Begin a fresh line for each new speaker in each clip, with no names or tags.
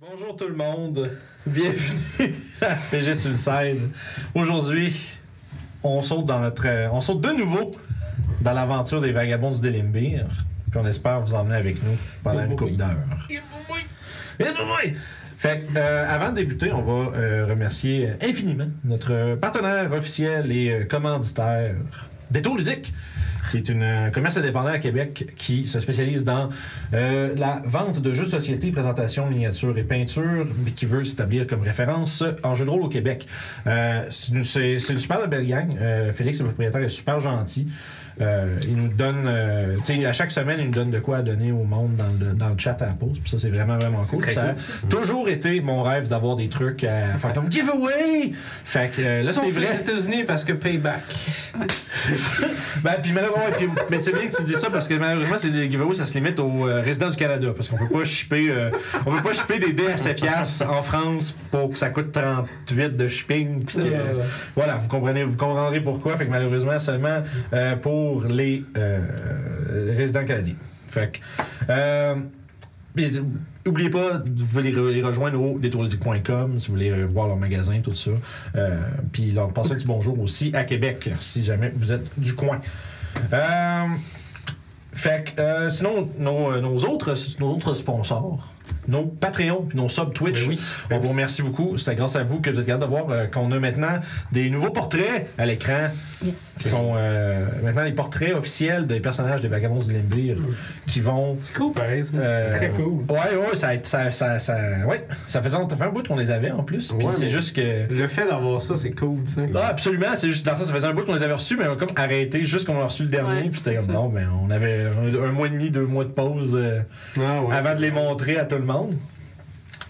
Bonjour tout le monde, bienvenue à PG Suicide. Aujourd'hui, on saute dans notre, euh, on saute de nouveau dans l'aventure des vagabonds du Délimbir, puis on espère vous emmener avec nous pendant une couple d'heures. Et bye-bye! Fait que, euh, avant de débuter, on va euh, remercier infiniment notre partenaire officiel et euh, commanditaire, Détour Ludique, qui est une euh, commerce indépendant à Québec qui se spécialise dans euh, la vente de jeux de société, présentation, miniatures et peintures, mais qui veut s'établir comme référence en jeu de rôle au Québec. Euh, c'est une c'est- c'est une super belle gang. Euh, Félix, le propriétaire, est super gentil. Euh, il nous donne, euh, tu sais, à chaque semaine, il nous donne de quoi à donner au monde dans le, dans le chat à la pause. Puis ça, c'est vraiment, vraiment cool.
très
Ça a toujours été mon rêve d'avoir des trucs à faire comme giveaway. Fait que euh, là,
Sauf
c'est vrai.
les États-Unis parce que payback.
Ben, puis malheureusement, ouais, puis- mais c'est bien que tu dis ça parce que malheureusement, c'est des giveaways, ça se limite aux euh, résidents du Canada parce qu'on peut pas shipper, euh, on peut pas shipper des dés à 7 piastres en France pour que ça coûte 38 de shipping. puis que, euh, voilà, vous comprenez, vous comprendrez pourquoi. Fait que malheureusement, seulement euh, pour les euh, résidents canadiens. Fait que, euh, mais, euh, Oubliez pas, vous pouvez les, re- les rejoindre au détourludique.com si vous voulez euh, voir leur magasin, tout ça. Euh, Puis leur passer un petit bonjour aussi à Québec, si jamais vous êtes du coin. Euh, fait que, euh, sinon, nos, euh, nos autres, nos autres sponsors, nos Patreons, puis nos sub Twitch,
Ben oui.
on vous remercie beaucoup. C'est grâce à vous que vous êtes capable de voir euh, qu'on a maintenant des nouveaux portraits à l'écran
Yes.
qui sont euh, maintenant les portraits officiels des personnages des Vagabonds de Limbir qui vont
C'est cool, pareil. ça.
euh,
Très cool.
Ouais, ouais, ça, a été- ça, ça, ça, ouais, ça faisait, ça fait un bout qu'on les avait en plus. Puis
Ouais,
c'est
mais-
juste que.
Le fait d'avoir ça, c'est cool, tu sais.
Ah, absolument, c'est juste dans ça, ça faisait un bout qu'on les avait reçus, mais on a comme arrêté juste qu'on a reçu le dernier.
Ouais,
puis c'était
c'est
comme
ça.
non, mais on avait un, un mois et demi, deux mois de pause euh,
Ah ouais,
avant
c'est-
de les montrer à tout le monde.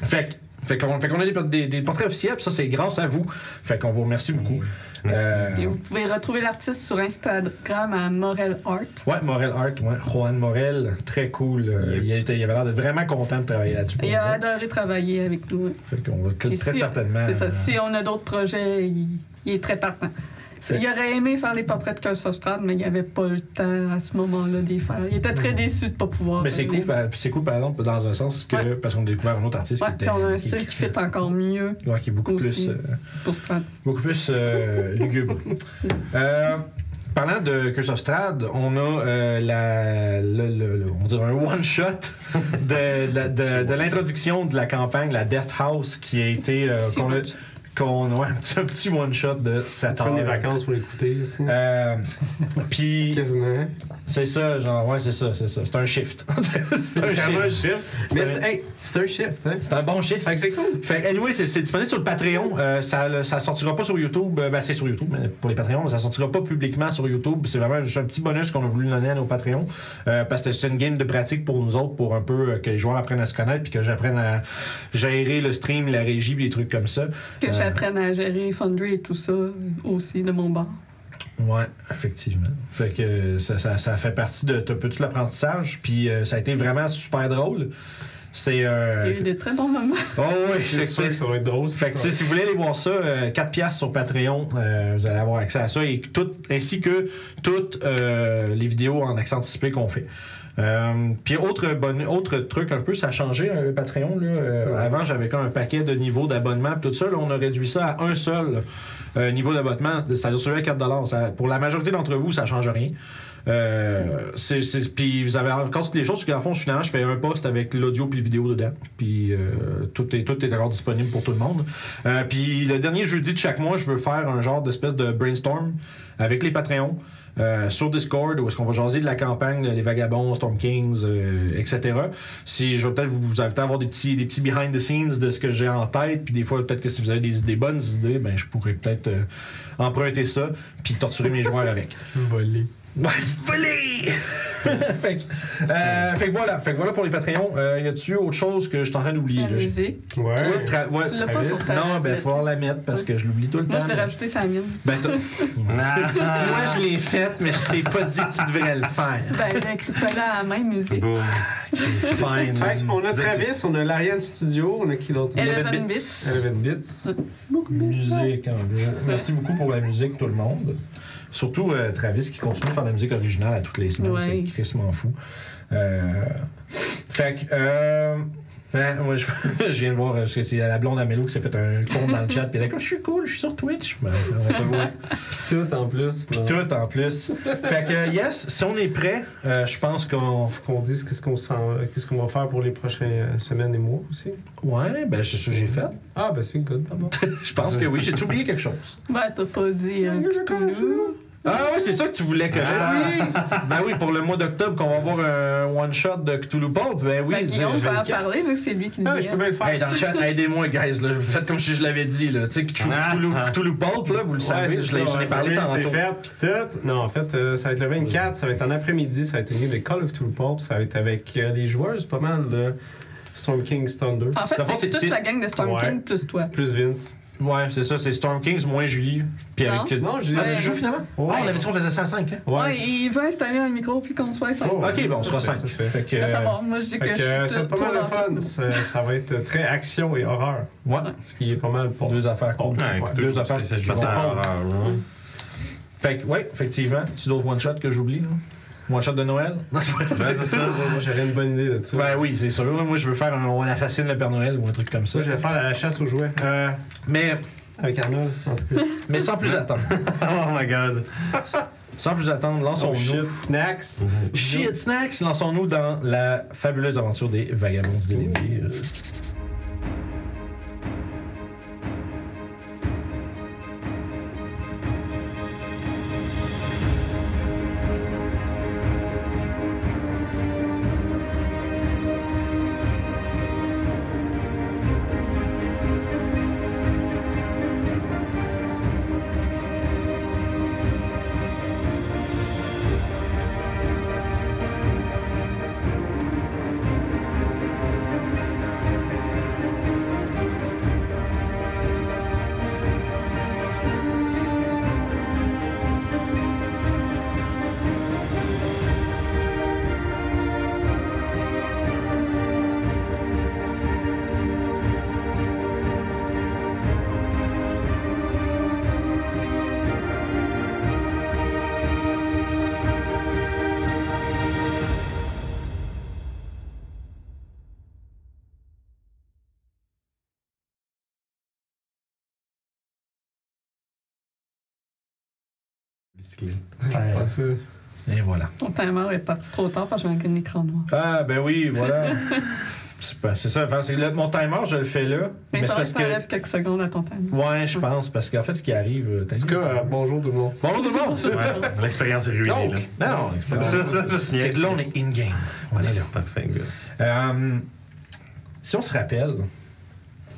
Fait que- fait qu'on fait qu'on a des, des- des portraits officiels, puis ça, c'est grâce à vous. Fait qu'on vous remercie beaucoup. Euh,
Et vous pouvez retrouver l'artiste sur Instagram à Morel Art.
Ouais, Morel Art, ouais. Juan Morel, très cool. Euh, il, était- il avait l'air de vraiment content de travailler là-dessus. pour
Il
nous
a
autres.
adoré travailler avec nous.
Fait qu'on va t-
Puis
très
si-
certainement.
C'est ça.
euh,
Si on a d'autres projets, il, il est très partant.
Fait-
Il aurait aimé faire les portraits de Curse mais il n'avait pas le temps à ce moment-là de les faire. Il était très déçu de ne pas pouvoir.
Mhm. Mais c'est
les
cool,
faire.
par, puis c'est cool, par exemple, dans un sens que.
Ouais.
Parce qu'on a découvert un autre artiste
Ouais,
qui était.
puis on a un style qui
qui,
fit encore mieux
ouais, qui est beaucoup
aussi.
plus, euh,
pour Strad.
beaucoup plus euh, lugubre. Euh, Parlant de Curse of Strad, on a euh, la, le, le- le- on va dire un one-shot de, de, de- de l'introduction de la campagne, la Death House, qui a été. euh,
Si
qu'on a-
much.
qu'on a un petit, un petit one-shot de 7
prendre des
heures.
vacances pour l'écouter, tu sais.
Euh, Puis,
Quasiment.
c'est ça, genre, ouais, c'est ça, c'est ça. C'est un shift. c'est un
vraiment
shift.
Mais
C'est
c'est
un-
hey, c'est un shift, hein.
C'est un bon shift.
Fait que c'est cool.
Fait que, anyway, c'est c'est disponible sur le Patreon. Euh, ça, le- ça sortira pas sur YouTube. Euh, ben, c'est sur YouTube mais pour les Patreons, mais ça sortira pas publiquement sur YouTube. C'est vraiment juste un petit bonus qu'on a voulu donner à nos Patreons. euh, parce que c'est une game de pratique pour nous autres, pour un peu euh, que les joueurs apprennent à se connaître, puis que j'apprenne à gérer le stream, la régie, puis des trucs comme ça.
Que
Euh,
j'apprenne à gérer Foundry et tout ça euh, aussi de mon bord.
Ouais, effectivement. Fait que euh, ça, ça, ça fait partie de un peu tout l'apprentissage. Puis euh, ça a été vraiment super drôle. C'est.
Il y a
Euh...
eu des très bons moments.
Oh oui,
C'est sûr que ça va être drôle.
Fait que, tu sais, si vous voulez aller voir ça, euh, 4 piastres sur Patreon, euh, vous allez avoir accès à ça, et tout, ainsi que toutes euh, les vidéos en accent anticipé qu'on fait. Euh, Puis autre, bon, autre truc un peu, ça a changé hein, le Patreon. Là. Euh,
Ouais.
Avant, j'avais comme un paquet de niveaux d'abonnement, pis tout ça. Là, on a réduit ça à un seul euh, niveau d'abonnement, c'est-à-dire celui à 4 Ça- Pour la majorité d'entre vous, ça change rien. Euh, c'est- c'est- puis vous avez encore toutes les choses, parce qu'en fond, finalement, je fais un post avec l'audio puis le vidéo dedans. Puis euh, tout, est, tout est encore disponible pour tout le monde. Euh, puis le dernier jeudi de chaque mois, je veux faire un genre d'espèce de brainstorm avec les Patreons. euh, sur Discord, où est-ce qu'on va jaser de la campagne, les vagabonds, Storm Kings, euh, etc. Si je vais peut-être vous, vous inviter à avoir des petits, des petits behind the scenes de ce que j'ai en tête, puis des fois peut-être que si vous avez des, des bonnes idées, ben je pourrais peut-être euh, emprunter ça, puis torturer mes joueurs avec.
Voler.
Ouais, volé! fait, que, euh, fait que voilà, fait que voilà pour les Patreons. Euh, y a-tu autre chose que je suis en train d'oublier?
La
là? J'ai-
musique.
Ouais.
Tu vois, tra- ouais,
Tu l'as pas
Travis?
sur ta
Non, ben, faut la mettre parce que je l'oublie tout le
Moi,
temps.
je vais
mais-
rajouter sa mienne.
Ben, t'as- Moi, je l'ai faite, mais je t'ai pas dit que tu devrais le faire.
Ben, écrit là à la même musique.
Fine.
Fait que on a Travis, on a l'Ariane Studio, on a qui d'autre?
Elle-
Elizabeth
Eleven
Bits.
Bits.
Eleven Bits.
C'est beaucoup plus ça.
Musique en anglais. Merci beaucoup pour la musique, tout le monde. Surtout euh, Travis qui continue de faire de la musique originale à toutes les semaines.
Ouais.
C'est crissement fou. Euh, fait que. Euh, hein, moi, je, je viens de voir, c'est c'est la blonde à Mélo qui s'est fait un compte dans le chat, puis elle est comme, je suis cool, je suis sur Twitch. Ben, on te voit.
Pis tout en plus. ben,
Puis tout en plus. Fait que, yes, si on est prêt, euh, je pense qu'on.
Faut qu'on dise qu'est-ce qu'on sent- qu'est-ce qu'on va faire pour les prochaines euh, semaines et mois aussi.
Ouais, ben, c'est ça que j'ai fait.
Ah, ben c'est good d'abord.
Je pense que oui, j'ai oublié quelque chose.
Ben, t'as pas dit euh, Cthulhu.
Ah oui, c'est ça que tu voulais que je parle. Ben Ah oui, pour le mois d'octobre, qu'on va avoir un one-shot de Cthulhu Pulp, ben oui.
ben,
je-
Guillaume peut en
24.
parler, vu que c'est lui qui nous
Ah, je peux
aide.
bien le faire.
Hey, dans le chat, aidez-moi, guys. Là. Faites comme si je l'avais dit. Là. Tu sais, Cthulhu,
Ah,
Cthulhu,
ah.
Cthulhu Pulp, là, vous le savez,
Ouais,
je
c'est
l'ai-
ça,
j'en ai
hein,
parlé
le mail,
tantôt.
C'est fait, pis tout. Non, en fait, euh, ça va être le 24, ça va être en après-midi, ça va être une game de Call of Duty Pop, ça va être avec euh, les joueuses pas mal de Storm King's Thunder.
En
C'est-
fait,
c'est-
c'est toute
c'est-
la gang de Storm
Ouais.
King plus toi.
Plus Vince.
Ouais, c'est ça, c'est Storm Kings moins Julie. Puis
Non.
avec.
Non, je
Ah,
Ouais.
tu joues finalement
Ouais.
Ah, on avait dit qu'on faisait 105, hein
Ouais,
Ouais.
il veut installer un micro puis qu'on soit ça.
Oh.
Ok, bon, on sera
Ça se fait,
5.
ça se fait.
Fait que.
Là, ça
euh,
va. Moi, je dis
Fait
que
que,
je
euh, ça va
suis
être pas mal
tout
de fun. Ça, ça va être très action et horreur.
euh, Ouais,
Ce qui est pas mal pour.
deux affaires cool.
Ouais,
Ouais, Deux affaires qui
C'est
sont cool. Fait que, ouais, effectivement. Tu d'autres one-shots que j'oublie là? One-shot de Noël Non, c'est pas
Ben, c'est ça.
Moi, j'avais une bonne idée de ça.
Ben oui, c'est sûr. là, Moi, je veux faire un On assassine le Père Noël ou un truc comme ça.
Ça, je vais faire la chasse aux jouets. Euh,
Mais,
avec Arnold, en tout cas.
mais sans plus attendre.
Oh my god.
Sans plus attendre,
Oh
lançons-nous.
shit, snacks.
Shit Snacks, lançons-nous dans la fabuleuse aventure des vagabonds du délire.
Bicyclette.
Faire ça.
Et voilà.
Ton timer est parti trop tard parce que j'avais un écran noir.
Ah, ben oui, voilà. C'est pas- c'est ça. enfin, c'est le- mon timer, je le fais là.
Mais il
c'est
faudrait
parce
que
que.
t'enlèves quelques secondes à ton timer.
Ouais, je pense. Parce qu'en fait, ce qui arrive. euh, t'as
En tout
dit-
cas, euh, bonjour tout le monde.
Bonjour tout le monde!
Ouais, L'expérience est ruinée,
Donc,
Non, non, c'est pas grave. C'est que là, on est in-game. On est là.
Parfait, gars.
Euh, si on se rappelle,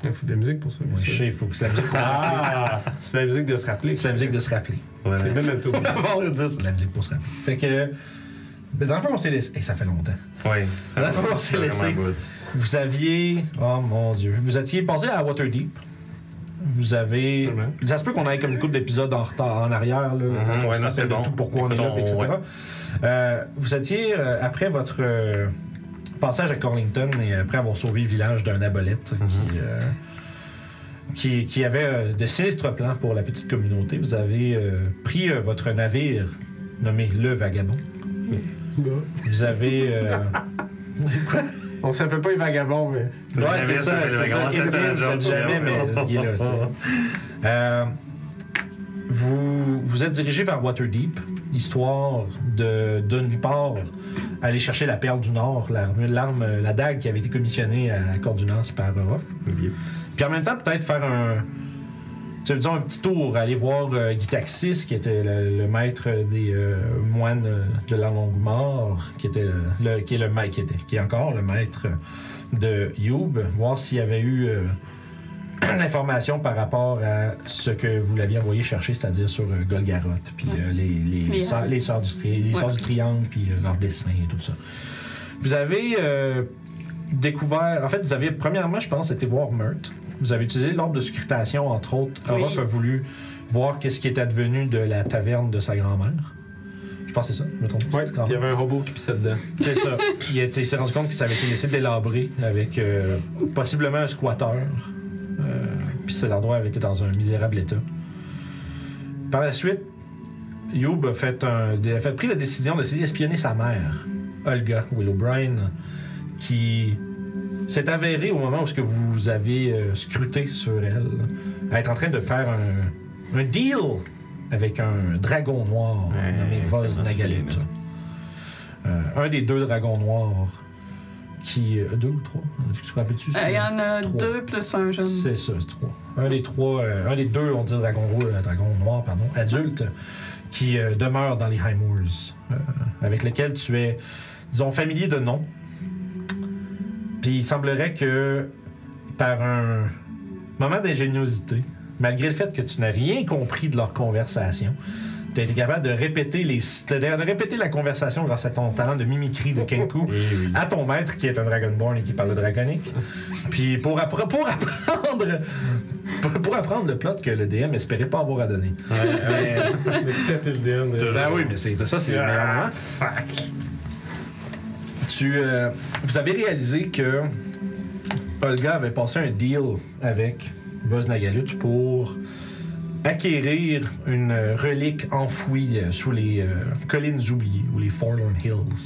Il faut de la musique pour ça. bien
je
sûr.
sais, il faut que ça musique.
Ah, c'est la musique de se rappeler.
C'est la musique de se rappeler.
Voilà.
C'est le même tour.
C'est la musique pour se rappeler. Fait que. ben, Dans le fond, on s'est laissé. Hey, ça fait longtemps.
Ouais.
La fois, on s'est laissé.
Vraiment good.
Vous aviez. Oh mon dieu. Vous étiez passé à Waterdeep. Vous avez.
Absolument.
Ça se peut qu'on aille comme une couple d'épisodes en retard, en arrière, là.
Mhm,
on
ouais,
se
non, c'est
rappelle de
bon.
tout pourquoi on est là,
Écoute,
etc.
on- ouais.
Euh, vous étiez, euh, après votre euh, passage à Corlington et après avoir sauvé le village d'un abolette
Mhm.
qui, euh, qui, qui avait euh, de sinistres plans pour la petite communauté, vous avez euh, pris euh, votre navire nommé Le Vagabond. Vous avez. euh, Quoi?
On s'appelle pas les vagabonds, mais.
Ouais, c'est ça, c'est ça.
C'est
Émile,
ça, la joke.
c'est jamais, mais il est là, c'est- Euh, vous, vous êtes dirigé vers Waterdeep, histoire de, d'une part, aller chercher la perle du Nord, l'arme, l'arme, la dague qui avait été commissionnée à Cordunance par Orof.
Yep.
Puis en même temps, peut-être faire un. tu sais, disons un petit tour, aller voir euh, Guy Taxis, qui était le, le maître des euh, moines euh, de la Longue Mort, qui était le, le- qui est le maître, qui, était, qui est encore le maître de Youb, voir s'il y avait eu euh, l'information par rapport à ce que vous l'aviez envoyé chercher, c'est-à-dire sur euh, Golgaroth, puis euh, les, les,
Les-
sœurs- les sœurs du, tri- les
Ouais.
sœurs du triangle, puis euh, leurs dessins et tout ça. Vous avez euh, découvert. En fait, vous avez, premièrement, je pense, été voir Meurthe. Vous avez utilisé l'ordre de scrutation, entre autres.
Oui.
Orof a voulu voir qu'est-ce qui est advenu de la taverne de sa grand-mère. Je pense que c'est ça, je me trompe. pas,
Ouais,
c'est
il y avait un robot qui pissait dedans.
C'est ça. Il, était- il s'est rendu compte que ça avait été laissé délabré avec euh, possiblement un squatteur. Euh, Puis c'est- l'endroit avait été dans un misérable état. Par la suite, Youb a, fait un, a fait- pris la décision d'essayer d'espionner sa mère Olga Willowbrine, qui s'est avérée au moment où ce que vous avez euh, scruté sur elle, à être en train de faire un, un deal avec un dragon noir
Ouais,
nommé Voz
comment ça,
Nagalut.
là?
Euh, un des deux dragons noirs qui. euh, deux ou trois Est-ce que tu te rappelles-tu
Euh, Il y en a
Trois.
deux plus un jeune.
c'est ça, c'est trois. Un des trois, euh, un des deux, on dit dragon rouge, euh, dragon noir, pardon, adulte, qui euh, demeure dans les High Moors, euh, avec lequel tu es, disons, familier de nom. Puis il semblerait que par un moment d'ingéniosité, malgré le fait que tu n'as rien compris de leur conversation, tu as été capable de répéter, les, t'as été capable de répéter la conversation grâce à ton talent de mimicry de Kenku
Eh oui.
à ton maître qui est un Dragonborn et qui parle de draconique. Puis pour, appre- pour apprendre pour, pour apprendre le plot que le DM espérait pas avoir à donner. Euh,
Ouais, ouais. Péter le DM. déjà.
Ben oui, mais c'est ça, c'est le meilleur moment.
Ah, fuck.
Tu, euh, vous avez réalisé que Olga avait passé un deal avec Voznagalut pour acquérir une euh, relique enfouie euh, sous les euh, collines oubliées ou les Forlorn Hills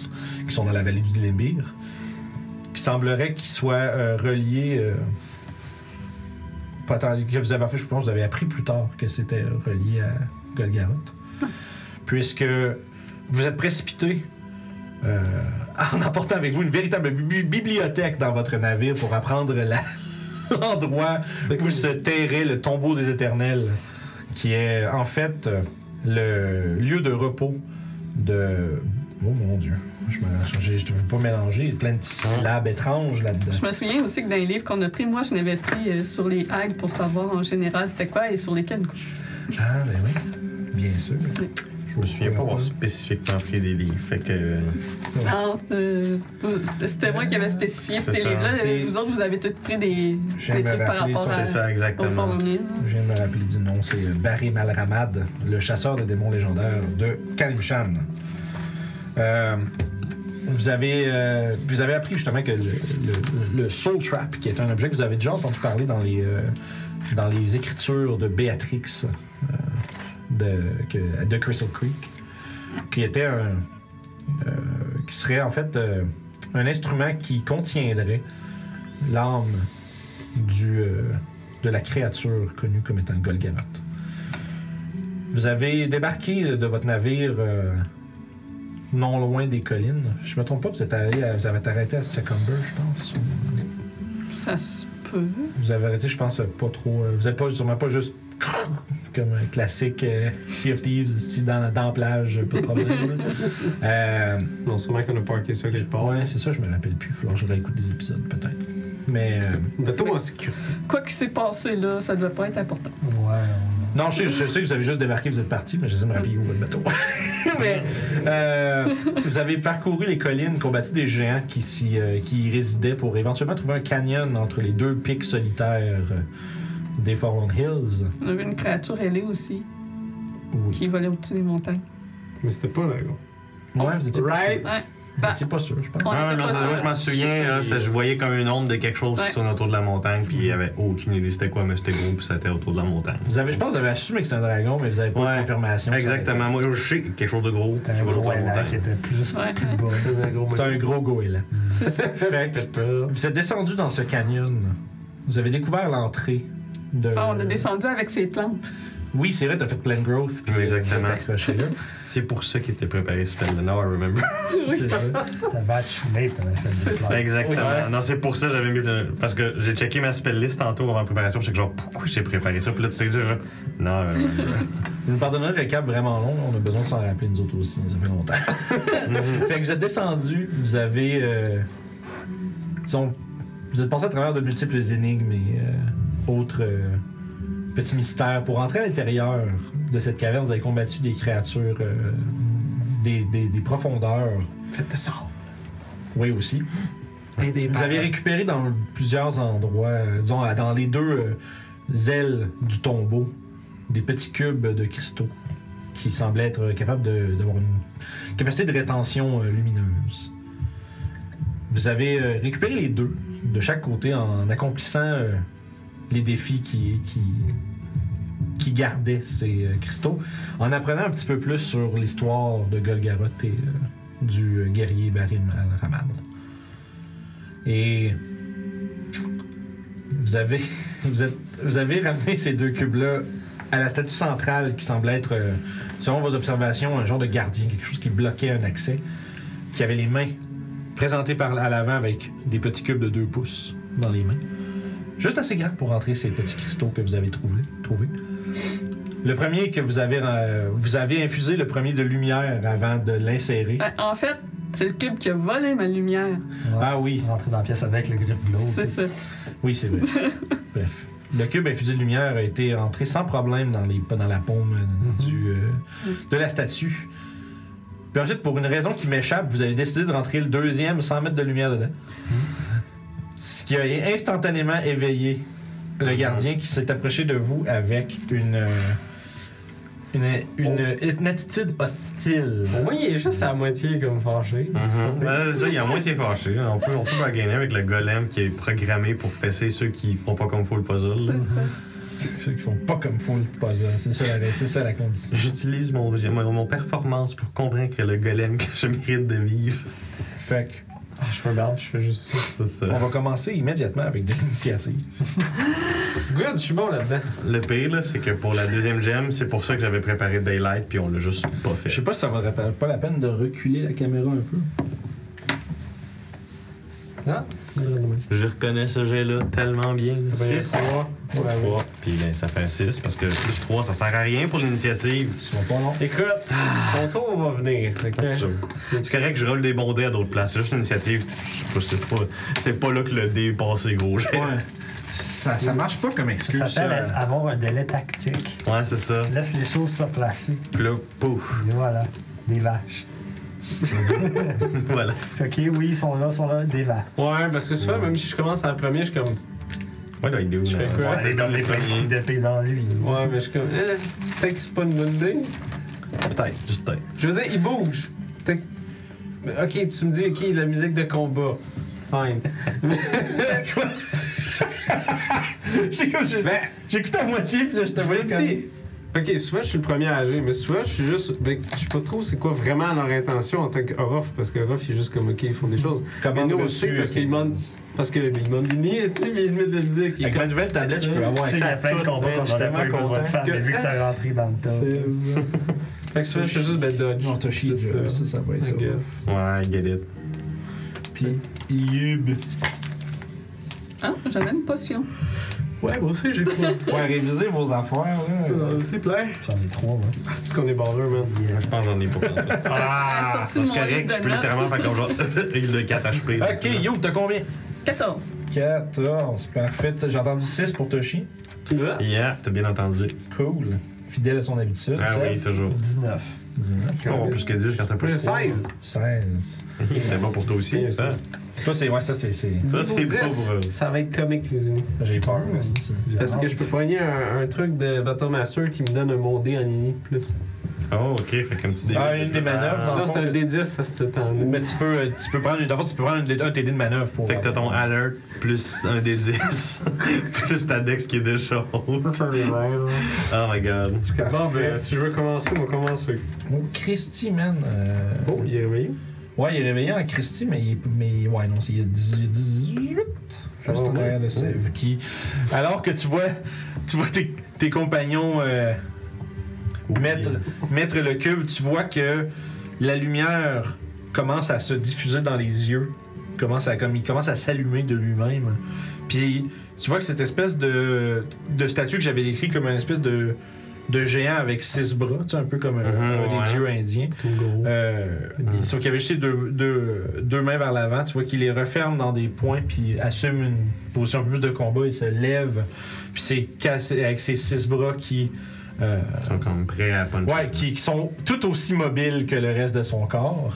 qui sont dans la vallée du Limbir. Qui semblerait qu'il soit euh, relié. euh, pas tant- que vous avez fait, je pense, que vous avez appris plus tard que c'était relié à Golgaroth. Puisque vous êtes précipité euh, en emportant avec vous une véritable bibli- bibliothèque dans votre navire pour apprendre la- l'endroit
C'était
où
cool.
se terrait le tombeau des éternels, qui est en fait euh, le lieu de repos de. Oh mon dieu, je me- j'ai- je ne veux pas mélanger, il y a plein de petites syllabes étranges là-dedans.
Je me souviens aussi que dans les livres qu'on a pris, moi, je n'avais pris euh, sur les hags pour savoir en général c'était quoi et sur lesquels. quoi.
Ah, ben oui, bien sûr.
Je me souviens pas avoir spécifiquement pris des livres. Fait que.
Ah, euh, c'était c'était moi qui avais spécifié
C'est
ces
ça.
livres-là.
C'est-
Vous autres, vous avez tous pris des,
J'ai
des
me
trucs par
rappelé
rapport
ça,
à,
C'est ça,
au
exactement.
formulaire.
Je viens de me rappeler du nom, c'est euh, Barry Malramad, le chasseur de démons légendaires de Kalibshan. Euh, vous, avez, euh, vous avez appris justement que le, le- le Soul Trap, qui est un objet que vous avez déjà entendu parler dans les, euh, dans les écritures de Béatrix euh, de, que- de Crystal Creek, qui était un. euh, qui serait en fait euh, un instrument qui contiendrait l'âme du. euh, de la créature connue comme étant le Golgaroth. Vous avez débarqué de votre navire euh, non loin des collines. Je me trompe pas, vous êtes allé, à- vous avez arrêté à Secumber, je pense. ou-
Ça se peut.
Vous avez arrêté, je pense, euh, pas trop. euh, vous n'êtes pas sûrement pas juste comme un classique euh, Sea of Thieves ici, dans, dans la plage, pas de problème. là. euh,
Non, sûrement qu'on a parké ça quelque part.
ouais, c'est ça, je me rappelle plus. Faut que je réécoute des épisodes peut-être. Mais euh,
De tout en sécurité.
Quoi qui s'est passé là, ça ne devait pas être important.
Non, je sais, je sais que vous avez juste débarqué, vous êtes parti, mais j'essaie de me rappeler où est votre bateau. mais euh, vous avez parcouru les collines, combattu des géants qui, s'y, euh, qui y résidaient pour éventuellement trouver un canyon entre les deux pics solitaires euh, des Fallen Hills.
On avait une créature ailée aussi
Oui.
qui volait au-dessus des montagnes.
Mais c'était pas là, gros.
Ouais, vous étiez pas sûr.
Right?
Ouais.
Vous étiez pas sûr, je pense.
On
Ah,
était
non,
pas
c'est- moi,
sûrs.
je m'en souviens, là, c'est- je voyais comme une onde de quelque chose
Ouais.
qui tourne autour de la montagne, puis il n'y avait aucune idée c'était quoi, mais c'était gros, puis c'était autour de la montagne.
Vous avez, je pense que vous avez assumé que c'était un dragon, mais vous n'avez pas
Ouais,
de confirmation. que ça
Exactement, moi, je sais quelque chose de gros qui
C'était
va
un
autour de
gros
la
élan qui
montagne.
était plus,
Ouais.
plus bas.
C'était un gros
avait été- C'est un gros goéland.
C'est ça.
Fait que
Faites peur.
vous êtes descendu dans ce canyon. Vous avez découvert l'entrée de.
Enfin, on a descendu avec ses plantes.
Oui, c'est vrai, t'as fait plein growth. puis,
Oui,
euh,
exactement.
t'as accroché là.
C'est pour ça qu'il était préparé ce film Now I remember.
C'est ça.
T'avais à chouler, t'avais fait
C'est
des
ça.
plans.
Exactement.
Ouais.
Non, c'est pour ça que j'avais mis. le- Parce que j'ai checké ma spell list tantôt avant la préparation. puis J'étais genre, pourquoi j'ai préparé ça? Puis là, tu sais, genre, non, euh,
Vous nous pardonnerez le cap vraiment long, là. on a besoin de s'en rappeler nous autres aussi, ça fait longtemps. fait que vous êtes descendu, vous avez. euh, disons, vous êtes passé à travers de multiples énigmes et euh, autres euh, petits mystères. Pour entrer à l'intérieur de cette caverne, vous avez combattu des créatures euh, des, des- des profondeurs.
Faites de ça.
Oui, aussi. Vous avez récupéré dans plusieurs endroits, euh, disons, à- dans les deux euh, ailes du tombeau, des petits cubes de cristaux qui semblaient être capables de- d'avoir une capacité de rétention euh, lumineuse. Vous avez euh, récupéré les deux de chaque côté en accomplissant euh, les défis qui, qui, qui gardaient ces euh, cristaux, en apprenant un petit peu plus sur l'histoire de Golgaroth et euh, du euh, guerrier Barim al-Ramad. Et vous avez, vous, êtes- vous avez ramené ces deux cubes-là à la statue centrale qui semble être, euh, selon vos observations, un genre de gardien, quelque chose qui bloquait un accès, qui avait les mains présentées par, à l'avant avec des petits cubes de 2 pouces dans les mains. Juste assez grand pour rentrer ces petits cristaux que vous avez trouvés. trouvés. Le premier que vous avez, euh, vous avez infusé le premier de lumière avant de l'insérer.
Ben, en fait, c'est le cube qui a volé ma lumière.
Ah oui,
Rentrer dans la pièce avec le griffe
Oh,
de l'eau.
C'est ça.
oui, c'est vrai. Bref. Le cube infusé de lumière a été rentré sans problème dans, les, dans la paume euh, du, euh,
Mhm.
de la statue. Puis ensuite, pour une raison qui m'échappe, vous avez décidé de rentrer le deuxième sans mettre de lumière dedans. Ce qui a instantanément éveillé le gardien qui s'est approché de vous avec une, euh, une, une, une attitude hostile.
Moi, il est juste à moitié comme fâché.
Mhm. Ben, c'est ça, il a moitié fâché. On peut, on peut pas gagner avec le golem qui est programmé pour fesser ceux qui font pas comme faut le puzzle. là.
C'est ça.
Ceux qui font pas comme faut le puzzle. C'est ça, la- c'est ça la condition.
J'utilise mon, mon, mon performance pour convaincre le golem que je mérite de vivre.
Fait que
Ah, je me barbe, je fais juste ça.
C'est ça.
On va commencer immédiatement avec des initiatives.
Good, je suis bon là-dedans.
Le pire, là, c'est que pour la deuxième gemme, c'est pour ça que j'avais préparé Daylight, puis on l'a juste pas
Je
fait.
sais pas si ça vaudrait pas pas la peine de reculer la caméra un peu.
Ah,
Je reconnais ce jet-là tellement bien.
ben,
6,
trois. Bravo.
3, puis ben, ça fait un 6, parce que plus 3, ça sert à rien pour l'initiative.
Ce sera pas long.
Écoute, ton tour va venir.
Je-
ok? C'est-
C'est correct que je roule des bons dés à d'autres places. C'est juste une initiative. je sais pas, C'est pas, c'est pas là que le dé est passé, gros. jet.
Ouais. Ça, ça marche pas comme excuse. euh.
Ça
euh,
s'appelle être-
ça.
avoir un délai tactique.
Ouais, c'est ça.
Tu laisses les choses se placer.
Puis là, pouf.
Et voilà. Des vaches.
voilà.
Fait que, OK, oui, ils sont là, ils sont là, des vaches.
Ouais, parce que souvent, même si je commence à la première, je suis comme.
Ouais, là, il est où,
Je
là?
fais quoi?
Ouais, il est dans les premiers.
D'épée dans lui.
Ouais, mais je suis comme. Eh, peut-être que c'est pas une bonne idée.
Peut-être, juste peut-être.
Je veux dire, il bouge. Peut-être- Mais Ok, tu me dis, ok, la musique de combat. Fine.
J'ai comme- j'ai- J'écoute à moitié, puis là, je te voyais comme...
Si. Ok, souvent je suis le premier à agir, mais souvent je suis juste. ben, je sais pas trop c'est quoi vraiment leur intention en tant qu'Orof, parce qu'Orof il est juste comme ok, ils font des choses.
Comment
mais nous on le
reçu,
sait parce
euh,
qu'ils demandent. Parce ben, qu'ils demandent une nièce, tu sais, puis ils mettent de la musique. Il est
Avec ma nouvelle tablette, je peux avoir
Tu
accès
sais, il y a
à
plein de
tout,
combats
man.
qu'on
Je suis
aurait
tellement
pas eu besoin de
content.
faire, mais vu que t'as rentré dans le top.
comme- Fait que souvent je fais juste ben dodge.
Genre, t'as chié,
C'est
là.
ça.
ça, ça va
I
être... tough.
guess.
Ouais, I get it.
Puis, yub.
Ah, j'avais une potion.
Ouais, moi aussi j'ai quoi.
Ouais, réviser vos affaires, là.
C'est plein.
J'en ai trois, moi.
Ah, c'est qu'on est baller, man.
Je pense que j'en ai pas.
Ah, sorti de
c'est
mon livre
correct,
de
je peux
notes.
littéralement faire comme genre. Il a 4 HP.
Ok, Youb, t'as combien?
14.
14, parfait. J'ai entendu 6 pour Toshi.
Yeah, t'as bien entendu.
Cool. Fidèle à son habitude.
Ah
Seth.
oui, toujours.
19.
19.
On va plus que 10 quand t'as
Moi
plus
j'ai
trois.
16.
16.
C'était bon pour toi aussi, ça.
Toi, c'est. Ouais, ça, c'est. c'est-
Ça, c'est
Niveau
pas
10,
pour euh, eux.
Ça va être comique, les amis.
J'ai peur, esti.
Parce que je peux poigner un, un truc de Baton Master qui me donne un mon dé en ini plus.
Oh, ok, fait qu'un petit dé.
Ah, une des manœuvres dans-
Là, c'est un D10 à ce temps-là.
Mais tu peux, euh, tu peux prendre. D'abord, tu peux prendre une- un TD de manœuvre pour.
Fait que t'as ton alert plus un des 10, plus ta dex qui est déjà haut.
Ça, ça me l'énerve, là.
Oh my god.
Bon, ben, si je veux commencer, on commence. avec-
Oh, Christy, man. euh,
Oh, il est réveillé.
Ouais, il est réveillé en Christy, mais il est. Mais, ouais, non, c'est- il y a 18.
Ça
Juste
va
en
bien.
arrière de Sèvres, qui- Alors que tu vois, tu vois tes, tes compagnons euh, mettre, mettre le cube, tu vois que la lumière commence à se diffuser dans les yeux. Commence à, comme, il commence à s'allumer de lui-même. Puis tu vois que cette espèce de, de statue que j'avais décrit comme une espèce de, de géant avec six bras, tu sais, un peu comme un-
Mm-hmm,
Mhm,
un des
ouais.
dieux indiens. Euh, Sauf qu'il y avait juste ses deux, deux- deux mains vers l'avant. Tu vois qu'il les referme dans des points, puis assume une position un peu plus de combat. Il se lève, puis c'est cassé avec ses six bras qui, euh,
Ils sont comme prêts à puncher.
ouais, qui, qui sont tout aussi mobiles que le reste de son corps.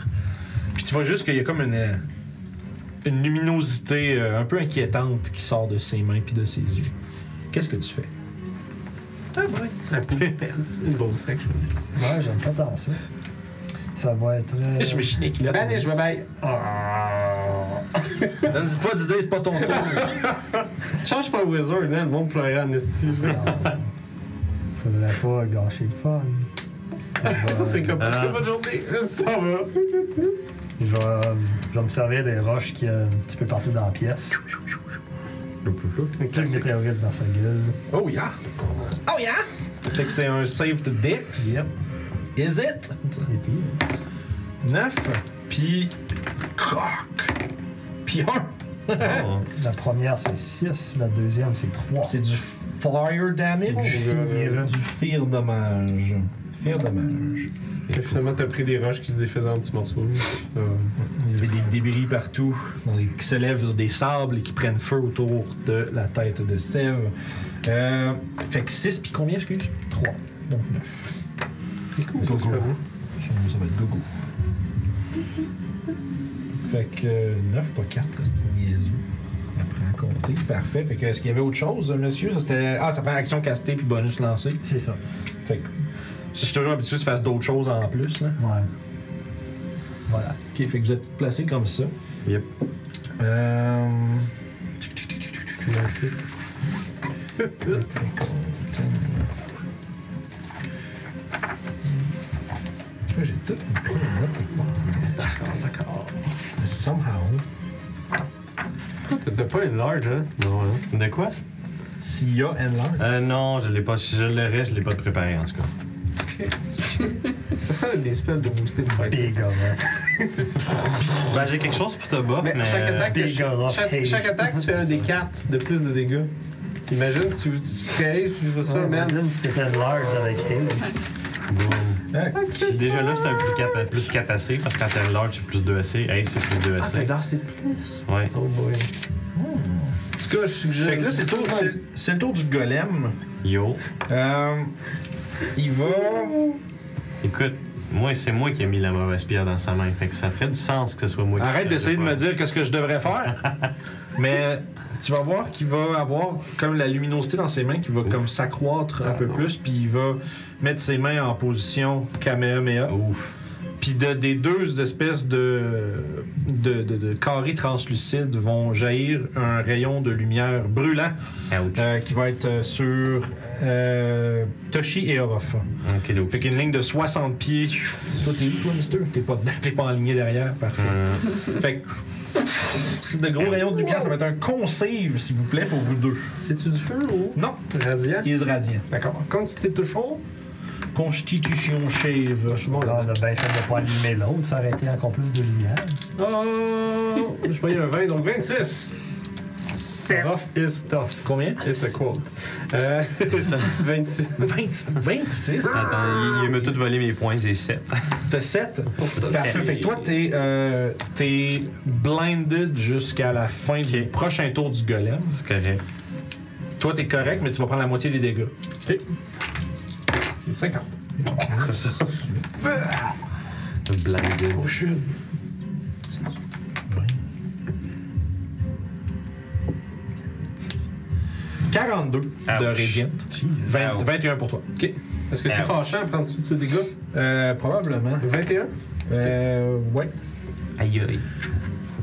Puis tu vois juste qu'il y a comme une, euh, une luminosité euh, un peu inquiétante qui sort de ses mains puis de ses yeux. Qu'est-ce que tu fais?
La poule pète. C'est une bonne section.
Ouais, j'aime pas tant ça. Ça va être. euh,
Ben, Je me chine qu'il
Banish, bye bye. Ah.
Donne-y pas d'idée, c'est pas ton tour.
Change pas le wizard, hein, le monde pleurait en esti. là.
Faudrait pas gâcher le fun.
Ça, c'est comme.
Ah.
Bonne journée. Ça va.
Je vais, euh, je vais me servir des roches qui euh, un petit peu partout dans la pièce. Une
Classique.
météorite dans sa gueule.
Oh yeah! Oh yeah! Fait que c'est un save to Dex.
Yep.
Is it?
Traité.
9, puis. Cock! Puis 1. Ah.
Oh.
La première, c'est 6. La deuxième, c'est 3.
C'est du fire damage. Euh,
C'est du fear.
Du fear dommage. Fear dommage.
Et Finalement, t'as pris des roches qui se défaisaient en petits morceaux. Ça va.
Il y avait des débris partout, dans les- qui se lèvent sur des sables et qui prennent feu autour de la tête de Steve. Euh, fait que 6, puis combien, excuse 3. Donc 9.
Ça, c'est pas bon.
Ça, ça va être gogo. Fait que 9, pas 4, c'est une niaiseux. Après à compter, parfait. Fait que est-ce qu'il y avait autre chose, euh, monsieur Ça, c'était. Ah, ça prend action castée puis bonus lancé.
C'est ça.
Fait que. Je suis toujours habitué que tu fasses d'autres choses en plus, là.
Ouais. Voilà.
Ok, fait que vous êtes placé comme ça.
Yep.
Euh. J'ai tout mis là quelque part. Mais Somehow.
T'as- T'as pas une large, hein? Non, hein?
De quoi?
S'il y a Enlar.
Euh, non, je l'ai pas. Si je l'aurais, je l'ai pas préparé en tout cas.
Ça, ça a des spells de booster de fight.
Big of
Ben, j'ai quelque chose pour te buff, mais.
Mais chaque
euh,
attaque,
Big
je-
or
chaque,
haste.
chaque attaque, tu fais un des 4 de plus de dégâts. Imagine si tu tu réalises, tu fais ça, man.
Imagine si t'étais large avec Haste.
euh, Déjà là, j'étais un plus 4, plus 4 AC parce que quand t'as large, c'est plus 2 AC. Hey, c'est plus
Ah,
Ah,
2 AC.
c'est plus.
ouais.
Oh boy. En tout cas, je suggère.
Fait que là, c'est le tour- c'est- c'est le tour du golem.
Yo.
Euh, il va.
Écoute, moi, c'est moi qui ai mis la mauvaise pierre dans sa main. Fait que ça ferait du sens que ce soit moi qui
Arrête d'essayer de me dire qu'est-ce que je devrais faire. Mais tu vas voir qu'il va avoir comme la luminosité dans ses mains qui va comme s'accroître un peu plus, puis il va mettre ses mains en position Kamehameha.
Ouf.
Puis de- des deux espèces de, de, de- de carrés translucides vont jaillir un rayon de lumière brûlant
Ouch.
euh, qui va être euh, sur euh, Toshi et Orof.
Ok, donc.
Fait qu'il y a une ligne de 60 pieds. Toi, t'es où, toi, mister? T'es pas, dedans, t'es pas aligné derrière? Parfait.
Euh,
Fait que. C'est de gros rayons de lumière, ça va être un conceive, s'il vous plaît, pour vous deux.
C'est-tu du feu ou.
Non,
Radiant?
ils radiant.
D'accord. Quand tu t'es touché,
Constitution shave.
je suis bon
Là,
là.
on a bien fait de pas allumer l'autre. Ça aurait été encore plus de lumière.
Oh! Je voyais un 20, donc 26! Rough is tough.
Combien?
It's a quote. Euh, 26.
20, 26.
Attends, il, il m'a tout volé mes points et 7.
T'as 7. Parfait. Fait que toi, t'es, euh, t'es blinded jusqu'à la fin du
Ok.
prochain tour du golem.
C'est correct.
Toi, t'es correct, mais tu vas prendre la moitié des dégâts.
C'est 50.
C'est ça. Blindé.
Oh shit.
Ouais. 42 de
Ouch.
Radiant.
Jesus.
20 21 pour toi.
Ok. Est-ce que c'est
Ouch.
fâchant de prendre tous ces dégâts?
Euh, probablement.
21?
Euh, ouais.
Aïe aïe.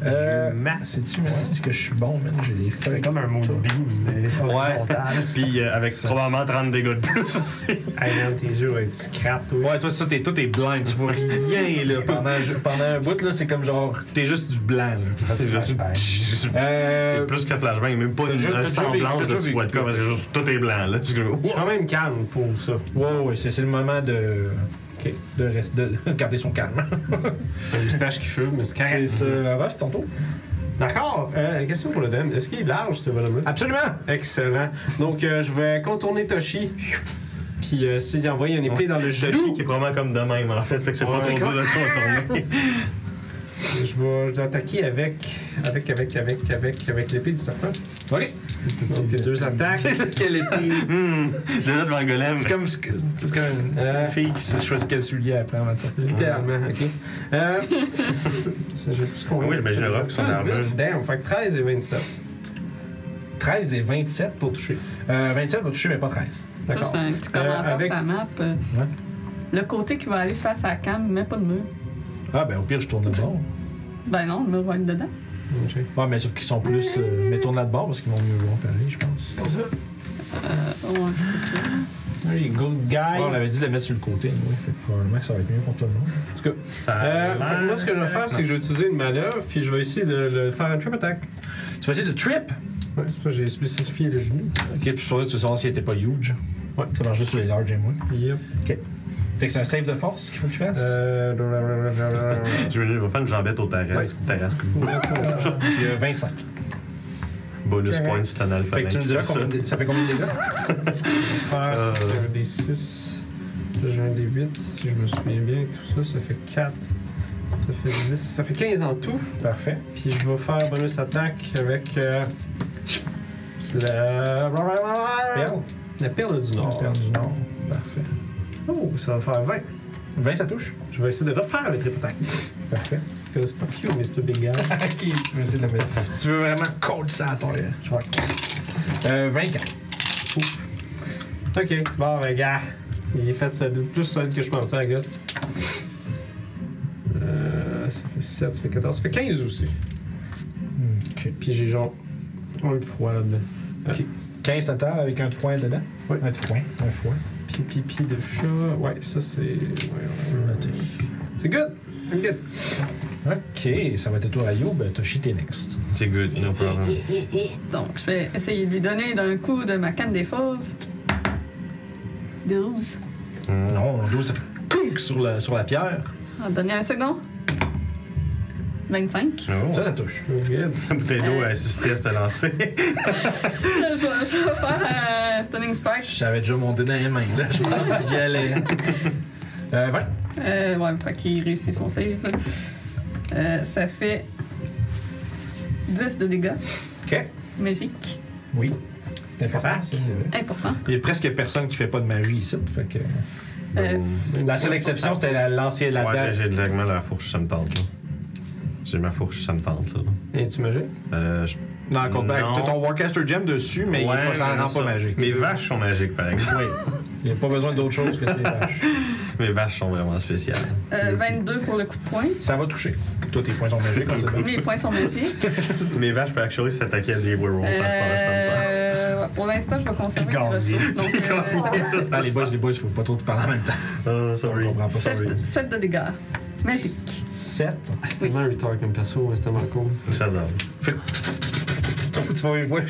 Euh,
Je marque.
C'est-tu, man? C'est que je suis bon, man? J'ai les
C'est
feuilles.
comme un moonbeam, mais horizontal.
Puis euh, avec probablement 30 dégâts de plus aussi.
Hey man, tes yeux vont être scrap, toi.
Ouais, toi, ça, t'es, toi, t'es blind. Tu vois rien, là. Pendant, pendant un bout, là, c'est comme genre. T'es juste du blanc, là.
C'est juste-
flashbang.
juste-
Euh,
C'est plus que flashbang, même pas
t'as
une
juste-
un
t'as déjà
semblance
vu- t'as
de tu
déjà
vois de
vu-
quoi, parce que juste tout est blanc, là. Je suis comme,
Je suis
ouah.
quand même calme pour ça.
ouais, ouais, c'est, c'est le moment de.
Ok.
De, rest- de garder son calme.
Un moustache qui fume, mais c'est
C'est
carré.
ça. Avant, c'est ton tour.
D'accord. Euh, question pour le Dan. Est-ce qu'il est large, ce bonhomme-là?
Absolument!
Excellent. Donc, euh, je vais contourner Toshi. Puis, euh, s'il envoie une épée dans le
Le
genou,
chien qui est probablement comme de même, en fait. Fait que c'est pas
Ouais.
trop dur de le contourner.
je vais, je vais attaquer avec, avec, avec, avec, avec, avec l'épée du serpent.
Ok.
Donc, deux attaques.
Quelle épée?
Hum, Déjà devant le golem.
C'est comme, c'est comme une,
Euh.
une fille qui sait choisir quel soulier elle prend avant de sortir.
Littéralement, ok. Euh, je vais plus combien.
Ah Oui, j'imagine le rock qui sont
Plus
nerveux.
10, Damn, fait que 13 et 27
13 et 27.
pour toucher.
Euh, 27 va toucher, mais pas 13.
D'accord.
Juste un petit commentaire
Euh, avec-
sur la map. euh,
Ouais.
Le côté qui va aller face à la cam, mais pas de mur.
Ah, ben au pire, je tourne le bord.
Ben non, le mur va être dedans.
Ok.
Ouais, mais sauf qu'ils sont plus. euh, mais tourne là de bord parce qu'ils vont mieux voir pareil, je pense.
Comme ça.
Ouais, je suis sûre.
Les good guys.
Ouais, on avait dit de le mettre sur le côté, oui. Fait que probablement que ça va être mieux pour tout le monde.
En tout cas,
Ça a
euh,
l'air-
fait que moi, ce que je vais faire, c'est que je vais utiliser une manœuvre, puis je vais essayer de le faire un trip attack.
Tu vas essayer de trip.
Ouais, c'est pas j'ai spécifié le genou.
Ok, puis pour ça, tu veux savoir s'il était pas huge.
Ouais.
Ça marche juste sur les large et moins.
Yep.
Fait que c'est un save de force qu'il faut qu'il fasse.
Euh. blablabla.
Je vais, je vais faire une jambette au Tarasque. Tarasque.
Il y a 25.
Bonus point si t'es un
Fait que
alphabet.
tu me diras combien de- ça fait combien de dégâts
faire, c'est un des 6. J'ai un des 8, si je me souviens bien, tout ça, ça fait 4. Ça fait 10. Ça fait 15 en tout.
Parfait.
Puis je vais faire bonus attaque avec. Euh, la.
Perle. Oh.
La perle du Nord.
Perle du Nord. Parfait.
Oh, ça va faire 20.
20, ça touche.
Je vais essayer de refaire le trip attack.
Parfait.
Because fuck you, Mr. Big Guy.
ok, tu veux essayer de le mettre. Tu veux vraiment cold ça à terre.
Je vois.
Euh, 24.
Ok, bon, ben, gars. Il est fait solide, plus solide que je pensais, I guess. Euh, ça fait 7, ça fait 14, ça fait 15 aussi.
Ok.
Puis j'ai genre un de froid là-dedans.
15 total avec un foin dedans.
Oui.
Un foin. Un foin.
Puis pipi de chat. Ouais, ça c'est. ouais, ouais, ouais.
Noté.
C'est good! I'm good!
Ok, ça va être au tour à Youb. Toshi, t'es next.
C'est good, no problem.
Donc, je vais essayer de lui donner d'un coup de ma canne des fauves. 12.
Mm.
Non, 12, ça fait clunk sur, la- sur la pierre.
On va donner un second. 25.
Oh.
Ça, ça touche.
I'm good.
La bouteille d'eau a assisté à se lancer.
je, vais, je vais faire un Stunning Strike.
J'avais déjà mon dé dans les mains, là. Je pense que j'y allais. Euh, 20.
Euh, ouais, fait qu'il réussit son save. Euh, ça fait 10 de dégâts
OK.
magiques.
Oui. C'est important, ça, c'est vrai.
Important.
Il y a presque personne qui fait pas de magie ici. Fait que...
Euh,
La seule exception, c'était la- lancer la
Ouais, j'ai-
dague.
j'ai de l'augment la fourche, ça me tente. là. J'ai ma fourche, ça me tente. Là.
Et tu imagines?
Euh, je-
Non, compte pas.
Non.
T'as ton Warcaster Gem dessus, mais il
Ouais,
il, ça
mais
rend
ça-
pas magique.
Mes vaches sont magiques, par exemple.
Oui. Il n'y a pas besoin d'autre chose que ces vaches.
Mes vaches sont vraiment spéciales.
euh, 22 pour le coup de poing.
Ça va toucher. Toi, tes points sont magiques. on sait pas.
Mes points sont magiques.
Mes vaches peuvent actually s'attaquer à des werewolves à ce temps-là, ça me tente.
Euh, ouais, pour l'instant, je vais conserver les
Gandhi.
ressources. Donc, euh, ça fait
Non, Ah, les boys, les boys, faut pas trop te parler en même temps.
Oh, sorry.
On comprend pas. Sorry.
7, de dégâts. Magique.
7.
C'est tellement un retard comme perso, mais c'est tellement cool.
J'adore.
Tu vas voir.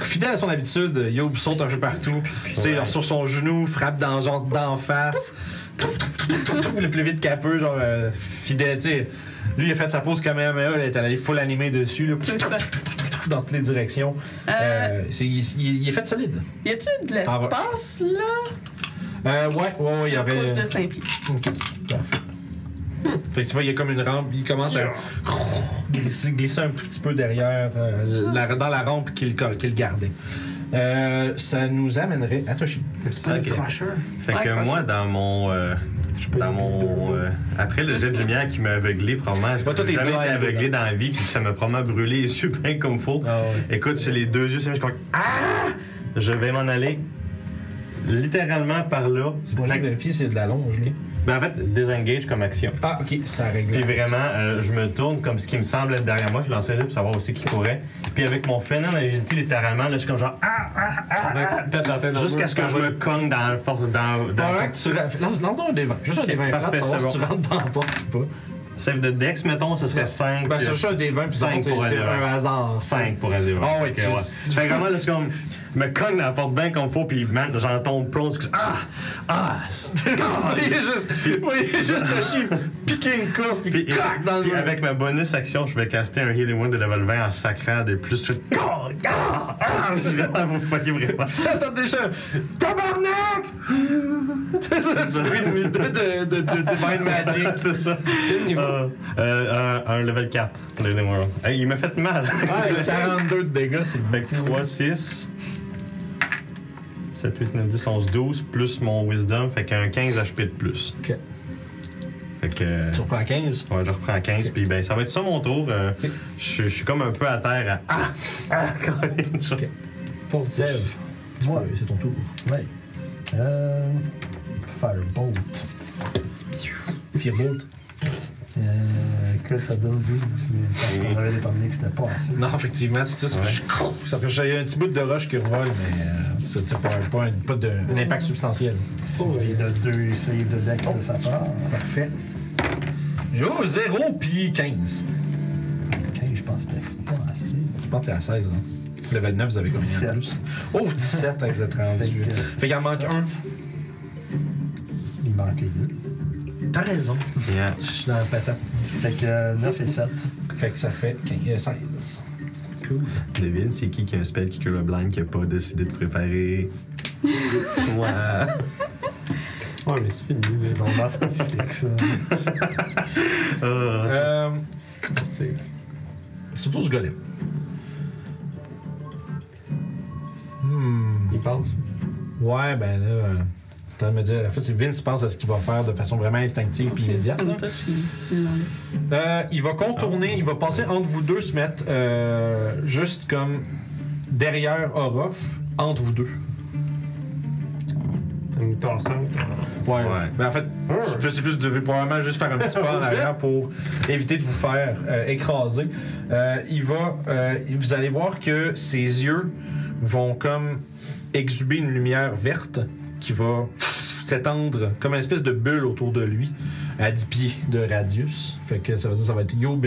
Fidèle à son habitude, Yob saute un peu partout. Tu sais, genre sur son genou, frappe dans genre d'en face. le plus vite qu'elle peut, genre euh, fidèle, tu sais. Lui, il a fait sa pause quand même, elle est allée full animée dessus, là,
C'est ça.
dans toutes les directions.
Euh,
Euh, c'est- il, il- il est fait solide.
y a-tu de
en roche.
l'espace, là?
Euh, ouais, ouais, ouais, Ah, il y
Couche
aurait.
de 5 pieds.
Ok, parfait. Fait que tu vois, il y a comme une rampe, il commence à glisser, glisser un tout petit peu derrière, euh,
Ah.
la- dans la rampe qu'il qu'il gardait. Euh, ça nous amènerait à Toshi.
T'as-tu pas
Ok.
le crusher?
Fait
Ouais,
que
parfait.
moi, dans mon. euh,
peux
dans
le-
mon. euh, après le jet de lumière qui m'a aveuglé, probablement. J'ai
Ouais, toi, t'es
jamais été
blind,
aveuglé dans la vie, puis ça m'a probablement brûlé les yeux bien comme faut.
Ah
Écoute, j'ai les deux yeux, c'est je suis comme. Ah! Je vais m'en aller. Littéralement par là.
c'est pas juste vérifier, c'est de la longe, lui.
Ben, en fait, désengage comme action.
Ah, ok, ça règle.
Puis vraiment, euh, je me tourne comme ce qui me semble être derrière moi. Je lançais là pour savoir aussi qui courait. Puis avec mon fainéant d'agilité, littéralement, là, je suis comme genre. Ah! Ah! Ah!
Faudrait que Ben, tu te pètes la tête dans le
Jusqu'à
mur.
ce que je me cogne dans le for- dans, dans
Ah, Fait que tu ra- lance- lance un des 20. Juste un des 20
parfait,
pour savoir
c'est
si tu rentres dans la porte ou
Save de Dex, mettons, ce serait
pas.
5.
Ben, c'est juste un des 20, puis
Cinq
c'est
pour
c'est
aller,
un
ouais.
hasard.
5 pour aller.
Ah ouais, tu-
Fait que,
tu-
Fait que vraiment, là, je suis comme. Je me cogne dans la porte bien comme faut, puis man, j'en tombe prone. je suis comme, Ah! Ah!
Il est juste, oui, juste Toshi piquer une course, puis
Puis,
clac dans le
puis
mur.
avec ma bonus action, je vais caster un Healing One de level 20 en sacrant des plus. Ah! Ah! Ah! Je vais vraiment vous fucker vraiment.
Attends déjà. Tabarnak! C'est le bruit de, de, de, de, de Divine Magic.
C'est ça.
Quel niveau?
Euh, euh, un, un level 4, le Healing One. Hey, il m'a fait mal.
Ouais, le 42 de dégâts, c'est
Fait que 3, 6, 7, 8, 9, 10, 11, 12, plus mon Wisdom, fait qu'un 15 HP de plus.
Ok.
Fait que. euh,
Tu reprends 15.
Ouais, je reprends 15, puis ben, ça va être ça mon tour. Euh,
Ok.
je, je suis comme un peu à terre à. Ah! Ah! Colin, je-
Ok. Pour Zev. Ah
Moi.
c'est ton tour.
Ouais. Euh, Firebolt.
Firebolt.
Euh, que ça donne 12, mais parce qu'on avait déterminé que c'était pas assez.
Non, effectivement, c'est ça. Ça fait, juste- ça fait juste- il y a un petit bout de roche qui revole, mais euh, ça n'a pas, un- pas, un- pas de- un impact substantiel.
Suivi de deux saves de Dex de sa part.
Parfait. Oh, 0 puis 15.
15, je pense que c'était pas assez.
Je pense que t'es à 16, hein. Level 9, vous avez combien en
17.
plus? Oh, 17 avec êtes rendu.
Fait que-
Fait qu'il en manque un.
Il manque les deux.
T'as raison.
Yeah.
Je suis dans la patate.
Fait que euh, 9 et 7.
Fait que ça fait 15, euh, 16. Cool.
Devine, c'est qui qui a un spell qui cure le blind qui a pas décidé de préparer. Moi.
Ouais, mais c'est fini.
C'est vraiment spécifique, ça.
Ah.
Euh,
C'est
surtout ce golem. Hmm.
Il passe.
Ouais, ben là. euh, t'as de me dire. En fait, c'est Vince pense à ce qu'il va faire de façon vraiment instinctive puis immédiate. là.
Son touch, il- il l'enlève.
Euh, il va contourner, il va passer entre vous deux, se mettre euh, juste comme derrière Orof, entre vous deux.
Une tassante.
Ouais.
Ouais.
Ben, en fait, c'est plus- c'est plus, de probablement juste faire un petit pas en arrière pour éviter de vous faire euh, écraser. Euh, il va, euh, vous allez voir que ses yeux vont comme exhuber une lumière verte qui va s'étendre comme une espèce de bulle autour de lui à 10 pieds de radius. Fait que ça veut dire que ça va être Yobe,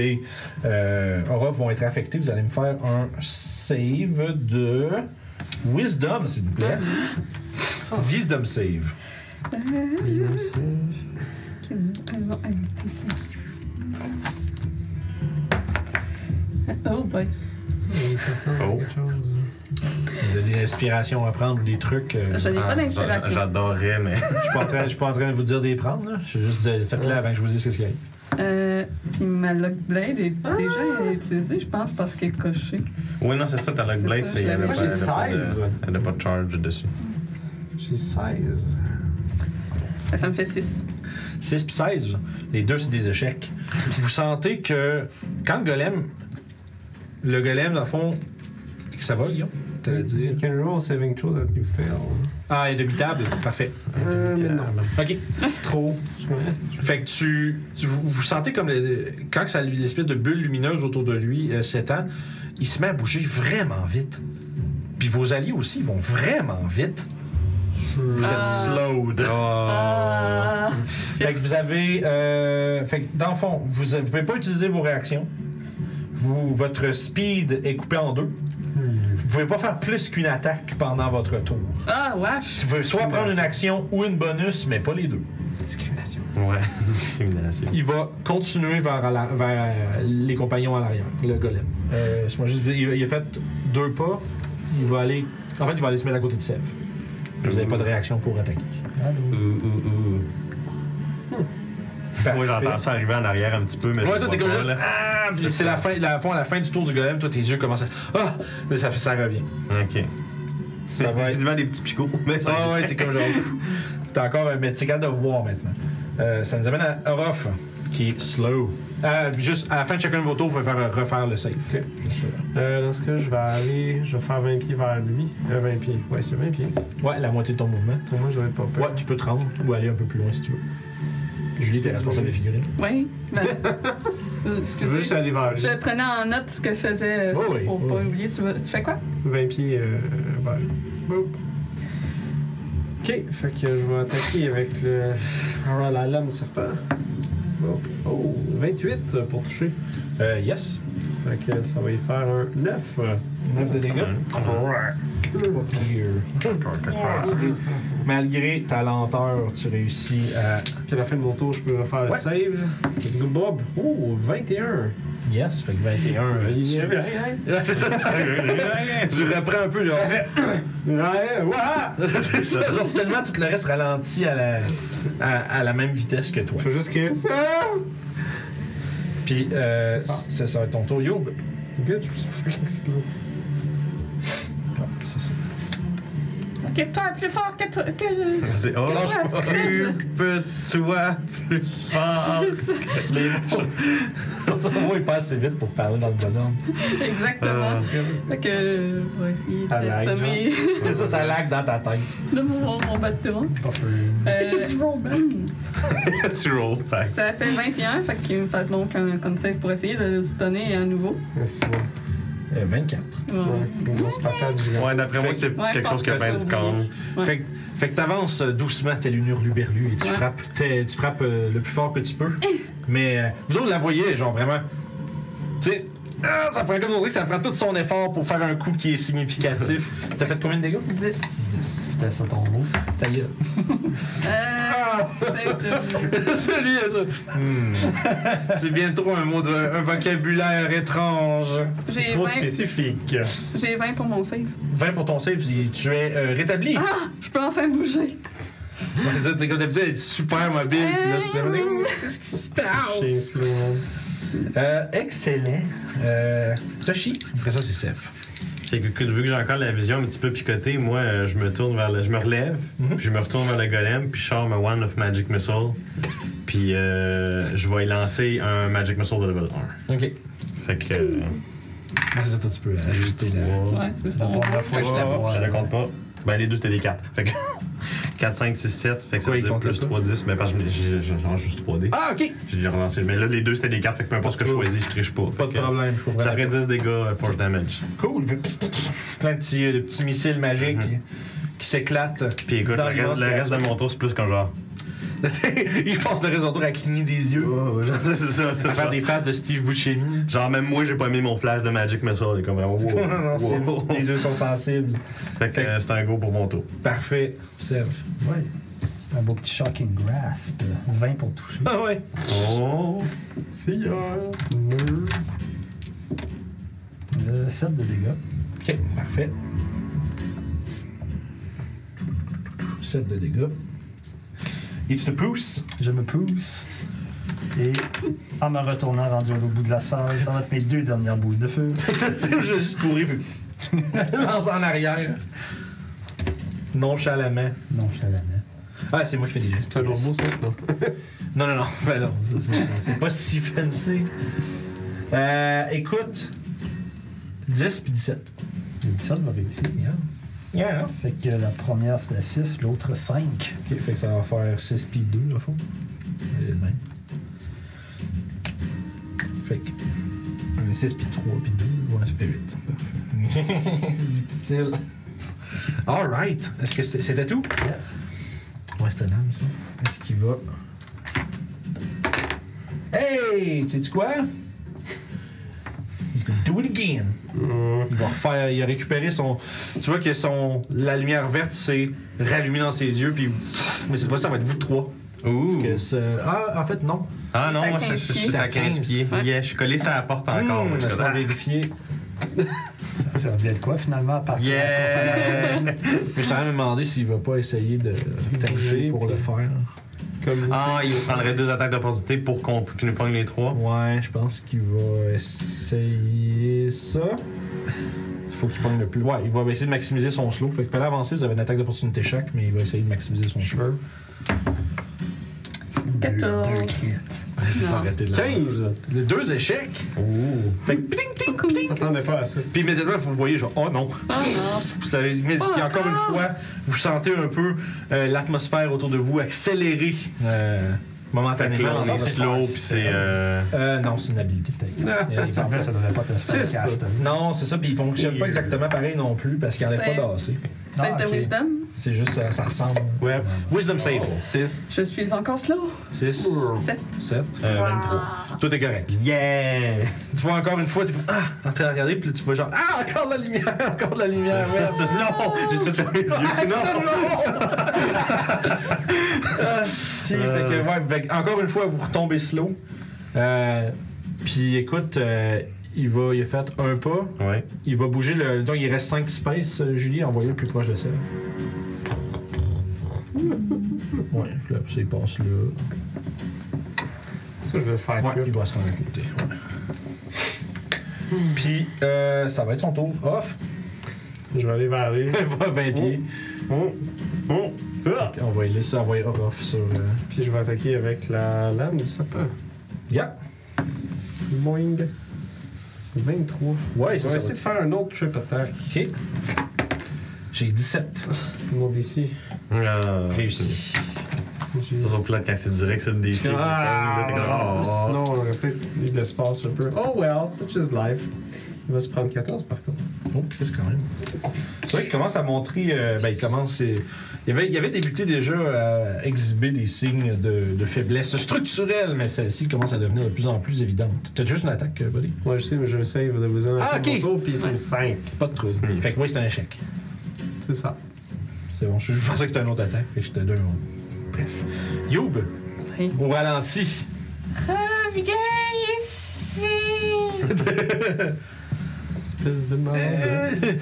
euh, Aura vont être affectés. Vous allez me faire un save de Wisdom, s'il vous plaît. Wisdom save.
Elles vont habiter ça. Oh boy.
Oh.
Vous avez des inspirations à prendre ou des trucs. euh,
Je n'ai
Ah,
pas d'inspiration.
J'adorerais, mais.
je suis pas en train- je suis pas en train de vous dire de les prendre. là. Je suis juste dire, faites-le avant que je vous dise ce qu'il y a.
Euh, puis ma lock blade est
Ah!
déjà utilisée, je pense, parce qu'elle est cochée. Ben,
Ouais, non, c'est ça, ta
C'est
Lockblade,
ça,
c'est.
je l'avais.
elle a
Moi,
pas-
j'ai
elle a pas de-
16.
Elle n'a pas de charge dessus.
J'ai 16.
Ça me fait 6.
6 puis 16, les deux, c'est des échecs. Vous sentez que quand le golem. Le golem, dans le fond. Ça va, Guillaume T'allais dire.
You can roll a saving throw that you fail.
Ah, indubitable. Parfait.
Euh, mais non.
OK. C'est trop.
Je me-
Fait que tu, tu- vous, vous sentez comme le- quand que ça- l'espèce de bulle lumineuse autour de lui euh, s'étend, il se met à bouger vraiment vite. Puis vos alliés aussi vont vraiment vite. Vous êtes slowed.
Ah!
Fait que vous avez, euh, fait que dans le fond, vous ne pouvez pas utiliser vos réactions. Vous, votre speed est coupé en deux. Vous pouvez pas faire plus qu'une attaque pendant votre tour.
Ah, wesh!
Tu peux soit prendre une action ou une bonus, mais pas les deux.
Discrimination.
Ouais, discrimination.
Il va continuer vers, à la- vers, euh, les compagnons à l'arrière, le golem. Euh, laisse-moi juste, il, il a fait deux pas. Il va aller. En fait, il va aller se mettre à côté de Sèvres. Vous n'avez pas de réaction pour attaquer.
Ouh, ouh, ouh. Ben, Moi, j'entends
Parfait.
ça arriver en arrière un petit peu, mais.
Ouais,
je
toi,
vois
t'es comme
pas,
juste.
là.
Ah! Puis
C'est
c'est
ça.
la fin, la, fond, à la fin du tour du golem, toi, tes yeux commencent à. Ah! Mais ça, fait- ça revient.
Ok.
Ça va être.
Effectivement, des petits picots, mais ça.
Ah ouais, c'est comme genre. T'es encore un métier capable de voir maintenant. Euh, ça nous amène à Orof, qui est slow. Ah, juste à la fin de chacun de vos tours, vous pouvez faire refaire le save.
Ok.
Juste,
Euh, dans ce cas, je vais aller. Je vais faire 20 pieds vers lui. Euh, 20 pieds. Ouais, c'est 20 pieds.
euh, ouais, la moitié de ton mouvement.
Pour moi, je devrais être pas peur.
Ouais, tu peux te rendre ou aller un peu plus loin si tu veux. Julie, t'es responsable des figurines.
Oui.
Je
Ben, euh,
veux juste
excusez.
aller vers lui.
Je prenais en note ce que faisait euh,
Oh oui,
pour
oh
pas
oui.
oublier. Tu, veux- tu fais quoi?
20 pieds euh, vers lui. Boop. Ok, fait que je vais attaquer avec le. Alors, la lame du serpent. Boop. Oh, 28 pour toucher.
Euh, yes.
Fait que ça va y faire un 9.
9 de dégâts. Pas pire. Malgré ta lenteur, tu réussis à.
Puis à la fin de mon tour, je peux refaire
Ouais.
le save. Let's go, Bob. Oh, 21.
Yes, fait que 21. euh,
Il y
tu-
avait rien.
Ouais, c'est ça, tu, tu reprends un peu le.
Ouais, ouais.
c'est ça. Genre, soudainement, tu te le restes ralenti à la, à, à la même vitesse que toi.
Je veux juste que ça.
Puis, euh,
C'est ça.
ça. ça va être ton tour. Youb.
Good, je me suis fucking slow.
Ouais, c'est ça.
Ok, toi, plus fort que toi. Que...
C'est oh,
Lâche pas.
occupe-toi plus fort.
C'est ça.
Les
Ton cerveau est pas assez vite pour parler dans le bonhomme.
Exactement. Fait que euh, on va essayer
À
de
lag,
sommer
C'est ça, ça lag dans ta tête.
de mon, mon battement.
Pas feu.
Euh,
tu roll back.
ça fait 21, fait qu'il me fasse donc un con save pour essayer de se donner à nouveau.
C'est bon.
Euh, 24.
Ouais.
Ouais, c'est une grosse patate gigante.
Ouais, d'après moi, c'est
Ouais,
quelque
je pense
chose qui a
que
pas
c'est
du corps.
oublié. Ouais.
Fait que, fait que t'avances euh, doucement, tel une hurluberlu, et tu
Ouais.
frappes, t'es- tu frappes euh, le plus fort que tu peux. Mais euh, vous autres la voyez, genre vraiment. Tu sais, ah, ça prend comme on dirait que ça prend tout son effort pour faire un coup qui est significatif. T'as fait combien de dégâts
10.
C'était ça ton mot.
Ta gueule.
Euh, save de-
Celui ça.
Hmm.
C'est bien trop un mot de, un vocabulaire étrange.
J'ai
Trop
20,
spécifique.
j'ai 20 pour mon save. Ah!
20 pour ton save, tu es euh, rétabli.
Je peux enfin bouger.
Ouais, c'est ça, tu sais, comme d'habitude, elle est super mobile. puis là, soudainement,
Ah.
Qu'est-ce qui se
Chien
passe?
slow, man.
Euh, excellent. Euh, Toshi. Après ça, c'est Seth.
Fait que, que- vu que j'ai encore la vision un petit peu picotée, moi, euh, je me tourne vers le, je me relève,
Mhm.
puis je me retourne vers le golem, puis je sors ma Wand of Magic Missile, puis euh, je vais y lancer un Magic Missile de level
Ok.
1. Fait que. euh,
Mais c'est un petit peu ajuster la.
Ouais, c'est ça.
Bon, la fois,
Fait que
je
Oh,
t'avoue.
je le compte pas. Ben, les deux, c'était des 4. Fait que 4, 5, 6, 7. Fait que
Pourquoi
ça veut
il
dire
compte
plus
pas?
3, 10. Mais parce que j'ai- j'ai- j'ai- j'en lance juste 3D.
Ah, ok.
J'ai relancé. Mais là, les deux, c'était des 4. Fait que peu importe ce que je choisis, je triche pas.
Pas
Fait
de
que,
problème, je comprends.
Ça ferait 10 dégâts euh, force damage.
cool. Plein de petits, euh, de petits missiles magiques
Mhm.
qui s'éclatent.
Puis écoute, le
Dans l'immense
reste, le reste de mon tour, c'est plus comme genre.
Il force le réseau à cligner des yeux.
genre, c'est ça.
À faire des faces de Steve Buscemi.
Genre, même moi, j'ai pas mis mon flash de Magic Missile. Il est comme vraiment. wow,
non, c'est
wow.
bon. Les yeux sont sensibles.
Fait que euh, c'est un go pour mon tour.
Parfait. Seth.
Ouais. Un beau petit shocking grasp. 20 pour toucher.
Ah ouais.
Oh.
See ya.
Euh, 7 de dégâts.
Ok, parfait. 7 de dégâts. Et tu te pousses.
Je me pousse. Et en me retournant rendu au bout de la salle, ça va être mes deux dernières boules de feu.
Tu sais, j'ai juste couru puis lance en arrière. Nonchalamment.
Non, je la mets.
Ah, c'est moi qui fais les gestes.
C'est un lourd mot, ça? Non.
Non, non, non. Ben non, c'est- c'est c'est pas si fancy. Euh, écoute. 10 puis 17.
Le 17 va réussir.
Yeah. hein?
Fait que la première c'était 6, l'autre 5.
Ok, fait que ça va faire 6 puis 2, au fond. Euh, même. Fait que. 6 puis 3 puis 2, ouais, ça fait 8. Parfait. c'est difficile. Alright. Est-ce que c'est- c'était tout?
Yes.
Ouais, c'est un homme, ça. Est-ce qu'il va? Hey! Tu sais-tu quoi? He's gonna do it again. Il va refaire, il a récupéré son. Tu vois que son. La lumière verte s'est rallumée dans ses yeux, puis. Mais cette fois-ci, ça va être vous trois.
Ouh.
Que ce- Ah, en fait, non.
Ah non,
T'es à
moi, je
15
je- je
pieds.
suis à 15 pieds.
Ouais.
Yeah, je suis collé sur la porte encore. moi,
Hmm,
je suis
Laisse-moi
là. Ah.
vérifier.
Ça revient de quoi finalement à partir de la
Yeah!
Mais je t'ai même demandé s'il va pas essayer de t'ajuster pour le faire.
Comme
Ah, il se prendrait deux attaques d'opportunité pour qu'on qu'il nous pogne les trois.
Ouais, je pense qu'il va essayer ça. Faut qu'il pogne le plus. Ouais, il va essayer de maximiser son slow. Fait que pour avancer, vous avez une attaque d'opportunité chaque, mais il va essayer de maximiser son slow.
conférence? Deux
14.
crits.
C'est s'arrêter de
15.
Les deux échecs. Fait que pling, pling,
Coucou.
Je m'attendais pas à ça.
Puis immédiatement, vous voyez genre, oh non.
Ah non.
Vous savez, mais-
Pas
puis encore une
encore.
fois, vous sentez un peu euh, l'atmosphère autour de vous accélérer euh,
Fait que là,
momentanément.
on est slow, puis c'est. euh,
Euh, non, c'est une habilité
Ah.
peut-être. Euh, il
Ça
s'en
devrait- ça devrait pas te
Six.
sarcaste.
Non, c'est ça, puis il fonctionne pas exactement pareil non plus parce qu'il n'y en a pas
C'est-
d'assez.
Ah,
Save de
ok.
wisdom.
C'est juste, euh, ça, ça ressemble.
Ouais.
Wisdom save. 6.
Je suis encore slow.
6.
7.
7.
euh, 23.
Tout est correct.
Yeah!
Tu vois encore une fois, tu ah, en train de regarder, puis là, tu vois genre, ah, encore de la lumière, encore de la lumière, ouais.
Non! J'ai tout fermé les
Ah,
yeux.
ça, non! Ah, si, fait que, ouais, fait que, encore une fois, vous retombez slow. Euh, puis écoute, euh, il va, il a fait un pas,
Non! Ouais.
il va bouger le. Donc, il reste 5 spaces, euh, Julie, envoyez le plus proche de ça. Ouais, puis là, ça, il passe là.
Ça, je vais le faire
Ouais, il
cuire.
va se rendre à côté. ouais. Puis, euh, ça va être son tour off.
Je vais aller vers les.
Il va à 20 pieds.
Oh! Oh! Ah!
On va y laisser envoyer off sur. euh,
Puis je vais attaquer avec la lame du serpent.
Yeah.
Boing. 23.
Ouais,
On
ça, ça
va essayer
va.
de faire un autre trip à terre.
Ok. J'ai 17.
C'est mon DC.
Ah,
Réussi.
J'ai-
C'est toujours plate quand c'est direct sur le DC.
Ah,
Ah,
Sinon, on aurait peut-être eu de l'espace un peu. Oh well, such is life. Il va se prendre 14 par contre.
Oh, Chris, quand même. C'est vrai qu'il commence à montrer. euh, ben, il commence. c'est- Il avait, il avait débuté déjà à exhiber des signes de, de faiblesse structurelle, mais celle-ci commence à devenir de plus en plus évidente. T'as juste une attaque, euh, buddy?
Ouais, je sais, mais je me save de vous en
Ah,
faire
ok.
mon tour, puis c'est 5.
Pas de trouble.
Sneak.
Fait que oui, c'est un échec.
C'est ça.
Mmh. C'est bon, je, je pensais que c'était une autre attaque, fait que j'étais deux. Bref. Youb,
Oui.
au ralenti.
Reviens ici!
Espèce de malade.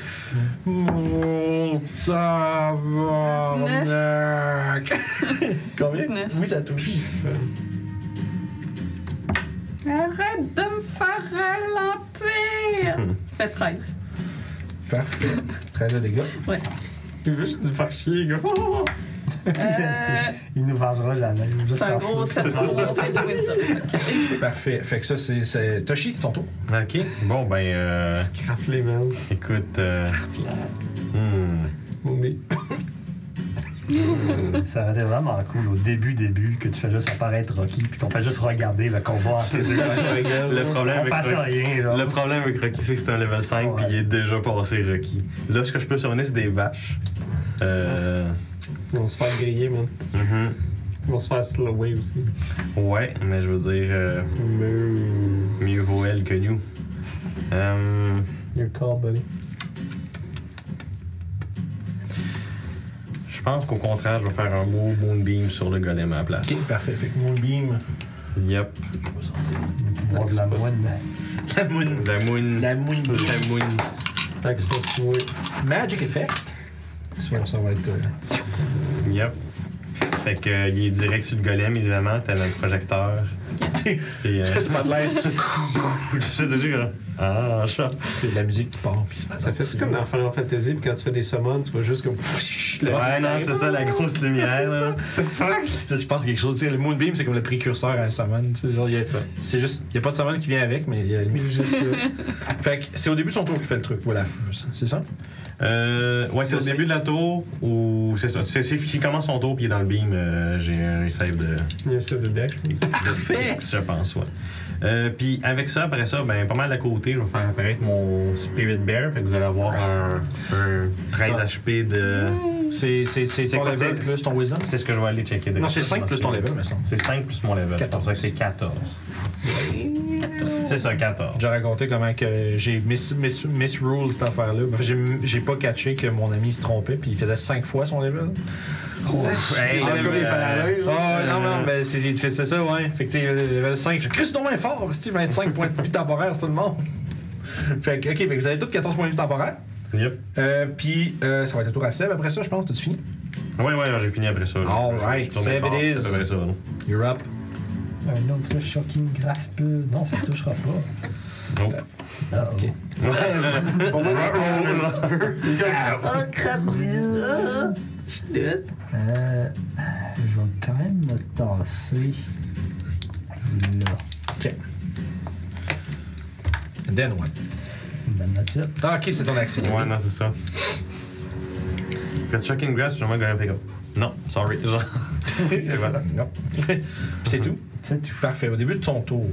Mon tabarnak. Combien?
19.
Oui, ça touche.
Arrête de me faire ralentir! Tu fais 13.
Parfait. 13 de dégâts.
Ouais.
Tu veux juste nous faire chier, gars.
Euh,
Il nous vengera jamais. Juste
c'est un
parce
gros
que-
700. c'est tout, wisdom. Ok.
Parfait. Fait que ça, c'est- c'est. Toshi, c'est ton tour.
Ok, bon ben, euh,
Scrape-les, man.
écoute. Euh, hmm.
Oublie.
Ça aurait été vraiment cool au début, début, que tu fais juste apparaître Rocky, puis qu'on fait juste regarder le combat en plus.
hmm. Le problème
On
avec
passe
Rocky,
rien, là.
le problème avec Rocky, c'est que c'est un level 5 puis
Ouais.
il est déjà passé Rocky. Là, ce que je peux survenir, c'est des vaches. Euh,
Ils vont se faire griller, man.
mhm.
Ils vont se faire slower aussi.
Ouais, mais je veux dire, euh,
Moo.
mieux vaut elle que nous. Euh,
Your call, buddy.
je pense qu'au contraire, je vais faire un beau moonbeam sur le golem à la place.
Ok, parfait. Fait que Moonbeam.
Yep.
Le pouvoir de la moine.
La moon. La moon. La
Moonbeam.
moon.
Tant que c'est pas soué.
Magic Effect. Ça, ça va être. euh,
Yep. Fait que euh, il est direct sur le golem, évidemment, t'as le projecteur.
Yes.
Puis, euh,
spotlight.
c'est toujours genre, Ah, chat.
C'est de la musique qui part. Puis ça,
Ça fait ça comme dans Final Fantasy, puis quand tu fais des summons, tu vas juste comme.
Ouais, non, c'est ça, la grosse lumière. là.
Fuck! Je pense quelque chose. tu sais, le Moonbeam, c'est comme le précurseur à un summon. tu sais, genre, il y a- C'est juste. Il n'y a pas de summon qui vient avec, mais il y a le
Juste ça.
Fait que c'est au début de son tour qui fait le truc. Voilà, c'est ça?
Euh, ouais, c'est au début de la tour ou c'est ça. C'est c'est qui commence son tour puis il est dans le beam. euh, J'ai un save de.
Il y a un save de deck. hein.
Parfait! Je pense, ouais. Euh, puis avec ça, après ça, ben pas mal à côté, je vais faire apparaître mon Spirit Bear. Fait que vous allez avoir un, un 13 HP de.
C'est c'est- c'est ton
quoi,
level plus ton wisdom?
C'est ce que je vais aller checker.
Non,
direct.
c'est 5 plus ton level, me semble.
C'est 5 plus mon level.
14.
Je pense que c'est 14. C'est ça, 14.
J'ai raconté comment que j'ai mis- mis- misrule cette affaire-là. Ben, j'ai- J'ai pas catché que mon ami se trompait, puis il faisait 5 fois son level.
Hey, euh,
Ah,
le-
comme les
parallèles, genre.
Ah non, non, ben c'est c'est- c'est ça, ouais. Fait que tu sais, level 5, je fais Chris, non, fort, c'est 25 points de vie temporaire, c'est tout le monde. Fait que, ok, fait que vous avez tous 14 points de vie temporaire.
Yep.
Euh, puis euh, ça va être un tour à Seb après ça, je pense. T'as-tu fini?
Ouais, ouais, j'ai fini après ça. là.
All
Je- je
right,
tourne les
save it
barres,
is.
c'est à peu près ça, là.
You're up.
Un autre shocking grasp. Non, ça ne touchera pas.
Nope.
Ah, ok.
Ah,
Euh, je vais quand même me tasser. Là.
Ok. And Then what?
Madame Nature.
Ah, ok, c'est ton action.
Ouais, non, c'est ça. Fait shocking grass, finalement, Golem fait comme. Non, sorry. Genre. c'est vrai.
Non. Puis c'est tout.
C'est tout.
Parfait. Au début de ton tour,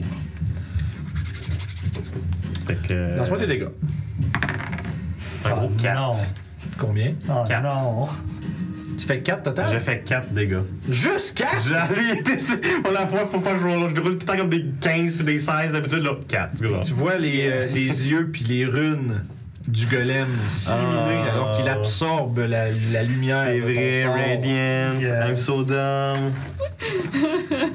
Fait que. euh,
lance-moi tes dégâts.
Un gros
Ah,
4.
non.
Combien?
Ah
Quatre.
non.
Tu fais 4
J'ai
total?
fait 4 dégâts.
Juste 4?
J'avais été sûr. Pour la fois, faut pas que je roule. Je roule tout le temps comme des 15 puis des 16. D'habitude, là, 4.
Tu vois les, euh, les yeux puis les runes du golem s'illuminer
Ah.
alors qu'il absorbe la, la lumière.
C'est
de ton
vrai,
sort.
Radiant.
Yeah.
I'm so dumb.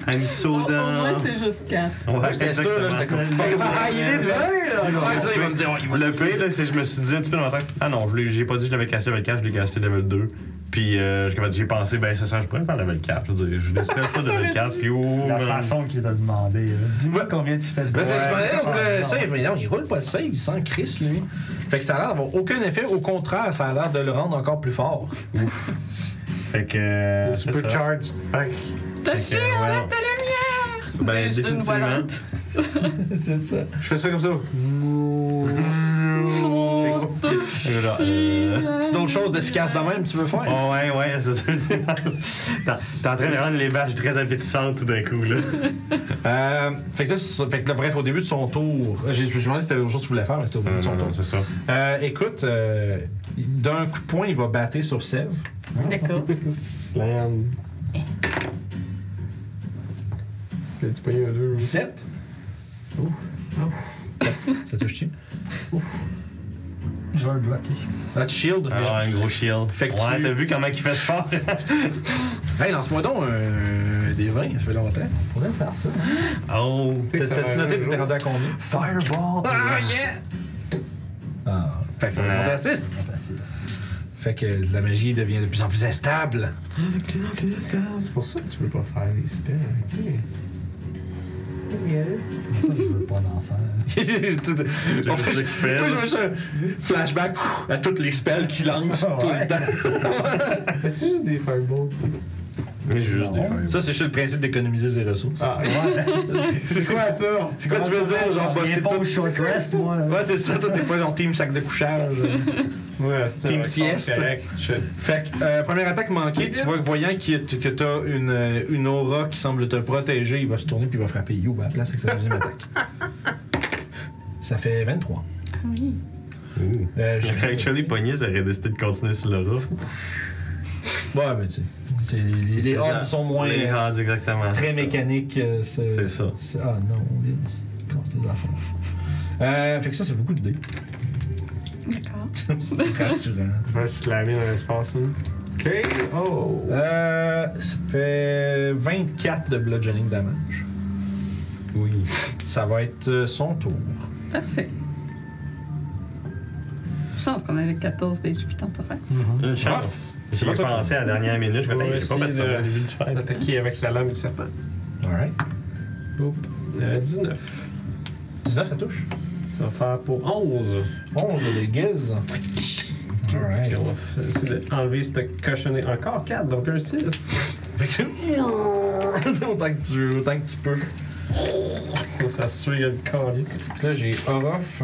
I'm so
Pour moi,
dumb.
c'est juste 4.
Ouais,
J'étais sûr, là, j'étais comme fuck. Ah, il est
là!
Ouais, ça, il va me dire, ouais, il va-
Le pire, là, c'est que je me suis dit un petit peu dans ma tête, ah non, je l'ai- j'ai pas dit que je l'avais cassé level 4, je l'ai cassé level 2. Puis euh, j'ai- j'ai pensé, ben ça, ça, je pourrais faire level 4. Je veux dire, je laisserais ça level 4, puis oh,
La
man.
façon qu'il t'a demandé. là. Dis-moi combien tu fais de
Ben, c'est je
points.
me disais, donc,
Ah,
le
non.
save, mais non, il roule pas le save, il sent Chris, lui. Fait que ça a l'air d'avoir aucun effet, au contraire, ça a l'air de le rendre encore plus fort.
Fait que. euh, c'est ça.
Supercharged. Fuck.
Toshi,
Fait que, ouais,
enlève
non.
ta lumière!
Ben,
C'est juste une voix
définitivement.
lente.
C'est ça.
Je fais ça comme ça.
Oh, Genre, euh,
C'est d'autres choses d'efficaces de même, tu veux faire?
Oh ouais, ouais, c'est ça. je veux dire. T'es- T'es en train de rendre les vaches très appétissantes tout d'un coup, là.
Euh, fait que là, c'est ça. fait que là, bref, au début de son tour, euh, j'ai- je me suis demandé si c'était autre chose que tu voulais faire, mais c'était au début de son tour.
Ah, c'est ça.
Euh, écoute, euh, d'un coup de poing, il va battre sur Sèvres.
D'accord.
Slam. T'as-tu pogné un 2
17.
Ouh.
Ça touche-tu?
Je vais le bloquer.
Ah, tu shield.
Alors, un gros shield.
Fait que
ouais,
tu-
t'as vu comment il fait fort?
Hey, lance-moi donc euh, des 20, ça fait longtemps.
Faudrait faire ça.
Oh,
T'as- T'as-tu noté que t'étais rendu à combien?
Fireball.
yeah! Ah, fait que t'es
Ah.
monté à 6.
Ah, c'est- c'est-
Fait que la magie devient de plus en plus instable.
C'est pour ça que tu veux pas faire les spells.
Ça, je veux pas d'en faire.
Tout- en fait,
ce
je-
qu'il fait,
moi, je
là.
me suis un flashback pff, à toutes les spells qu'il lance tout le
Ouais.
temps.
Mais c'est juste des fireballs.
Mais juste des
Non.
Ça, c'est juste le principe d'économiser ses ressources.
Ah, c'est quoi ça?
C'est quoi tu veux dire? Genre, bah,
J'ai
c'était
pas
tout
au short rest, moi.
Ouais, c'est ça, toi, t'es pas genre team sac de couchage.
Ouais, c'est
Team
avec son
sieste.
correct. Je-
Fait que, euh, première attaque manquée, tu vois que voyant qu'il y a- que t'as une, euh, une aura qui semble te protéger, il va se tourner puis il va frapper You ben, à la place avec sa deuxième attaque. Ça fait 23.
Oui.
Ouh.
Euh, je-
J'aurais actually pogné, j'aurais décidé de continuer sur le roof.
Ouais, mais tu sais, c'est- les, les
C'est
odds
ça.
sont moins
Les odds, exactement.
très
c'est ça.
mécaniques. euh,
C'est ça.
c'est- Ah non, Vince, comment c'est tes affaires? Euh, fait que ça, c'est beaucoup de dés.
D'accord.
c'est rassurant.
Tu vas slammer dans l'espace, là. Ok, oh.
Euh, ça fait 24 de bludgeoning damage.
Oui.
Ça va être euh, son tour.
Parfait. Chance qu'on avait 14 d'HP temporaire.
Une
Ah,
chance. J'y ai
Attends,
pensé à la dernière minute, je me
On va
dis, j'ai pas
essayer
fait ça au
de-
début du fight.
Attaquer avec la lame du serpent.
Alright.
Boop. Euh, 19.
19, ça touche.
Ça va faire pour 11.
11 de dégâts. Alright.
Puis on va f- essayer d'enlever cette cochonnerie. Encore 4, donc un 6.
Fait que. autant, que tu, autant que tu peux.
Ça se suit, il y a le calice.
Puis Là, j'ai Orof.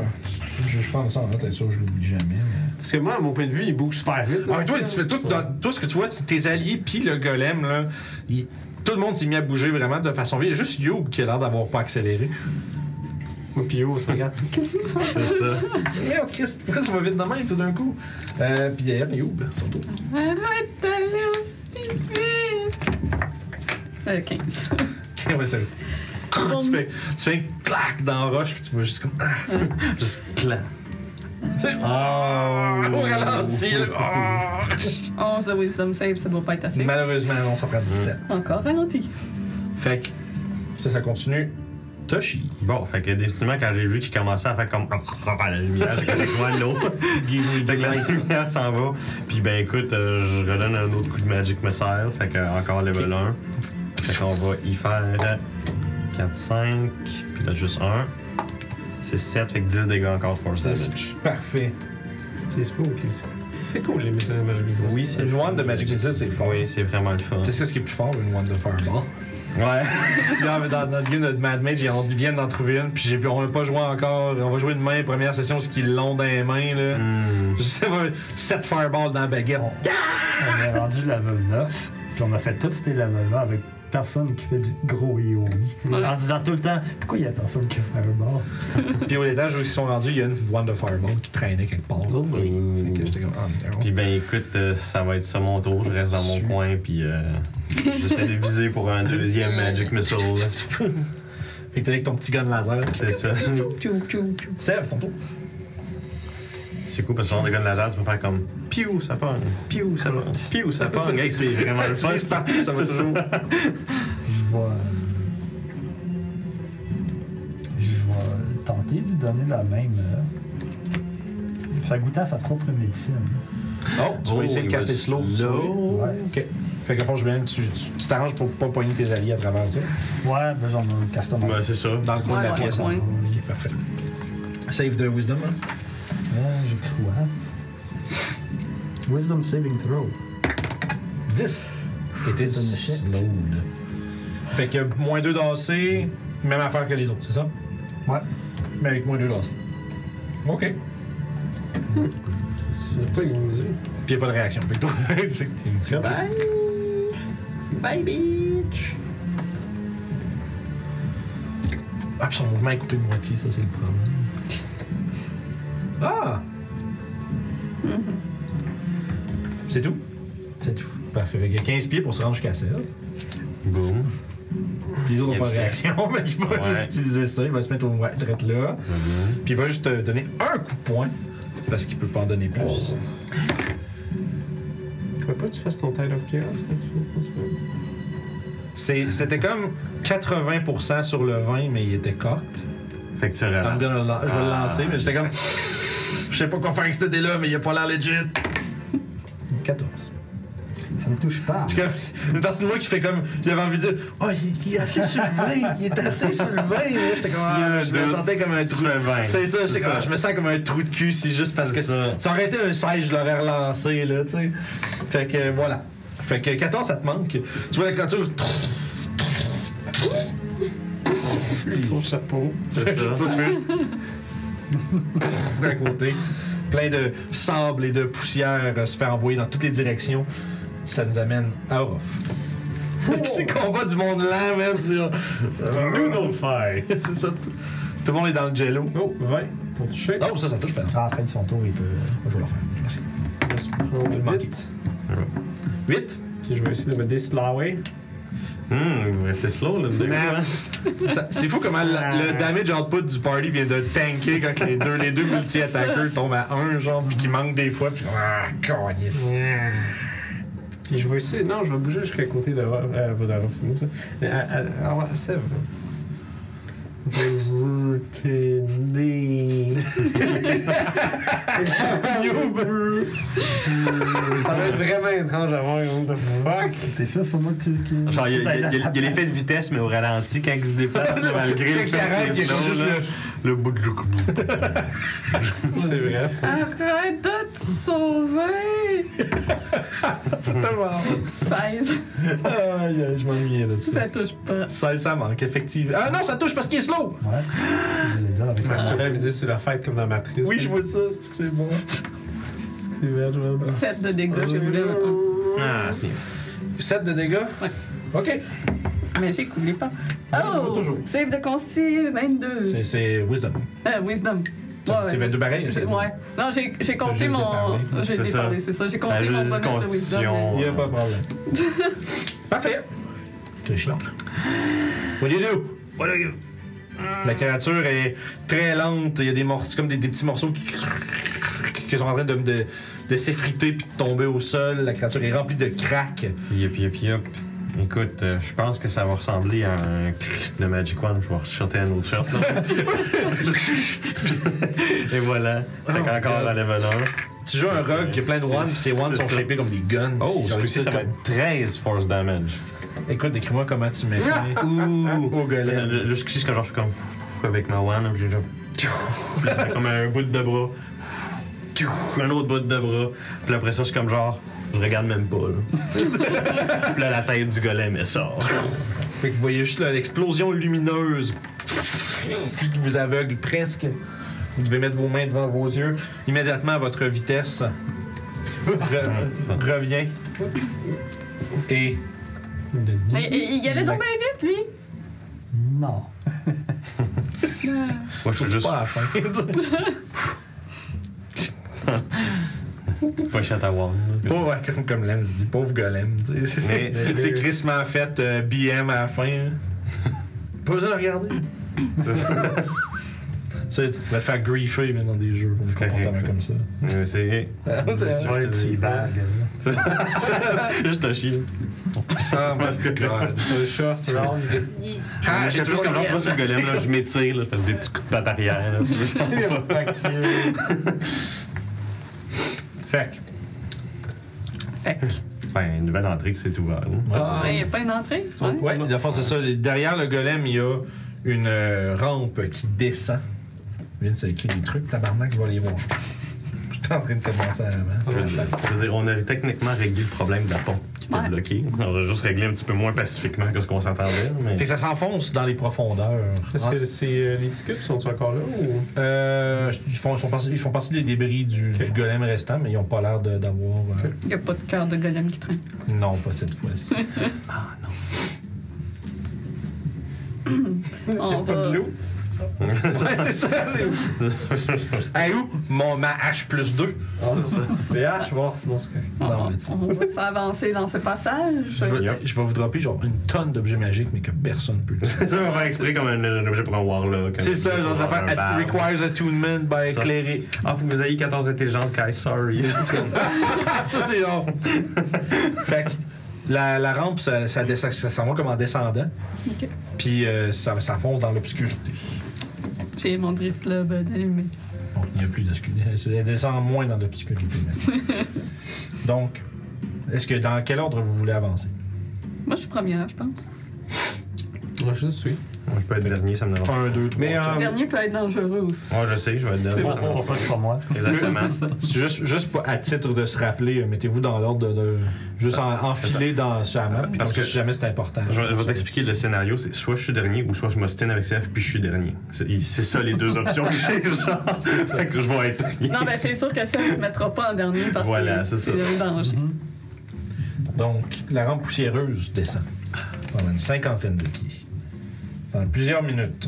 Je, je prends ça en note, être sûr que je l'oublie jamais. mais-
Parce que moi, à mon point de vue, il bouge super vite.
Ah, mais toi, tu fais tout, dans- tout ce que tu vois, tu- tes alliés, puis le golem, là, il- tout le monde s'est mis à bouger vraiment de façon vive. Il y a juste Youb qui a l'air d'avoir pas accéléré.
Moi, puis yo, on se regarde. Qu'est-ce que c'est
C'est ça.
Merde, Christ, Eh, oh, pourquoi ça va vite de même tout d'un coup? Euh, puis d'ailleurs, Youb, surtout.
Arrête d'aller aussi vite! Euh, 15.
ouais, c'est tu fais, tu fais un clac dans la roche, puis tu vas juste comme.
Juste clan.
Tu sais, ah, au ralenti, là. Ah.
11 de Wisdom Save, ça doit pas être assez.
Malheureusement, non, ça prend 17.
Encore ralenti.
Fait que, ça, ça continue. Toshi.
Bon, fait que définitivement, quand j'ai vu qu'il commençait à faire comme. La lumière, j'ai comme loin de l'eau. Fait que la lumière s'en va. Puis ben écoute, euh, je redonne un autre coup de Magic Missile. Fait que euh, encore level 1. Fait qu'on va y faire 4, 5. Puis là, juste 1. C'est 7, fait que 10 dégâts encore force damage.
Parfait.
C'est spook, les- C'est cool, les missions de Magic Business.
Oui, c'est
Une wand de Magic Missile, c'est fort.
Oui, c'est vraiment le fun.
Tu sais ce qui est plus fort, une wand de Fireball.
Ouais.
Là, mais dans notre game de Mad Mage, on vient d'en trouver une, puis j'ai- on n'a pas joué encore. On va jouer une main, première session, ce qu'ils l'ont dans les mains, là.
Hmm.
Je sais pas, 7 Fireball dans la baguette.
Oh.
On est rendu level 9, puis on a fait tous ces levels-là avec personne qui fait du gros IOI.
Ouais.
En disant tout le temps, pourquoi il y a personne qui fait un bord?
Puis au étage où ils sont rendus, il y a une wand de Fireball qui traînait quelque part. là. Fait que j'étais comme, ah, merde.
Oh. Puis ben écoute, euh, ça va être ça mon tour. Je reste dans mon
Su-
coin, puis euh, j'essaie de viser pour un deuxième Magic Missile. là.
Fait que t'es avec ton petit gun laser.
C'est ça.
Tchou, tchou, tchou.
Sèvres, ton tour.
C'est cool parce que genre de gun de laser, tu peux faire comme piou, ça pogne, piou, ça pogne, piou, ça pogne. Hey, C'est vraiment le
Tu
fun.
vises partout, ça va
C'est
toujours.
Je vais. euh, Je vais tenter d'y donner la même. euh, Faire goûter à sa propre médecine.
Oh, tu vas essayer de
il
caster
va
slow.
Oh.
slow.
Ouais. Ok. Fait que, à fond, je viens, tu tu t'arranges pour pas poigner tes alliés à travers ça.
Ouais, ben j'en ai un custom.
Ben, c'est ça.
Dans le coin
Ouais,
de la
dans le
pièce. hein.
coin.
Ok, parfait. Save de Wisdom, hein?
Ouais, je crois. Wisdom saving throw.
10. Et t'es
C'est un échec.
slowed. Fait que moins 2 d'AC, même affaire que les autres, c'est ça?
Ouais.
Mais avec moins 2 lancés. Ok.
Il a pas immunisé.
Puis il n'y a pas de réaction. Fait que toi, fait que tu me dis,
Bye! Bye, bitch!
Ah, puis son mouvement est coupé de moitié, ça, c'est le problème. Ah!
Mm-hmm.
C'est tout? C'est tout. Parfait. Fait qu'il y a 15 pieds pour se rendre jusqu'à celle.
Boum.
Puis les autres
Il
n'ont pas
y a
de
du
réaction. mais il va
Ouais.
juste utiliser ça. Il va se mettre au droite là. Puis il va juste te donner un coup de poing. Parce qu'il peut pas en donner plus.
Faudrait pas que tu fasses ton hein, tail of chaos quand tu fais ton spell.
C'est- C'était comme 80% sur le 20, mais il était cocked.
Fait que tu
I'm
relaxes.
gonna lan- je vais le lancer, mais j'étais comme. Je sais pas quoi faire avec ce dé-là, mais il a pas l'air legit. 14.
Ça ne touche pas.
J'ai comme- Une partie de moi qui fait comme. J'avais envie de dire. Oh, il, il est assez sur le vin, il est assez sur le vin. J'étais comme.
S'il y a
ah,
un
je me
doute,
sentais comme un
tu
trou.
fais vingt.
C'est ça,
C'est
j'étais comme.
ça.
ah, Je me sens comme un trou de cul si juste parce
C'est
que ça.
ça.
ça aurait été un 16, je l'aurais relancé, là, tu sais. Fait que euh, voilà. Fait que 14, ça te manque. Tu vois la créature.
Son chapeau.
Tu fais
ça.
Toi, tu fais juste à côté. Plein de sable et de poussière euh, se fait envoyer dans toutes les directions. Ça nous amène à Orof. C'est combat du monde lent, man. c'est genre-
Noodle fight.
C'est ça. Tout tout le monde est dans le jello.
Oh, 20 pour toucher.
Non, ça, ça touche pas.
Ah, à la fin de son tour, il peut.
Je vais le refaire. Merci.
Je vais se prendre
Manqué.
8.
8.
Puis je vais essayer de me déslawer.
Hum, vous restez slow, là, le début, hein?
Ça- C'est fou comment la- le damage output du party vient de tanker quand les deux, les deux multi-attaqueurs tombent à 1, genre, puis qui manquent des fois. Puis, ah, calice.
Puis je vais essayer. Non, je vais bouger jusqu'à côté de. Euh, pas d'Arof, c'est moi ça. Mais euh, à, à, à, à Sèvres. Je vais routiner. ben. Ça va être vraiment étrange à voir. What the fuck?
T'es sûr, c'est pas moi que tu. qui-
Genre, il y a, il y a- il y a- il y a l'effet de vitesse, mais au ralenti quand il se déplace, malgré
Quand
le
il
fait
arrête,
qu'il est
il y a
slow,
juste
là. le bout de l'eau.
C'est vrai, ça.
Arrête de te sauver!
C'est tellement.
16.
Aïe, aïe, je m'ennuyais de
Ça touche pas.
Ça, ça manque, effectivement. Ah non, ça touche parce qu'il est slow!
Ouais. C'est ce que j'allais dire avec la-
Master me dit c'est la fête comme dans Matrice.
Oui, je vois ça, c'est que c'est bon.
C'est vrai, je vois.
7 de dégâts, j'ai voulu. un.
Ah, sniff.
7 de dégâts?
Ouais.
Ok.
Magique, oublie pas.
moi,
Oh!
toujours.
Save de Consti 22.
C'est- C'est Wisdom.
Euh, wisdom. Ouais,
C'est
ouais.
22 pareil.
J'ai-
c'est ça?
Ouais. Non, j'ai j'ai compté
juste
mon.
déparlé.
J'ai
C'est ça.
déparlé, c'est ça. J'ai compté
Ah, juste
mon
dit
bonus de wisdom.
constitution.
Il n'y a pas de problème. Parfait. T'es chiant. What do you do?
What are you?
La créature est très lente. Il y a des morceaux, comme des, des petits morceaux qui, qui sont en train de, de, de s'effriter puis de tomber au sol. La créature est remplie de cracks.
Yup, yup, yup. Écoute, euh, je pense que ça va ressembler à un clic de Magic One. Je vais ressortir un autre shot. là. Et voilà. Fait
Oh
qu'encore
God.
la level 1.
Tu joues un rogue qui a plein de
C'est-
wands, puis ces wands
c'est
sont
ça.
shapés comme des guns.
Oh,
Genre,
celui-ci,
ils
ça
sont
va être 13 force damage.
Écoute, décris-moi comment tu mets fin au
Le,
golem.
Euh, le- le jusqu'ici, c'est que genre, je fais comme avec ma wand, puis je- puis ça fait comme un bout de bras, un autre bout de bras, puis après ça, je suis comme genre, je regarde même pas, là. puis là, la tête du golem, elle sort.
Fait que vous voyez juste là, l'explosion lumineuse qui vous aveugle presque. Vous devez mettre vos mains devant vos yeux. Immédiatement, votre vitesse re- revient. Et
Mais il il y allait donc bien vite, lui.
Non.
Moi, je fais juste
pas à la fin.
poche à ta wand. là.
Pauvre, comme, comme Lem se dit, pauvre golem. tu sais.
Mais-
C'est Chris m'a fait euh, BM à la fin. hein. Pas besoin de regarder.
C'est ça.
Ça, tu pourrais te faire griefer mais dans des jeux pour des
correct,
comportements
ça.
comme ça.
Mais c'est
Tu vois,
je
un
te dis
petit
ça.
bag. là.
juste un chien.
Ah, my God.
Le chat, genre,
Ah,
j'ai toujours comme genre, tu vois, sur le golem, là, je m'étire, là, je fais des petits coups de patte arrière. là.
Fait que,
Fait que.
Ben, une nouvelle entrée qui s'est ouverte. là.
Ah.
Ouais, Il n'y a pas une entrée. Ouais.
ouais, dans le fond, c'est ça. Derrière le golem, il y a une euh, rampe qui descend. Vin, c'est écrit des trucs, tabarnak, je vais les voir. J'étais en train de commencer à.
Euh, Je veux dire, on a techniquement réglé le problème de la pompe. Pas
Ouais.
bloqué. On a juste réglé un petit peu moins pacifiquement que ce qu'on s'attendait. Mais...
Fait que ça s'enfonce dans les profondeurs.
Est-ce
En-
que c'est, euh, les petits cubes sont encore là ou.
Euh, ils, font, ils sont parti- ils font partie des débris du, du golem restant, mais ils n'ont pas l'air de- d'avoir. euh,
Ok.
Il n'y a pas de cœur de golem qui traîne.
Non, pas cette fois-ci.
On
Pas
va.
de l'eau.
ouais, c'est ça, c'est Hey, où? Mon, ma H plus 2.
C'est ça. C'est H, Worf, non, c'est correct.
Ah, On,
Non, mais tu-
on va s'avancer dans ce passage.
Je vais, je vais vous dropper genre une tonne d'objets magiques, mais que personne peut.
ça, on va expliquer comme un, un objet pour un warlock.
C'est ça, genre ça
faire
fait at- requires attunement by
Ça.
éclairer.
Ah, faut que vous ayez 14 intelligences, guys, sorry.
ça, c'est genre. fait que la, la rampe, ça, ça, descend- ça s'en va comme en descendant.
Ok.
Puis euh, ça, ça fonce dans l'obscurité.
J'ai mon drift club euh, d'allumé.
Donc, il n'y a plus d'obscurité. Elle descend moins dans l'obscurité. maintenant. Donc, est-ce que dans quel ordre vous voulez avancer?
Moi, je suis première, je pense.
Moi, je suis.
Moi, je peux être dernier, ça me dérange.
1, 2, 3.
Mais, euh,
Le dernier peut être dangereux aussi.
Moi, je sais, je vais être dernier.
bon,
ça me
C'est pour
dérange.
ça que c'est pas moi.
Exactement.
C'est ça.
Juste, juste pour- à titre de se rappeler, euh, mettez-vous dans l'ordre de, de- Juste en, enfiler dans sur la map, puis
Ah, Parce
parce que
que-
si jamais c'est important.
Je vais, je vais t'expliquer le scénario, c'est soit je suis dernier ou soit je m'ostine avec CF puis je suis dernier. C'est il- c'est ça les deux options que j'ai, genre. Fait que je vais être dernier.
Non, ben c'est sûr que ça ne se mettra pas en dernier parce que
Voilà,
c'est
c'est
c'est le danger.
Donc, la rampe poussiéreuse descend pendant une cinquantaine de pieds. Pendant plusieurs minutes,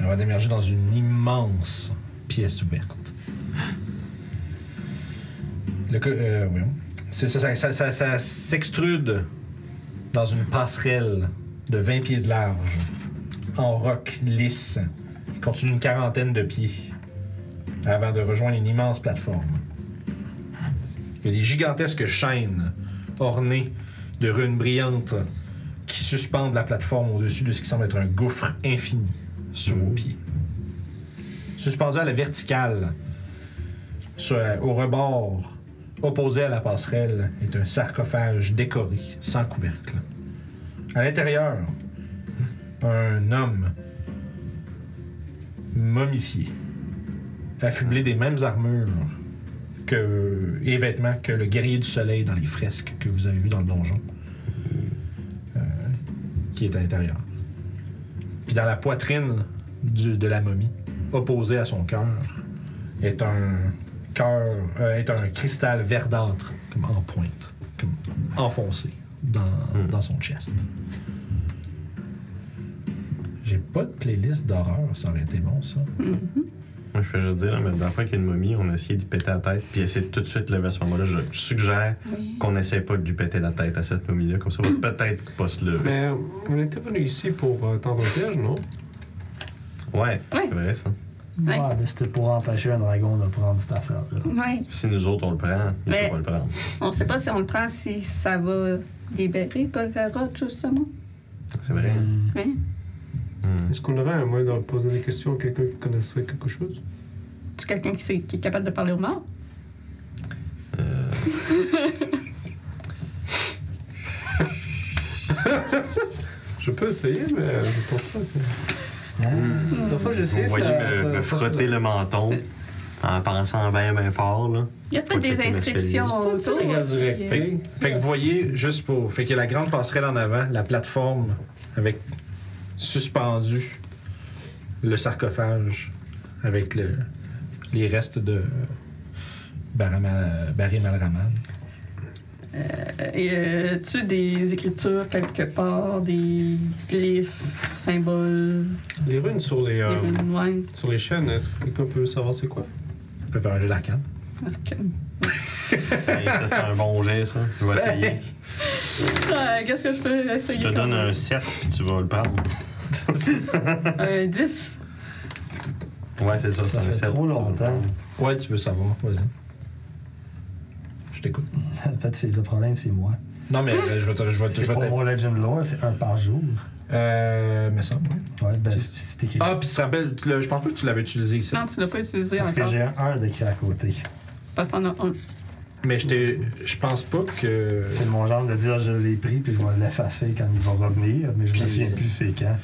elle va démerger dans une immense pièce ouverte. Le co- euh, oui. C'est- Ça, ça- ça- ça- ça s'extrude dans une passerelle de 20 pieds de large, en roc lisse, qui continue une quarantaine de pieds, avant de rejoindre une immense plateforme. Il y a des gigantesques chaînes ornées de runes brillantes qui suspendent la plateforme au-dessus de ce qui semble être un gouffre infini sous vos pieds. Suspendu à la verticale, sur- au rebord opposé à la passerelle, est un sarcophage décoré, sans couvercle. À l'intérieur, un homme momifié, affublé des mêmes armures que, et vêtements que le guerrier du soleil dans les fresques que vous avez vu dans le donjon, euh, qui est à l'intérieur. Puis dans la poitrine du- de la momie, opposée à son cœur, est un cœur, euh, est un cristal verdâtre, comme en pointe, comme enfoncé dans,
Hmm.
dans son chest. J'ai pas de playlist d'horreur, ça aurait été bon ça.
Moi, je fais juste dire, là, mais la dernière fois qu'il y a une momie, on a essayé d'y péter la tête puis essayer de tout de suite lever ce moment-là. Je je suggère
Oui.
qu'on n'essaie pas de lui péter la tête à cette momie-là, comme ça, on va peut-être pas se lever.
Mais euh, on était venu ici pour euh, tendre un piège, non?
Mm. Ouais,
Ouais.
c'est vrai ça.
Ouais,
Ouais.
mais c'était pour empêcher un dragon de prendre cette affaire-là.
Ouais.
Si nous autres on le prend, il
Mais-
peut pas le prendre.
On ne sait pas si on le prend, si ça va libérer Golgarot, justement.
C'est vrai.
Hein?
Hmm.
Est-ce qu'on aurait un moyen de poser des questions à quelqu'un qui connaisserait quelque chose?
Tu quelqu'un qui, sait- qui est capable de parler aux morts?
Euh,
Je peux essayer, mais euh, je pense pas que. Mm.
La fois j'ai
Vous voyez me, me frotter le menton en pensant bien, bien fort, là.
Il y a peut-être
Faut
des
checker ma
inscriptions
C'est
autour. aussi.
résurrecté.
Fait que vous voyez, juste pour. Fait que la grande passerelle en avant, la plateforme avec suspendu le sarcophage avec le, les restes de Barama- Barry Malraman.
Euh, Et euh, tu as des écritures quelque part, des glyphes, symboles,
Les runes sur les,
des
euh,
runes ouais.
sur les chaînes, est-ce que quelqu'un peut savoir c'est quoi?
On peut faire un jeu d'arcade.
Arcane.
Hey, ça, c'est un bon jet, ça. Je vais essayer.
Euh, Qu'est-ce que je peux
Je
essayer?
te donne
comme-
un 7 puis tu vas le prendre.
un 10.
Ouais, c'est ça, c'est
Ça
un
fait
7.
trop longtemps.
Ouais, tu veux savoir, vas-y. Je t'écoute.
En fait, c'est- le problème, c'est moi.
Non, mais euh, je vais te. Je vais te.
C'est
je vais
pour
te-
mon Legend Lore, c'est un par jour.
Euh. Mais ça.
Ouais, ben, c'est écrit.
Ah, puis tu te rappelles, tu l'as- je pense pas que tu l'avais utilisé ici.
Non, tu l'as pas utilisé
Parce que
encore.
j'ai un 1 d'écrit à côté.
Parce que t'en as un.
Mais je t'ai- je pense pas que.
C'est mon genre de dire je l'ai pris puis je vais l'effacer quand il va revenir, mais je
Puis-
me souviens plus c'est quand.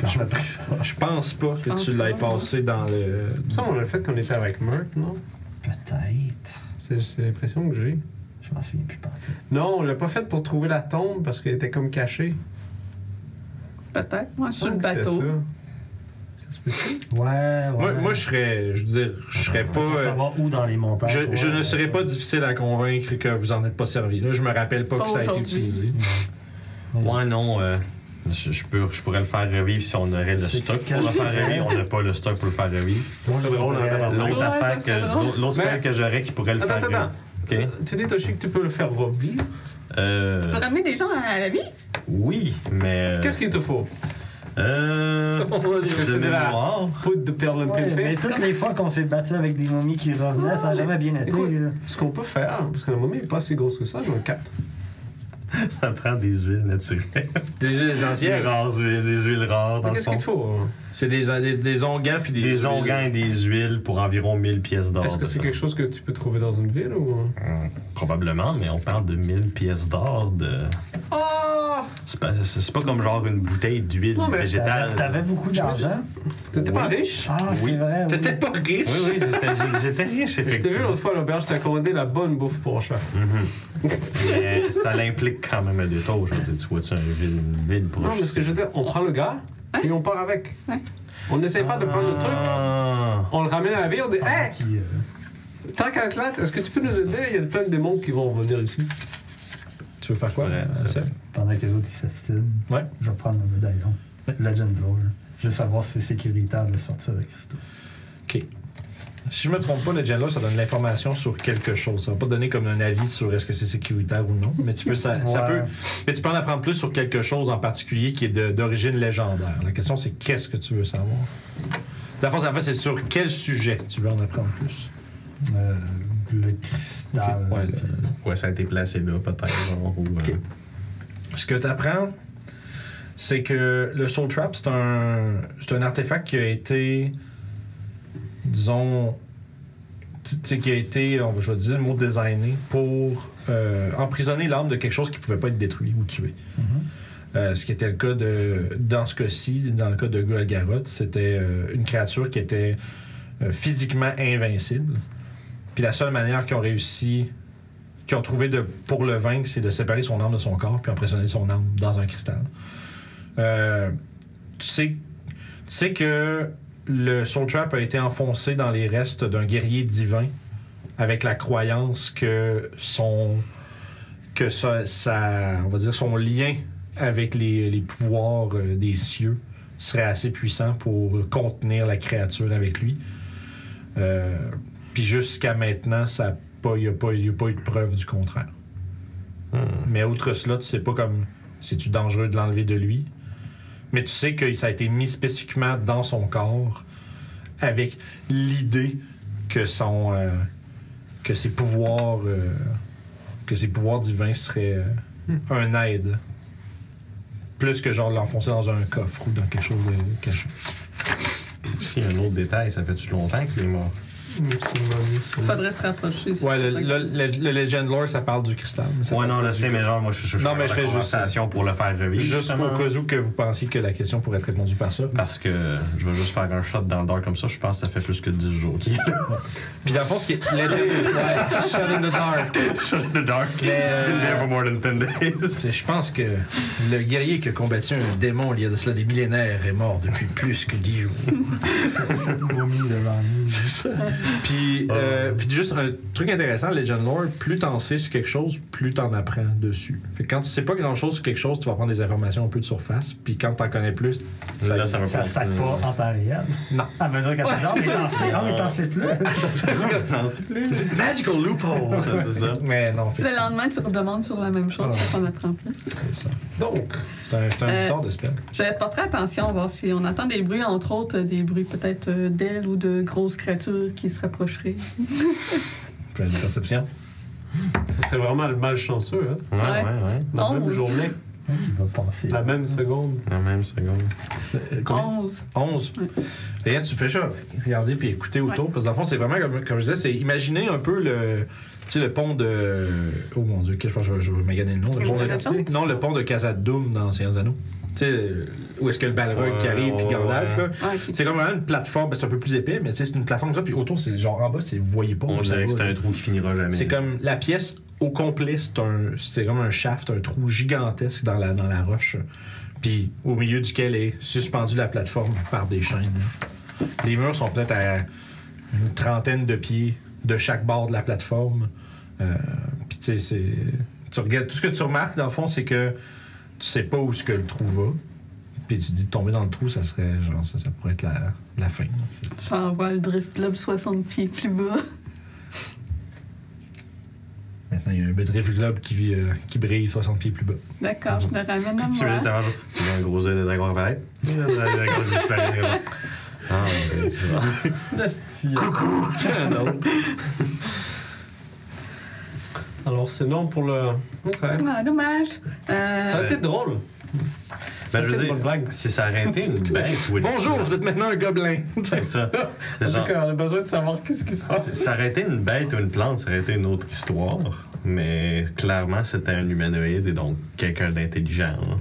Quand
Je-
j'ai pris ça.
Je pense pas que
pense
tu l'aies
pas.
passé dans le.
Ça, on a fait qu'on était avec Meurt, non?
Peut-être.
C'est c'est l'impression que j'ai.
Je Je m'en souviens plus. pantoute.
Non, on l'a pas fait pour trouver la tombe parce qu'elle était comme cachée.
Peut-être. Moi, sur le
Je pense que
bateau.
c'est Ça Ça se peut-tu?
Ouais, ouais.
Moi, moi, je serais. Je veux dire, je serais pas.
Faut
euh,
savoir où dans les montagnes. euh,
Je, je
ouais,
ne serais
ouais.
pas difficile à convaincre que vous en êtes pas servi. Là, je me rappelle pas,
Pas
que ça a été
aujourd'hui.
utilisé.
Ouais, non. euh, je, je peux- je pourrais le faire revivre si on aurait le
C'est
stock pour le faire revivre. On n'a pas le stock pour le faire revivre.
Moi, je
C'est drôle,
voudrais-
hein,
L'autre
Ouais, ça
affaire
serait drôle.
que. L'autre
Mais-
affaire que j'aurais qui pourrait le
Attends,
faire
attends,
revivre.
attends.
Ok.
Tu dis, Toshi, que tu peux le faire revivre.
Euh,
Tu peux ramener des gens à la vie?
oui, mais.
Qu'est-ce qu'il te faut?
Euh. De
C'est de la
mémoire.
poudre de perles
Ouais, mais
pimpées.
toutes les fois qu'on s'est battu avec des momies qui revenaient, ça n'a jamais bien été.
Écoute.
là.
Ce qu'on peut faire, hein, parce que la momie n'est pas assez grosse que ça, j'en ai 4.
Ça prend des huiles naturelles.
Des huiles
Des,
essentielles.
rares huiles, des huiles rares. Dans le
Qu'est-ce
fond.
qu'il te faut? euh?
C'est des, des, des onguents puis des.
Des
huiles.
onguents et des huiles pour environ 1000 pièces d'or.
Est-ce que
de
c'est
ça.
quelque chose que tu peux trouver dans une ville ou. euh?
Hum, Probablement, mais on parle de 1000 pièces d'or de. C'est pas, c'est c'est pas comme genre une bouteille d'huile
Ah! Non, mais
végétale.
T'avais t'avais beaucoup d'argent.
T'étais pas
Oui.
riche?
Ah,
Oui.
c'est vrai. oui.
T'étais pas riche.
Oui, oui, j'étais- j'étais riche,
Je t'ai vu
effectivement.
l'autre fois à l'auberge, je t'ai commandé la bonne bouffe pour chat.
mais ça l'implique quand même à des taux. Je veux dire, tu vois-tu un vide, une vide pour
Non, mais ce que je veux dire, on prend le gars et on part avec.
Ouais.
On n'essaie pas de
Ah.
prendre le truc,
truc.
on le ramène à la ville, on dit Hey,
Qui, euh,
tant qu'à là, est-ce que tu peux nous aider Il y a plein de démons qui vont venir ici.
Tu veux faire quoi?
Ouais,
euh,
ça.
Seb?
pendant que les autres ils s'abstinent,
Ouais.
je vais prendre le médaillon.
Ouais.
Legend Lore. Je veux savoir si c'est sécuritaire de sortir avec Christo.
Ok. Si je me trompe pas, le Jello, ça donne l'information sur quelque chose. Ça va pas donner comme un avis sur est-ce que c'est sécuritaire ou non, mais tu peux ça, ça
Ouais.
peut. Mais tu peux en apprendre plus sur quelque chose en particulier qui est de- d'origine légendaire. La question c'est qu'est-ce que tu veux savoir. La force, en fait, c'est sur quel sujet tu veux en apprendre plus.
Euh, le
Ok.
cristal.
Ah, Ouais, le-
puis-
Ouais, ça a été placé là, peut-être. genre, ou, euh,
Ok. Ce que tu apprends, c'est que le Soul Trap, c'est un, c'est un artefact qui a été, disons, tu tu sais, qui a été, on va, je vais dire le mot designé, pour euh, emprisonner l'âme de quelque chose qui pouvait pas être détruit ou tué.
Mhm.
Euh, ce qui était le cas de, dans ce cas-ci, dans le cas de Golgaroth, c'était euh, une créature qui était euh, physiquement invincible. Puis la seule manière qu'ils ont réussi, qu'ils ont trouvé de, pour le vaincre, c'est de séparer son âme de son corps puis impressionner son âme dans un cristal. Euh, tu, sais, tu sais que le Soul Trap a été enfoncé dans les restes d'un guerrier divin avec la croyance que son que ça, ça- on va dire son lien avec les, les pouvoirs euh, des cieux serait assez puissant pour contenir la créature avec lui. Euh, Puis jusqu'à maintenant, ça il n'y a, pas- y a pas eu de preuve du contraire.
hmm.
Mais outre cela, tu sais pas comme c'est-tu dangereux de l'enlever de lui. Mais tu sais que ça a été mis spécifiquement dans son corps avec l'idée que son euh, que ses pouvoirs euh, que ses pouvoirs divins seraient euh, un aide. Plus que genre l'enfoncer dans un coffre ou dans quelque chose de caché.
Aussi, un autre détail, ça fait-tu longtemps que les morts?
Faudrait se rapprocher. c'est
Ouais, le,
vrai.
le- le- le Legend Lore, ça parle du cristal. mais ça
Ouais,
parle
non,
pas
là,
du
c'est, mais genre, moi, je suis
Non, mais je fais juste
conversation pour le faire revivre.
Juste au
justement.
cas où que vous pensiez que la question pourrait être répondue par ça.
Parce que je vais juste faire un shot dans le dark comme ça, je pense que ça fait plus que 10 jours qu'il est là.
Puis dans le fond, ce qui est Legend, ouais, Shut in the Dark.
Shot in the dark. It's
Mais,
been
euh,
there for more than 10 days.
C'est- Je pense que le guerrier qui a combattu un démon il y a de cela des millénaires est mort depuis plus que dix jours.
Cette momie devant nous.
Puis, euh, puis juste un truc intéressant, Legend Lore, plus t'en sais sur quelque chose, plus t'en apprends dessus. Fait que quand tu sais pas grand chose sur quelque chose, tu vas prendre des informations un peu de surface. Puis quand t'en connais plus, ça-
Là, ça va
Ça se stack
continuer.
pas en temps réel.
Non.
À mesure qu'elle
Ouais, c'est
fait
ça.
genre, mais t'en sais, mais t'en sais plus.
C'est magical loophole!
C'est ça.
Mais non, fait que
Le lendemain, tu redemandes sur la même chose pour s'en mettre en place.
c'est ça.
Donc,
C'est un, c'est un
Euh,
sort de spell.
Je porterai attention, voir si on entend des bruits, entre autres euh, des bruits peut-être euh, d'ailes ou de grosses créatures qui se rapprocheraient.
Fais une perception.
c'est vraiment le malchanceux, hein.
Ouais,
Ouais.
ouais, ouais.
La
Onze.
même journée,
Il va passer.
Ah.
la même seconde.
La même seconde.
C'est- euh, combien?
11.
11. Et là, tu fais ça, regardez puis écoutez autour. Parce que dans le fond, c'est vraiment comme, comme je disais, c'est imaginer un peu le, tu sais, le pont de. Oh mon dieu, qu'est-ce que je, je vais maganer le nom. Le
Une
pont de,
traversante?
non, le pont de Casadoum dans Seigneur des Anneaux. Tu sais, où est-ce que le Balrog qui
Ouais,
arrive puis
ouais,
Gandalf,
ouais.
là.
Ah, ok.
C'est comme vraiment une plateforme, ben, c'est un peu plus épais, mais tu sais, c'est une plateforme comme ça, puis autour, c'est genre en bas, c'est vous voyez pas.
On
vous savez
savait que
pas,
c'était
là.
un trou qui finira jamais.
C'est comme la pièce au complet, c'est un- c'est comme un shaft, un trou gigantesque dans la, dans la roche. Puis au milieu duquel est suspendue la plateforme par des chaînes. là. Les murs sont peut-être à une trentaine de pieds de chaque bord de la plateforme. Euh, puis tu sais, c'est. Tu regardes, tout ce que tu remarques, dans le fond, c'est que tu sais pas où ce que le trou va. Puis tu te dis de tomber dans le trou, ça serait genre ça, ça pourrait être la, la fin. là. C'est-
J'envoie le drift club 60 pieds plus bas.
Maintenant, il y a un bedrift globe qui, vit, euh, qui brille 60 pieds plus bas.
D'accord, je le ramène à
Je suis juste
moi.
avant. Tu veux un gros œil de dragon apparaître? Le dragon disparaît. Ah, ouais.
Nasty.
Non.
Alors, c'est non pour le. Ok.
Ah, dommage. Euh,
Ça a été drôle.
Ben, je veux
C'était une bonne
dire,
blague.
si ça arrêtait une blague, Twitch.
Bonjour, vous êtes maintenant un gobelin.
C'est ça. C'est
En
genre-
tout cas, on a euh, besoin de savoir qu'est-ce qui se passe.
Ah, c'est- ça aurait été une bête ou une plante, ça aurait été une autre histoire. Mais clairement, c'était un humanoïde et donc quelqu'un d'intelligent. hein.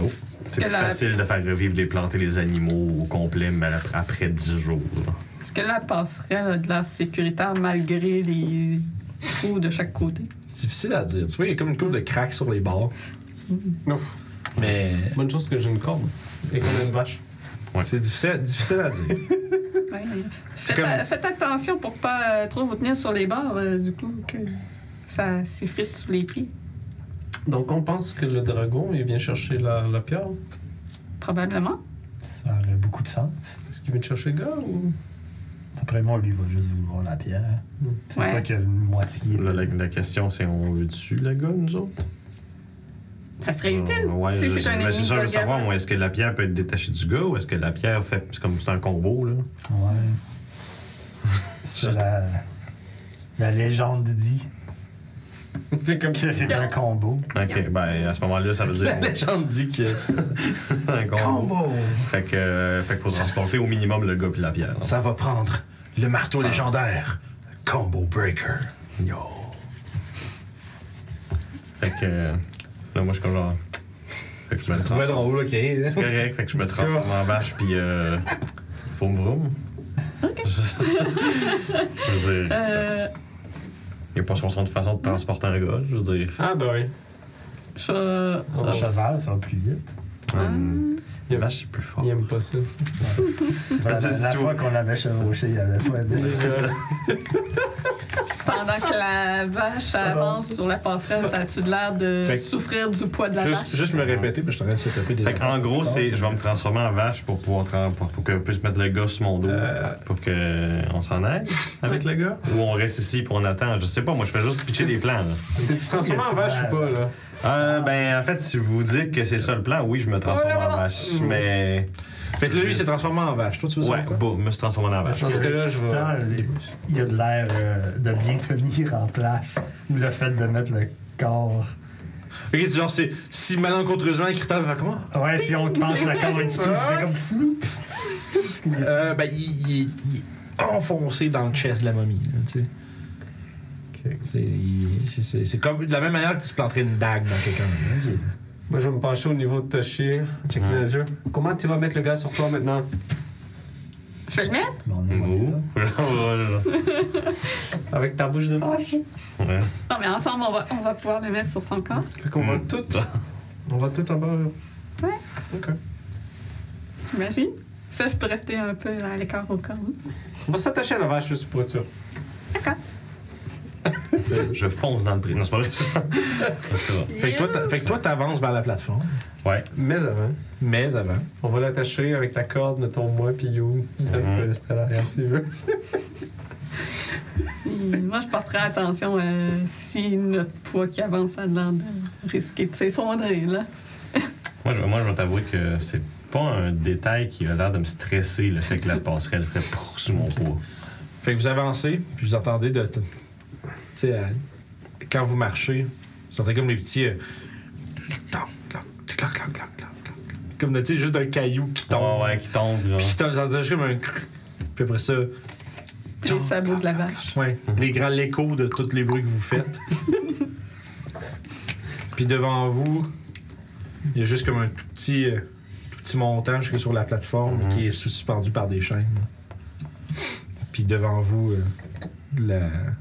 Oh, C'est
que
plus
la-
facile de faire revivre les plantes et les animaux au complet mais après- après 10 jours.
Est-ce que la passerelle a de l'air sécuritaire malgré les trous de chaque côté?
Difficile à dire. Tu vois, il y a comme une coupe de craques sur les bords.
Ouf.
Mais
Bonne chose que j'ai une corde et qu'on a une vache.
c'est difficile, difficile à dire.
Ouais. Faites,
comme-
a- faites attention pour pas euh, trop vous tenir sur les barres, euh, du coup, que ça s'effrite sous les pieds.
Donc, on pense que le dragon, il vient chercher la, la pierre.
Probablement.
Ça aurait beaucoup de sens.
Est-ce qu'il vient chercher le gars ou.
Après moi, lui, il va juste vouloir la pierre.
Mm.
C'est
Ouais.
ça que la moitié.
Là, la, la question, c'est on veut dessus la gars, nous autres?
Ça serait utile.
Euh, ouais,
si
je-
c'est un
mais
ennemi
c'est sûr de
Golgari.
savoir, moi, est-ce que la pierre peut être détachée du gars ou est-ce que la pierre fait. C'est comme c'est un combo, là.
Ouais. C'est la, la légende dit
C'est comme.
que c'est un combo.
Ok, ben à ce moment-là, ça veut dire.
La légende dit que
c'est un combo. Fait que, euh, fait qu'il faut transporter au minimum le gars puis la pierre. là.
ça va prendre le marteau légendaire. Combo Breaker.
Yo. Fait que. euh, Là, moi, je suis comme genre. Fait que je me
Ouais,
transforme.
drôle, ok.
C'est correct, fait que je me transforme en vache, puis. Euh, vroom vroom. Ok. je veux dire.
Euh,
Il n'y a pas 60 façons de transporter un gars, je veux dire.
Ah, ben oui.
je Oh, vais-
Un cheval, ça va plus vite.
Ah.
Une
Il aime,
Euh, vache, c'est plus fort.
il aime pas ça.
La,
c'est-
la
c'est-
fois qu'on l'avait chevauché, il n'y avait pas de.
Pendant que la vache avance sur la passerelle, ça a-tu de l'air de
Fait que-
souffrir du poids de la
Juste,
vache?
juste me répéter, parce que je suis en train de setuper des
Fait
affaires.
qu'en gros, c'est je vais me transformer en vache pour pouvoir tra- pour, pour que je puisse mettre le gars sur mon dos
Euh.
pour que on s'en aille avec le gars ou on reste ici pour on attend, je sais pas, moi je fais juste pitcher des plans. là.
T'es-tu transformé en vache ou pas, là?
Euh, ben en fait, si vous dites que c'est ça le plan, oui, je me transforme en vache, mais
Fait que là, lui, il s'est transformé en vache. Toi, tu veux
ouais,
savoir quoi?
boum, me se transformer en vache.
Je pense que là, je vais-
Dans les- Il y a de l'air euh, de bien tenir en place. Ou le fait de mettre le corps.
Ok, c'est genre, c'est si malencontreusement, Cristal va comment?
Ouais, si on te penche le corps un petit peu, il fait comme floup.
Euh, ben, il, il est- il est enfoncé dans le chest de la momie, là, tu sais. C'est- il- c'est- C'est c'est comme de la même manière que tu planterais une dague dans quelqu'un. hein, tu sais.
Moi, je vais me pencher au niveau de Toshi, checker
Ouais.
les yeux. Comment tu vas mettre le gars sur toi maintenant?
Je vais le mettre?
Mais on est
Ouh.
là.
Avec ta bouche de vache?
Ouais.
Non, mais ensemble, on va, on va pouvoir le mettre sur son corps.
Fait qu'on va
Mm.
tout. On va tout là-bas. là.
Ouais.
Ok.
J'imagine. Ça, je peux rester un peu à l'écart au cas où.
On va s'attacher à la vache juste pour être sûr.
Je fonce dans le prix. Non, c'est pas vrai. Ça va.
Fait que toi, t'a- fait que toi, t'avances vers la plateforme,
ouais.
Mais avant,
mais avant.
on va l'attacher avec la corde, mettons moi, puis You. Ça
Mhm.
peut rester à l'arrière s'il veut.
Puis Moi, je porterai attention euh, si notre poids qui avance a l'air de risquer de s'effondrer, là.
Moi, je, moi, je vais t'avouer que c'est pas un détail qui a l'air de me stresser, le fait que la passerelle ferait pour sous mon poids.
Fait que vous avancez, puis vous entendez de. Tu sais, à- quand vous marchez, vous entendez comme les petits. euh, cloc, cloc, cloc, cloc, cloc, cloc, cloc. Comme tu sais, juste un caillou qui tombe.
Tombe, Ah ouais, qui tombe, genre.
Puis qui tombe, vous entendez juste comme un. crrr. Puis après ça,
Puis Les sabots de la vache.
ouais, les grands l'écho de tous les bruits que vous faites. puis devant vous, il y a juste comme un tout petit, euh, tout petit montant jusque sur la plateforme
Mhm.
qui est suspendu par des chaînes. Puis devant vous, euh, la-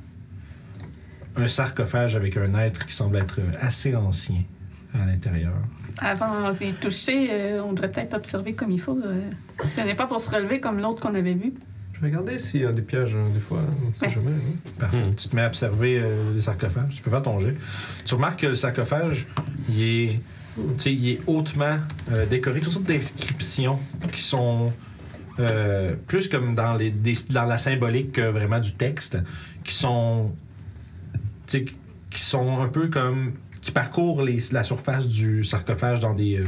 un sarcophage avec un être qui semble être euh, assez ancien à l'intérieur.
Avant d'y toucher, euh, on devrait peut-être observer comme il faut. euh. Ce n'est pas pour se relever comme l'autre qu'on avait vu.
Je vais regarder s'il y a des pièges, euh, des fois. On sait
Ouais.
jamais. hein.
Parfait.
Hmm.
Tu te mets à observer euh, le sarcophage. Tu peux faire ton jet. Tu remarques que le sarcophage, il est, tu sais, il est hautement euh, décoré. Toutes sortes d'inscriptions qui sont euh, plus comme dans, les, des- dans la symbolique que vraiment du texte, qui sont, tu sais, qui sont un peu comme qui parcourent les- la surface du sarcophage dans des, euh,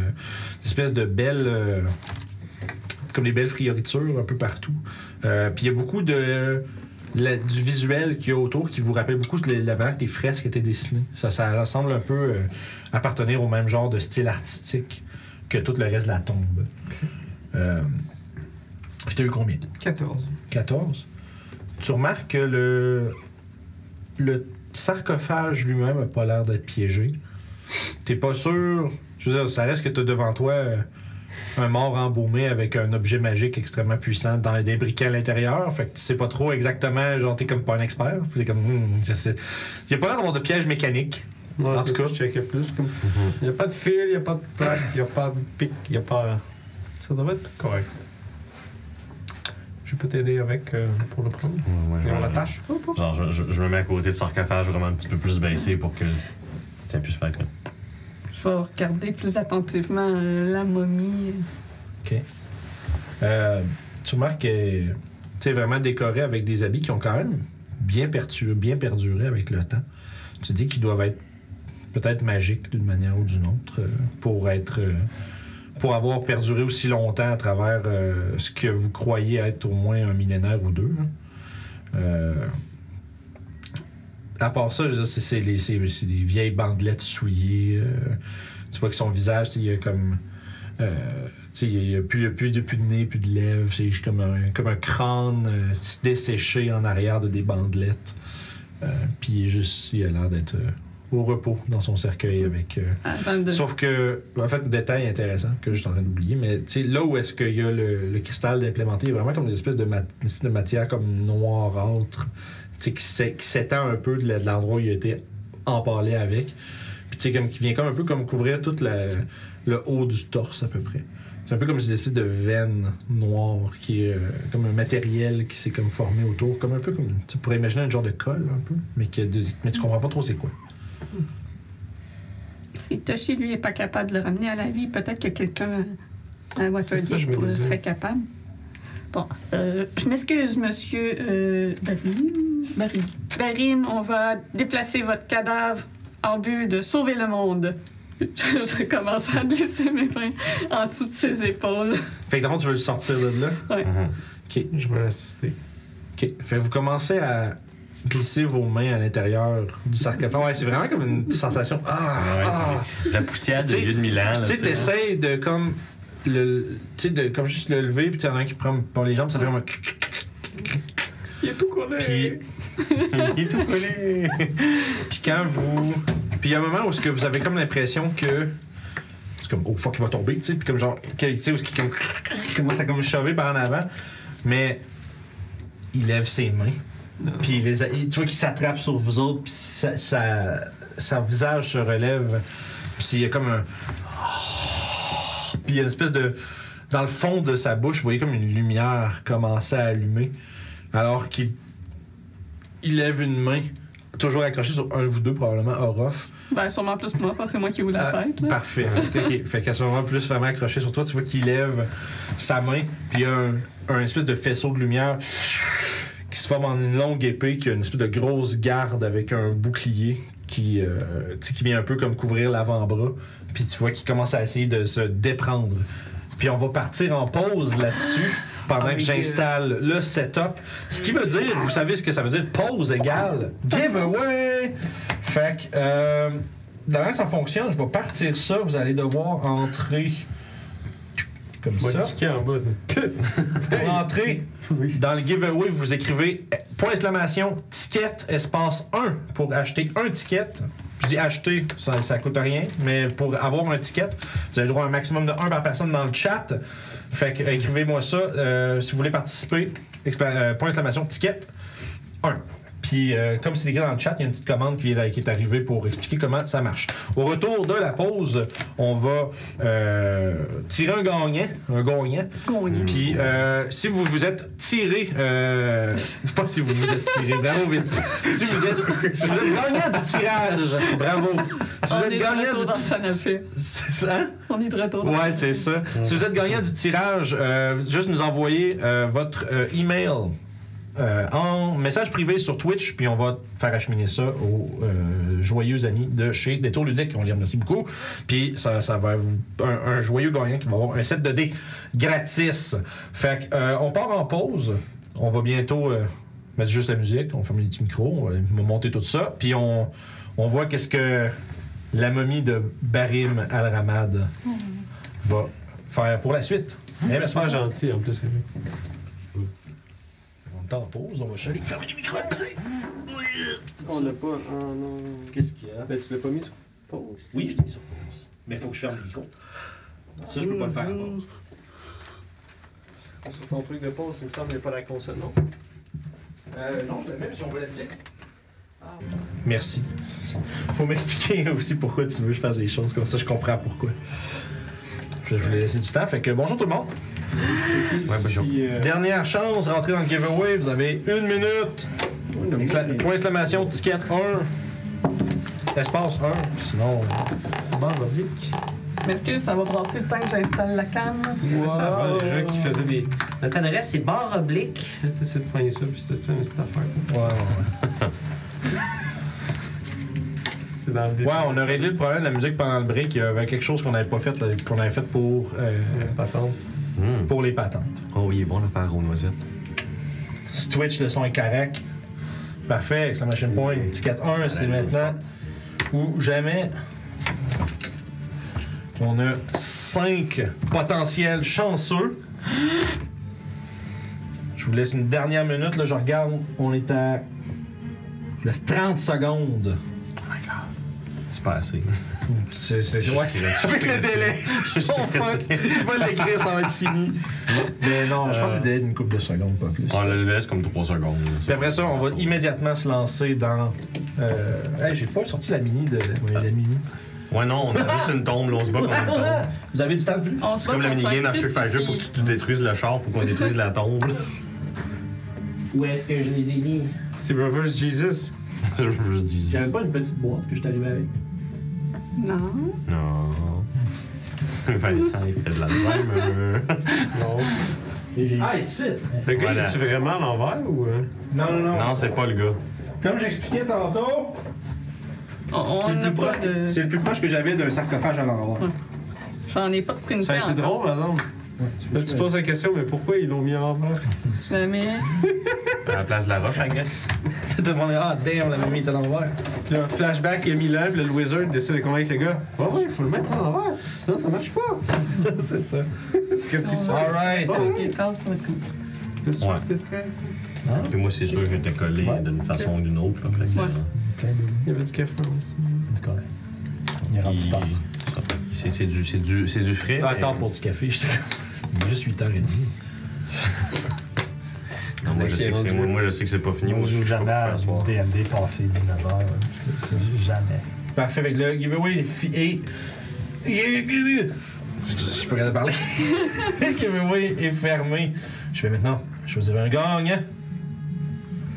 des espèces de belles, euh, comme des belles frioritures un peu partout. Euh, Puis il y a beaucoup de la- du visuel qu'il y a autour qui vous rappelle beaucoup la, la manière que les fresques étaient dessinées. Ça, ça semble un peu euh, appartenir au même genre de style artistique que tout le reste de la tombe. Euh, puis t'as eu combien
14.
14. Tu remarques que le, le sarcophage lui-même n'a pas l'air d'être piégé. T'es pas sûr. Je veux dire, ça reste que t'as devant toi euh, un mort embaumé avec un objet magique extrêmement puissant dans des briquets à l'intérieur. Fait que tu sais pas trop exactement. Genre, t'es comme pas un expert. Puis T'es comme. Hmm, je sais. Y a pas l'air d'avoir de piège mécanique.
Ouais,
En
c'est
tout
ça
cas.
que je checkais plus. Comme... Il n'y a pas de fil, il n'y a pas de plaque, il n'y a pas de pic, il n'y a pas. Ça devrait être correct. Je peux t'aider avec euh, pour le prendre.
Ouais,
Et
ouais,
on
ouais.
l'attache.
Genre, je, je- je me mets à côté de sarcophage vraiment un petit peu plus baissé pour que ça puisse faire comme.
Je vais regarder plus attentivement euh, la momie.
Euh, tu remarques que tu es vraiment décoré avec des habits qui ont quand même bien, pertu- bien perduré avec le temps. Tu dis qu'ils doivent être peut-être magiques d'une manière ou d'une autre euh, pour être euh, pour avoir perduré aussi longtemps à travers euh, ce que vous croyez être au moins un millénaire ou deux. là. Euh, à part ça, je veux dire, c'est- c'est les- c'est- c'est des vieilles bandelettes souillées. euh, tu vois que son visage, tu sais, il y a comme. euh, tu sais, il n'y a, plus, il y a plus de, plus de nez, plus de lèvres. C'est juste comme un, comme un crâne euh, desséché en arrière de des bandelettes. Euh, puis il est juste, il a l'air d'être euh, au repos dans son cercueil avec. euh,
Avant de...
Sauf que, en fait, détail intéressant que je suis en train d'oublier, mais tu sais, là où est-ce qu'il y a le, le cristal d'implémenté, il y a vraiment comme des espèces de, mat- une espèce de matière comme noirâtre, tu sais, qui s'é- qui s'étend un peu de la- de l'endroit où il a été emparlé avec. Puis tu sais, comme qui vient comme un peu comme couvrir tout le- le haut du torse à peu près. C'est un peu comme une espèce de veine noire qui est euh, comme un matériel qui s'est comme formé autour, comme un peu comme tu pourrais imaginer un genre de colle un peu, mais qui a des- mais tu comprends pas trop c'est quoi.
Si Toshi, lui, n'est pas capable de le ramener à la vie, peut-être que quelqu'un à à
C'est ça,
Watergate
je me
pourrait-
disais.
serait capable. Bon, euh, je m'excuse, monsieur euh, Barim. Barim. Barim, on va déplacer votre cadavre en but de sauver le monde. je commence à glisser mes mains en dessous de ses épaules.
Fait que d'abord tu veux le sortir de là.
Mhm.
Ok.
Je vais l'assister.
OK. Fait que vous commencez à glisser vvos mains à l'intérieur du sarcophage. Ouais, c'est vraiment comme une sensation. Ah!
Ouais,
ah!
c'est La poussière du
Tu sais,
vieux de Milan. là,
Tu sais,
tu sais.
t'essayes de comme. Le, tu sais, de comme juste le lever, puis t'en as un qui prend par les jambes, ça fait vraiment.
Il est tout collé.
Puis-
Il est tout collé.
Puis quand vous. Puis il y a un moment où ce que vous avez comme l'impression que. C'est comme, oh fuck, il va tomber, tu sais. Puis comme genre, que- tu sais, où ce qui comme- commence à comme chover par en avant. Mais il lève ses mains. Puis il les a- il- tu vois qu'il s'attrape sur vous autres, puis sa, sa, sa visage se relève. Puis il y a comme un. Puis il y a une espèce de. Dans le fond de sa bouche, vous voyez comme une lumière commencer à allumer. Alors qu'il. Il lève une main, toujours accrochée sur un de vous deux, probablement Orof.
Ben, sûrement plus moi, parce que c'est moi qui ai eu la
Ah,
tête. là.
Parfait. Fait, que- ok. Fait qu'à ce moment plus vraiment accroché sur toi, tu vois qu'il lève sa main, puis il y a un, un espèce de faisceau de lumière qui se forme en une longue épée, qui a une espèce de grosse garde avec un bouclier qui, euh, tu sais, qui vient un peu comme couvrir l'avant-bras. Puis tu vois qu'il commence à essayer de se déprendre. Puis on va partir en pause là-dessus pendant que j'installe le setup. Ce qui veut dire, vous savez ce que ça veut dire, pause égale giveaway. Fait que, euh, de la manière que ça fonctionne, je vais partir ça. Vous allez devoir entrer comme
Moi,
ça.
cliquer en bas, c'est.
Pour entrer dans le giveaway, vous écrivez eh, point exclamation ticket espace 1 pour acheter un ticket. Je dis acheter, ça, ça coûte rien, mais pour avoir un ticket, vous avez le droit à un maximum de 1 par personne dans le chat. Fait que euh, écrivez-moi ça euh, si vous voulez participer. Expla- euh, point exclamation ticket 1. Puis Puis, euh, comme c'est écrit dans le chat, il y a une petite commande qui, est- qui est arrivée pour expliquer comment ça marche. Au retour de la pause, on va euh, tirer un gagnant. Un gagnant.
Gagné.
Puis, euh, si vous vous êtes tiré, euh, je pense si vous vous êtes tiré, bravo vite. Si vous êtes, si vous êtes gagnant du tirage, bravo. Si vous
On est
êtes
de
gagnant
retour
du
dans le
tirage,
canapé.
c'est ça? hein?
On est de retour dans
Ouais, c'est ça. Si vous êtes gagnant du tirage, euh, juste nous envoyer euh, votre euh, email euh, en message privé sur Twitch, puis on va faire acheminer ça aux euh, joyeux amis de chez Détour Ludique. On les remercie beaucoup. Puis ça, ça va vous. Un, un joyeux gagnant qui va avoir un set de dés gratis. Fait que, euh, on part en pause. On va bientôt euh, mettre juste la musique. On ferme les petits micros. On va monter tout ça. Puis on, on voit qu'est-ce que la momie de Barim Al-Ramad va faire pour la suite. Eh, Mais
C'est super gentil en plus. Eric.
On est en pause, on va chaler. Fermez les micros, c'est-
On l'a pas. Ah non.
Qu'est-ce qu'il y a?
Ben, tu l'as pas mis sur pause.
Oui, je l'ai mis sur pause. Mais il faut que je ferme le micro. Ça, je peux pas le faire à pause.
Sur ton truc de pause, il me semble qu'il n'y a pas la console, non?
Euh, non, je la mets si on veut la musique. Merci. Faut m'expliquer aussi pourquoi tu veux que je fasse des choses comme ça, je comprends pourquoi. Je voulais laisser du temps, fait que bonjour tout le monde.
bonjour.
Si, euh,
Dernière chance, rentrez dans le giveaway, vous avez une minute. Excla- Point exclamation, ticket 1. Espace 1. Sinon,
barre oblique.
Mais est-ce que ça va brasser le temps que j'installe la cam?
Wow. Ça avant, les gens qui faisaient des. Notre adresse, c'est barre oblique. T'essaies de poigner ça, puis c'était une petite affaire.
ouais, ouais,
C'est dans le
ouais.
début.
Ouais, on a réglé le problème de la musique pendant le break. Il y avait quelque chose qu'on n'avait pas fait, là, qu'on avait fait pour, euh,
Euh, patente.
Hmm.
pour les patentes.
Oh, il est bon l'affaire aux noisettes.
Si Twitch, le son est correct. Parfait, exclamation point. Ticket 1, c'est maintenant ou jamais. On a 5 potentiels chanceux. Je vous laisse une dernière minute. Là, je regarde, on est à. Je vous laisse 30 secondes.
C'est pas assez.
C'est, c'est, ouais, c'est avec le délai. Son fuck. Il va l'écrire, ça va être fini. Mais non, je pense que c'est le délai d'une couple de secondes, pas plus.
On Ah, le laisse comme 3 secondes. là.
Puis après ça, on va immédiatement se lancer dans. Euh... Hey, j'ai pas sorti la mini de. Ouais, la mini.
Ouais, non, on a juste une tombe, là, on se bat contre une tombe.
Ah, Vous avez du temps de plus?
On se
C'est comme la minigame à Street Fighter, faut que tu, tu détruises le char, faut qu'on détruise la tombe.
Où est-ce que je les ai mis?
C'est Reverse Jesus.
Je veux juste dire.
J'avais pas une petite boîte que je t'arrivais avec.
Non.
Non. Vincent, il fait de la misère. mais-
Non.
Et j'ai-
Ah, et ici!
Le gars,
Voilà.
il est-tu vraiment à l'envers ou. euh?
Non, non, non.
Non, c'est pas le gars.
Comme j'expliquais tantôt,
On- Oh, On
c'est le,
n'a
plus
pas
proche...
de.
c'est le plus proche que j'avais d'un sarcophage à l'envers.
J'en ai pas de printé
Ça a été
encore.
drôle, par exemple. Là, tu te poses la question, mais pourquoi ils l'ont mis à l'envers?
Jamais.
À la place de la roche, I guess.
Tout le monde est, ah, damn, la mamie est à l'envers.
Puis là, flashback, il a mis là, puis là, le wizard décide de convaincre le gars. Ouais, ouais, il faut le mettre à l'envers. Sinon, ça marche pas.
c'est ça.
Comme t'es sûr.
Alright.
Oh,
Les cases, ça va être comme ça.
T'es sûr
Ouais.
que t'es correct?
Puis moi, c'est sûr que j'étais collé
Ouais.
d'une façon ou d'une autre. là, fait que, euh,
Ouais.
Il y avait du café aussi.
C'est correct. Il est
euh,
rendu tard.
il- C'est c'est du, c'est du, c'est du frais. mais-
Attends pour du café, j'étais comme- Juste 8h30.
Non, moi, je sais que c'est- moi, moi, je sais que c'est pas fini.
On
Moi, je
joue
suis pas
jamais à
faire
du
soir.
DMD passé 19h. Jamais.
Parfait, avec le giveaway est fi- et. Je peux rien parler. le giveaway est fermé. Je vais maintenant choisir un gagnant.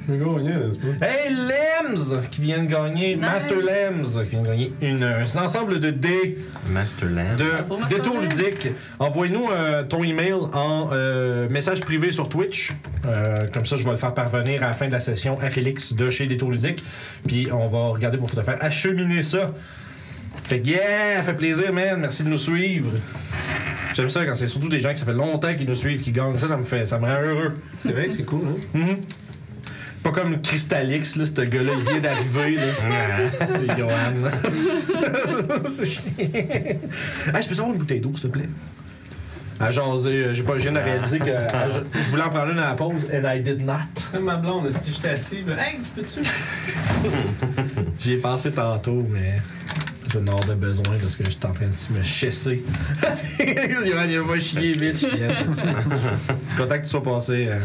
Le gars, il y a, n'est-ce pas?
Hey, Lems qui vient de gagner,
Nice.
Master Lems qui vient de gagner une, un ensemble de dés
Masterland.
Bravo,
de
Master
détour
Lems.
ludique. Envoie-nous euh, ton email en euh, message privé sur Twitch. Euh, comme ça, je vais le faire parvenir à la fin de la session à Félix de chez Détour ludique. Puis on va regarder pour te faire acheminer ça. Fait que yeah, fait plaisir, man. Merci de nous suivre. J'aime ça quand c'est surtout des gens qui ça fait longtemps qu'ils nous suivent, qui gagnent. Ça, ça me fait, ça me rend heureux.
C'est vrai que c'est cool, hein?
Mhm. Pas comme Crystalix, là, ce gars-là, il vient d'arriver, là. C'est Johan, là. C'est chiant. Ah, je peux savoir une bouteille d'eau, s'il te plaît? À jaser, euh, j'ai pas, je viens de réaliser que euh, je- je voulais en prendre une à la pause, and I did not.
Comme ma blonde, si j'étais assis, là, hey, tu peux-tu?
J'y ai pensé tantôt, mais je n'en ai besoin parce que j'étais en train de me chesser. Johan, il va chier, bitch. Il est- Je suis content que tu sois passé. euh,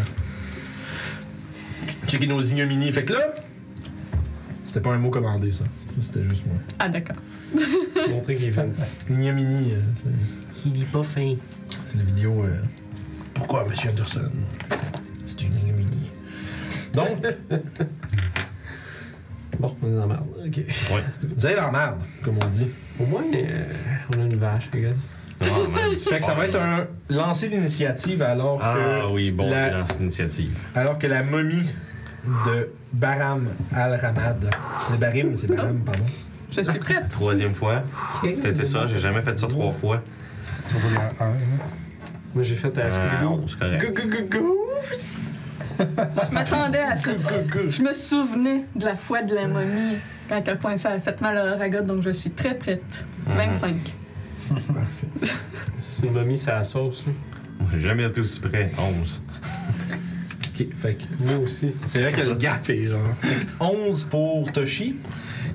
checker nos ignominies. Fait que là, C'était pas un mot commandé, ça. C'était juste moi.
Ah, d'accord.
Montrer qu'il est fancy.
L'ignominie, euh, c'est-
Il est pas fin.
c'est la vidéo. euh, Pourquoi, Monsieur Anderson C'est une ignominie. Donc,
Bon, on est dans la merde. Ok.
vous allez dans la merde, comme on dit.
Au moins, euh, on a une vache, I guess.
Oh, man.
Fait que ça va être un lancer d'initiative alors que,
Ah oui, bon,
la,
lance initiative.
alors que la momie de Baram al-Ramad. C'est Barim, c'est Baram, pardon.
Je suis prête.
Troisième fois. C'était ça, j'ai jamais fait ça trois fois.
Tu roules un 1.
Moi, j'ai fait à
Ah,
Scooby-Doo.
non, c'est correct.
Go, go, go, go!
Je m'attendais à ça. Je me souvenais de la foi de la momie, à quel point ça a fait mal à Ragot, donc je suis très prête. 25.
Parfait.
C'est une momie, c'est la sauce. là.
Moi, J'ai jamais été aussi près. 11.
Ok, fait que
Moi aussi.
c'est vrai que le gap est genre. Fait que 11 pour Toshi.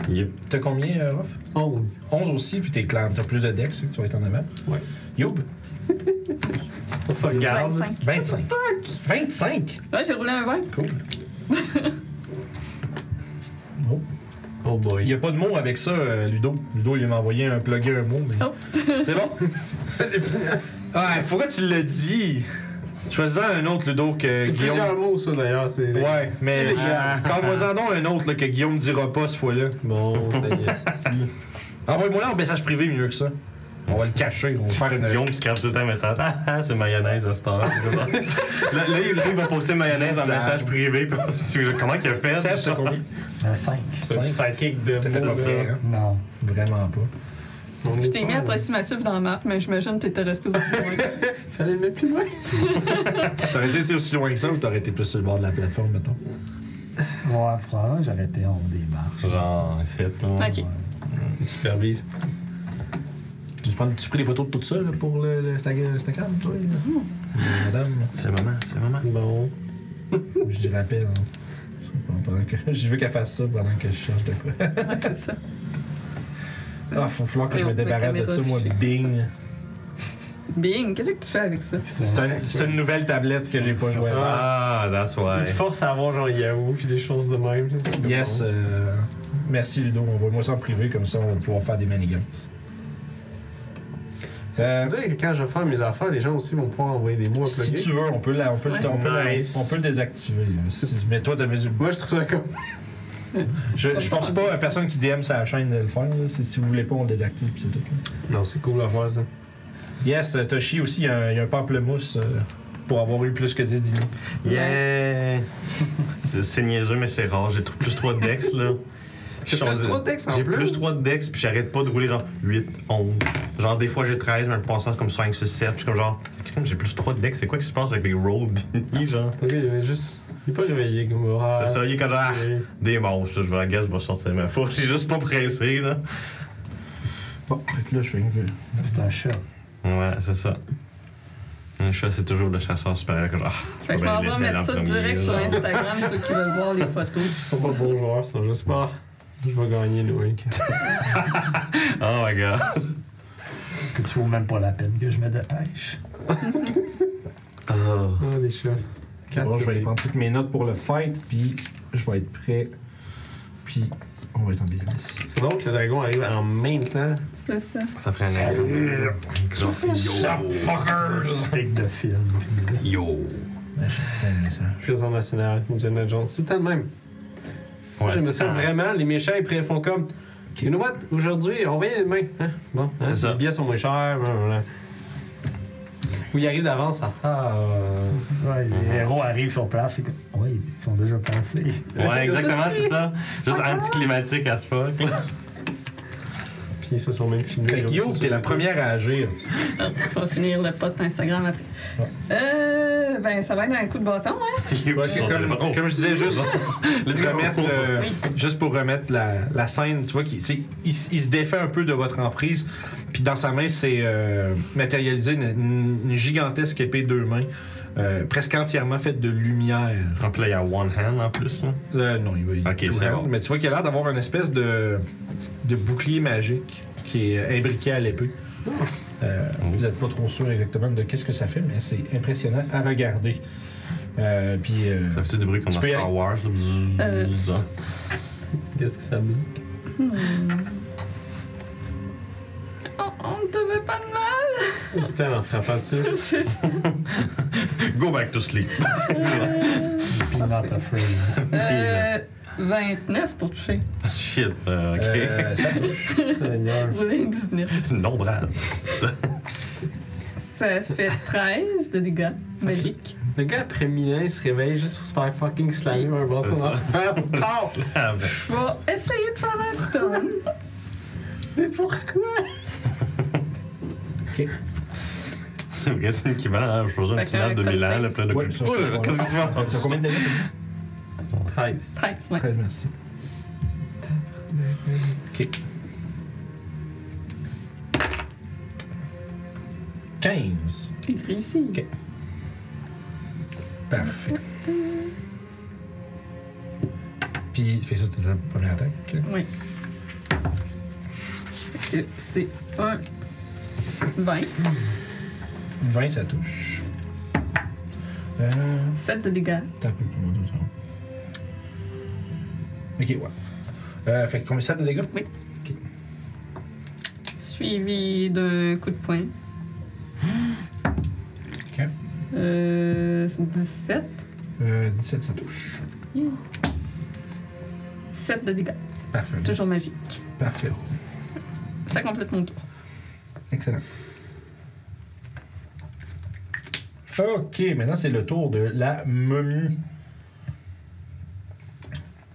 Yep.
T'as combien, euh, Ruff
11.
11 aussi, puis t'es clair. T'as plus de decks, c'est que tu vas être en avant.
Ouais.
Youb,
On se regarde.
25.
25. 25
Ouais, j'ai roulé un 20.
Cool.
Oh
Il n'y
boy.
a pas de mot avec ça, euh, Ludo. Ludo, il m'a envoyé un plugger, un mot, mais.
Oh.
C'est bon? ah, pourquoi tu le dis? Choisis-en un autre, Ludo, que
C'est
Guillaume.
plusieurs mots, ça, d'ailleurs. C'est...
Ouais, mais. euh,
Ah.
Parle-moi-en donc un autre là, que Guillaume dira pas cette fois-là.
Bon, d'ailleurs.
Envoie-moi là en message privé mieux que ça. On va le cacher, on va faire une.
Guillaume scrape tout un message. Ah ah, c'est mayonnaise à cette heure. là, là, il il va poster mayonnaise en message privé. puis on se dit, Comment qu'il a fait?
Serge, t'as combien?
Un 5.
C'est psychique de
T'étais pas prêt, hein?
Euh, Non.
Vraiment pas.
On est
Je t'ai
pas,
mis
là.
approximatif dans la map, mais j'imagine que t'étais resté aussi loin.
Fallait le mettre plus loin.
T'aurais été aussi loin que ça ou t'aurais été plus sur le bord de la plateforme, mettons?
Ouais, probablement, j'arrêtais en haut des marches.
Genre, c'est là.
Ok.
Supervise.
Tu prends, tu pris des photos de tout ça là, pour le, le Instagram, Instagram, toi? là? Madame,
C'est maman, c'est maman.
Bon.
je dis rappel. hein. Pendant que- Je veux qu'elle fasse ça pendant que je cherche de quoi.
Ouais, c'est ça.
Ah, faut falloir que je me
Voyons,
débarrasse de
ma
ça, moi.
caméra
Bing.
Bing, qu'est-ce que tu fais avec ça?
C'est un- c'est une nouvelle tablette que j'ai pas jouée. avant.
Ah, that's why.
Il te force à avoir genre Yahoo puis des choses de même. là. C'est
Yes,
bon.
euh, merci Ludo. On va moi ça en privé, comme ça on va pouvoir faire des manigances. Euh,
C'est-à-dire que quand je vais faire mes affaires, les gens aussi vont pouvoir envoyer des mots à
si
plugger.
tu veux, on peut, la- on peut, le-
Ouais.
on peut, la-
Nice.
on peut le désactiver. là, si- mais toi, t'avais du.
Moi, je trouve ça comme.
Je, je pense pas à personne qui DM sa chaîne de le faire. là. C'est- Si vous voulez pas, on le désactive. pis c'est tout. là.
Non, c'est cool à faire ça.
Yes, euh, Toshi aussi, il y, a un- il y a un pamplemousse euh, pour avoir eu plus que 10 dîners.
Yeah! c'est c'est niaiseux, mais c'est rare. J'ai tr- plus 3 de dex, là.
T'as
J'ai-
plus trois de dex en
J'ai
plus?
plus 3 de dex, puis j'arrête pas de rouler genre 8, 11. Genre, des fois j'ai 13, mais le passant c'est comme 5, 6, 7. Puis comme genre, crème, j'ai plus 3 de dex. C'est quoi qui se passe avec les rolls d'ini, genre?
T'as vu, il est juste. Il est pas réveillé comme ah,
C'est ça, il est comme genre, ah,
c'est-
des monstres, là, je vais à gaz, je vais sortir ma fourche. J'ai juste pas pressé, là.
Bon, fait que là, je fais une vue.
C'est un chat.
Ouais, c'est ça. Un chat, c'est toujours le chasseur supérieur que genre. ah,
Fait que je
peux bien
m'en
le
vais
laisser aller
mettre
en
ça
premier,
direct sur
genre.
Instagram, ceux qui veulent voir les photos.
Ils sont pas bons joueurs, ils sont juste pas. Je vais gagner, hein. Louis.
Oh my god.
Que tu vaux même pas la peine que je me dépêche.
Ah, des chats. Quatre,
Bon,
c'est
je vais aller
bien.
prendre toutes mes notes pour le fight, puis je vais être prêt. Puis on va être en business.
C'est drôle que le dragon arrive en même temps.
C'est ça.
Ça ferait un air comme- Genre,
Pic de film. puis
Yo! Yo!
Prison nationale, Indiana Jones, tout le temps le même.
Ouais,
J'aime
c'est
ça vraiment, les méchants, ils pré- font comme. You know what? Aujourd'hui, on va y aller demain. Hein? Bon, hein,
C'est ça.
les billets sont moins chers. hein, Voilà. Ou ils arrivent d'avance. Ah, ah, euh,
de- Ouais,
Mm-hmm.
les héros arrivent sur place. c'est que- Ouais, ils sont déjà passés.
Ouais, exactement, c'est ça. Juste anticlimatique à ce fuck. là.
Puis ils se sont même filmés.
Fait que
là,
yo,
aussi,
t'es la
sur-
première à agir.
Ah, tu vas finir le post Instagram après. Euh, ben, ça va être un coup de bâton, hein?
Il
Fait que comme, comme je disais juste, pour remettre, euh, juste pour remettre la, la scène, tu vois, qu'il- c'est- il, s- il se défait un peu de votre emprise, puis dans sa main, c'est euh, matérialisé une, une- une gigantesque épée deux mains, euh, presque entièrement faite de lumière.
Rempli à one hand en plus, là.
Euh, non, il va y
Ok, c'est bon.
Mais tu vois qu'il a l'air d'avoir une espèce de, de bouclier magique qui est imbriqué à l'épée.
Ah.
Euh,
Oh.
vous n'êtes pas trop sûr exactement de qu'est-ce que ça fait, mais c'est impressionnant à regarder. Euh, puis, euh,
Ça fait tout des bruits comme
Tu
dans
peux y
Star
aller.
Wars, là.
Euh.
Bzzz, bzzz, hein.
qu'est-ce que ça me dit.
On, on ne te veut pas de mal.
C'était en frappant dessus.
C'est ça.
Euh.
Go back to sleep.
Peanut afraid.
Euh, 29 pour toucher.
Shit, euh, ok.
Euh, ça touche.
Seigneur.
Je voulais 19.
Non, brave.
Ça fait 13 de dégâts magiques.
Le gars après Milan, il se réveille juste pour se faire fucking slammer un bâton
ça.
dans le fer. Oh!
Ah, ben,
Je vais essayer de faire un stun.
Mais pourquoi?
C'est vrai, c'est hein, équivalent à choisir une
Fait
petite
qu'un
nappe de Milan,
cocktail.
le plein de
Ouais, ça, c'est
Ouh, Qu'est-ce que tu fais?
T'as combien de dégâts t'as dit?
13.
13, ouais.
13, merci. Ok. 15.
Il réussit.
Ok. Parfait. Puis, fais ça, c'était la première attaque.
Ouais. Euh, C'est un 20.
20, ça touche. Euh,
7 de dégâts.
T'as un peu pour moi, deux secondes. hein. Ok, ouais. Euh, fait que combien ça de dégâts?
Oui. Suivi d'un coup de poing.
Ok.
Euh, 17.
Hein? Euh, 17, ça touche.
7 de dégâts.
Parfait.
Toujours
Merci.
magique.
Parfait.
Ça complète mon tour.
Excellent. Ok, maintenant c'est le tour de la momie.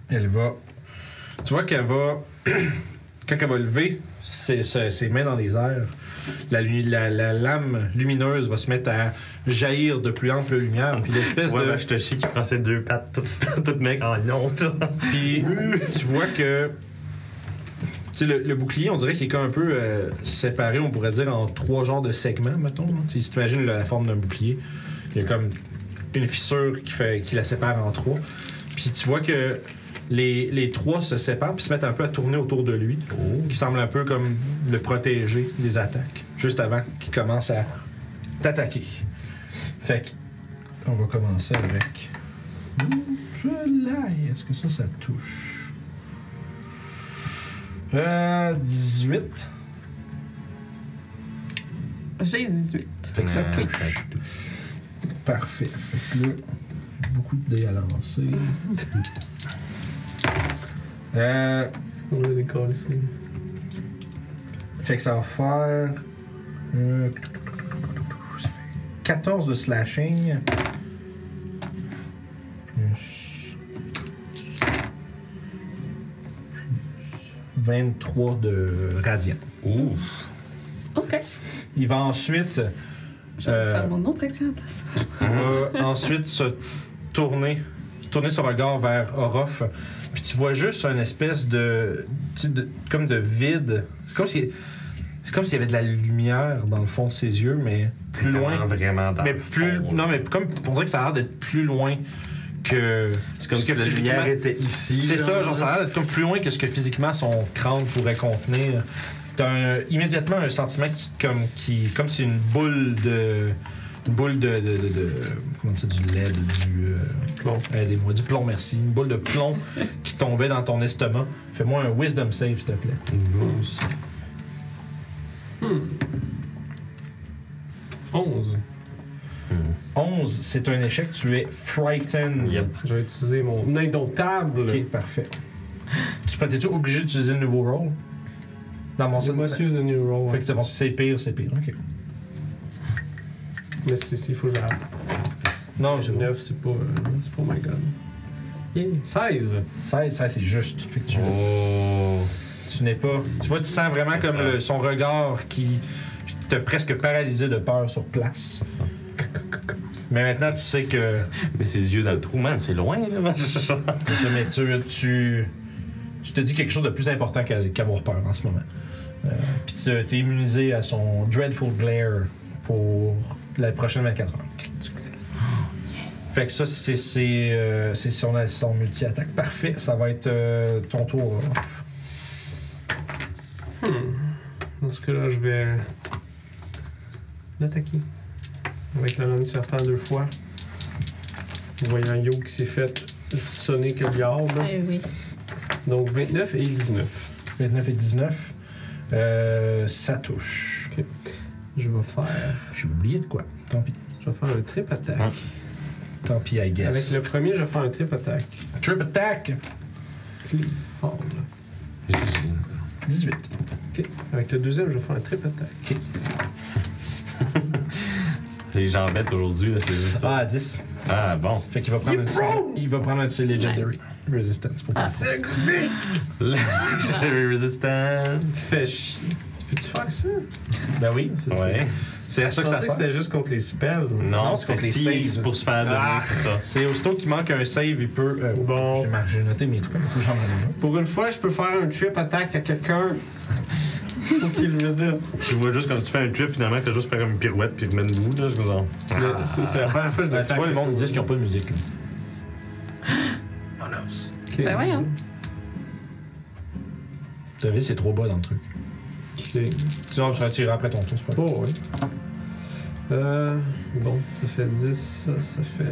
Elle va. Tu vois qu'elle va. Quand elle va lever ses, ses- ses mains dans les airs, la, lu- la- la lame lumineuse va se mettre à jaillir de plus ample lumière. Puis
Tu
l'espèce
vois,
de.
ben, je te chie qui prend ses deux pattes, tout, tout mec en honte.
Puis tu vois que. Tu sais, le, le bouclier, on dirait qu'il est comme un peu euh, séparé, on pourrait dire, en trois genres de segments, mettons. là. Tu sais, Si tu imagines la forme d'un bouclier, il y a comme une fissure qui, fait, qui la sépare en trois. Puis tu vois que les, les trois se séparent puis se mettent un peu à tourner autour de lui, qui semble un peu comme le protéger des attaques, juste avant qu'il commence à t'attaquer. Fait que, on va commencer avec. Jolaille, est-ce que ça, ça touche? Euh, 18.
J'ai 18.
Fait que ça
Ah,
touche. Parfait. Fait que là, beaucoup de dés à lancer. euh,
On va les coller ici.
fait que ça va faire... euh, ça fait 14 de slashing. Plus 23 de radiant.
Ouh.
Ok.
Il va ensuite,
Je vais
Euh,
faire mon autre action à la place.
il
Uh-huh.
va ensuite se tourner, tourner son regard vers Orof. Puis tu vois juste un espèce de, tu sais, de- comme de vide. C'est comme si, c'est comme s'il y avait de la lumière dans le fond de ses yeux, mais plus
Vraiment,
loin.
Vraiment dans
Mais
le
plus,
fond, là.
non mais comme, on dirait que ça a l'air d'être plus loin que.
C'est comme
ce
si
que
la
physiquement-
lumière était ici.
C'est
là.
ça, genre ça a l'air d'être comme plus loin que ce que physiquement son crâne pourrait contenir. T'as un- immédiatement un sentiment qui, comme qui comme si une boule de une boule de, de, de- de- comment dire du LED du euh,
Plomb.
aidez-moi du plomb merci une boule de plomb qui tombait dans ton estomac. Fais-moi un wisdom save s'il te plaît.
Douce.
Hmm. 11.
11, c'est un échec, tu es frightened.
Yep.
Je vais utiliser mon indomptable.
OK, parfait. Tu peux t'es-tu obligé d'utiliser le nouveau roll dans mon
C'est Monsieur The New Roll.
Fait que c'est- c'est pire, c'est pire. OK.
Mais si, si, il faut que je le rate.
Non, c'est bon.
9, c'est pas. euh, c'est pas my god. Yeah. 16.
16, ça c'est juste. Fait que tu
Oh.
Tu n'es pas. Tu vois, tu sens vraiment
C'est
comme
ça.
le- son regard qui t'a presque paralysé de peur sur place. Mais maintenant, tu sais que.
Mais ses yeux dans le trou, man, c'est loin, là.
Mais tu, tu, tu te dis quelque chose de plus important qu'à- qu'avoir peur en ce moment. Euh, Puis tu es immunisé à son Dreadful Glare pour la prochaine 24 heures. Fait que ça, c'est c'est, euh, c'est son, son multi-attaque. Parfait, ça va être euh, ton tour.
Hmm. Dans ce cas-là, je vais l'attaquer. Avec la lame du serpent deux fois. Voyant Yo qui s'est fait sonner que le diable.
Eh oui.
Donc 29 et 19.
29 et 19. Euh, ça touche.
Je vais faire,
J'ai oublié de quoi. Tant pis.
je vais faire un trip attack.
Hein?
Tant pis, I guess.
Avec le premier, je vais faire un trip attack.
Trip attack.
Please, fall.
18.
Ok. Avec le deuxième, je vais faire un trip attack.
Les gens bêtes aujourd'hui, là, c'est juste ça.
Ah, 10.
Ah bon.
Fait qu'il va prendre un Il va prendre un de ses Legendary Resistance. Pour
Legendary Resistance.
Fais chi- Tu peux-tu faire ça?
Ben oui. c'est-
Ouais.
C'est à ça
Je
que ça
pensais que
sert.
c'était juste contre les spells.
Non,
Non, c'est
c'est
contre les
6
saves.
pour se faire donner,
Ah!
c'est ça.
C'est aussitôt qu'il manque un save, il peut. euh,
Bon.
j'ai mar- J'ai noté mes trucs. Faut que j'en enlève un.
Pour une fois, je peux faire un trip attack à quelqu'un. Faut qu'il résiste.
Tu vois juste quand tu fais un trip, finalement, t'as juste fait comme une pirouette puis remets debout, là, c'est comme ça.
Le- C'est c'est la première fois que je
Ben, tu vois, le monde dit qu'ils
qu'on
n'ont pas de musique. Là. Oh knows?
Ben voyons.
Tu avais c'est trop bas dans le truc. Sinon, tu retireras après ton tour, c'est pas grave.
Oh, oui. Euh, bon, ça fait 10, ça, ça fait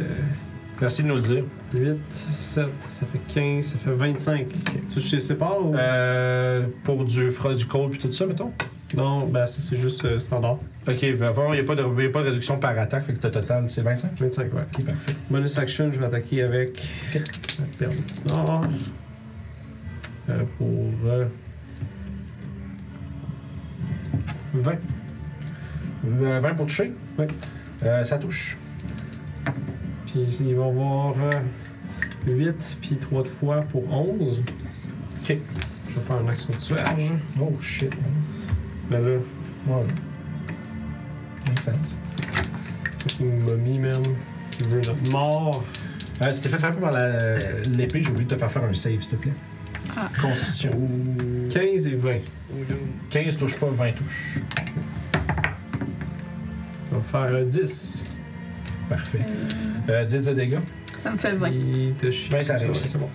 Merci de nous le dire.
8, 7, ça fait 15, ça fait 25. Tu je te sépare
Oh.
ou.
Euh, pour du froid, du cold puis tout ça, mettons.
Non, ben ça c'est juste euh, standard.
Ok, ben, il n'y a, pas de- y a pas de réduction par attaque, fait que le total, c'est 25.
25, ouais.
Ok, parfait.
Bonus action, je vais attaquer avec
Ok.
la perle du Nord. Euh, pour. euh, 20.
Euh, 20 pour toucher.
Oui.
Euh, ça touche.
Puis il va y avoir 8, puis 3 de fois pour 11.
Ok.
Je vais faire une action de surge.
Oh shit.
Ben là,
Wow. Makes sense.
fucking momie, man. Tu veux notre mort.
Euh, tu t'es fait frapper par la- euh, l'épée, j'ai oublié de te faire faire un save, s'il te plaît.
Ah.
Constitution.
15 et 20.
15 touche pas, 20 touche.
Ça va faire euh, 10.
Parfait. Euh, 10 de dégâts.
Ça me fait 20.
Il te chie.
Ben, ça arrive.
Ouais, C'est bon.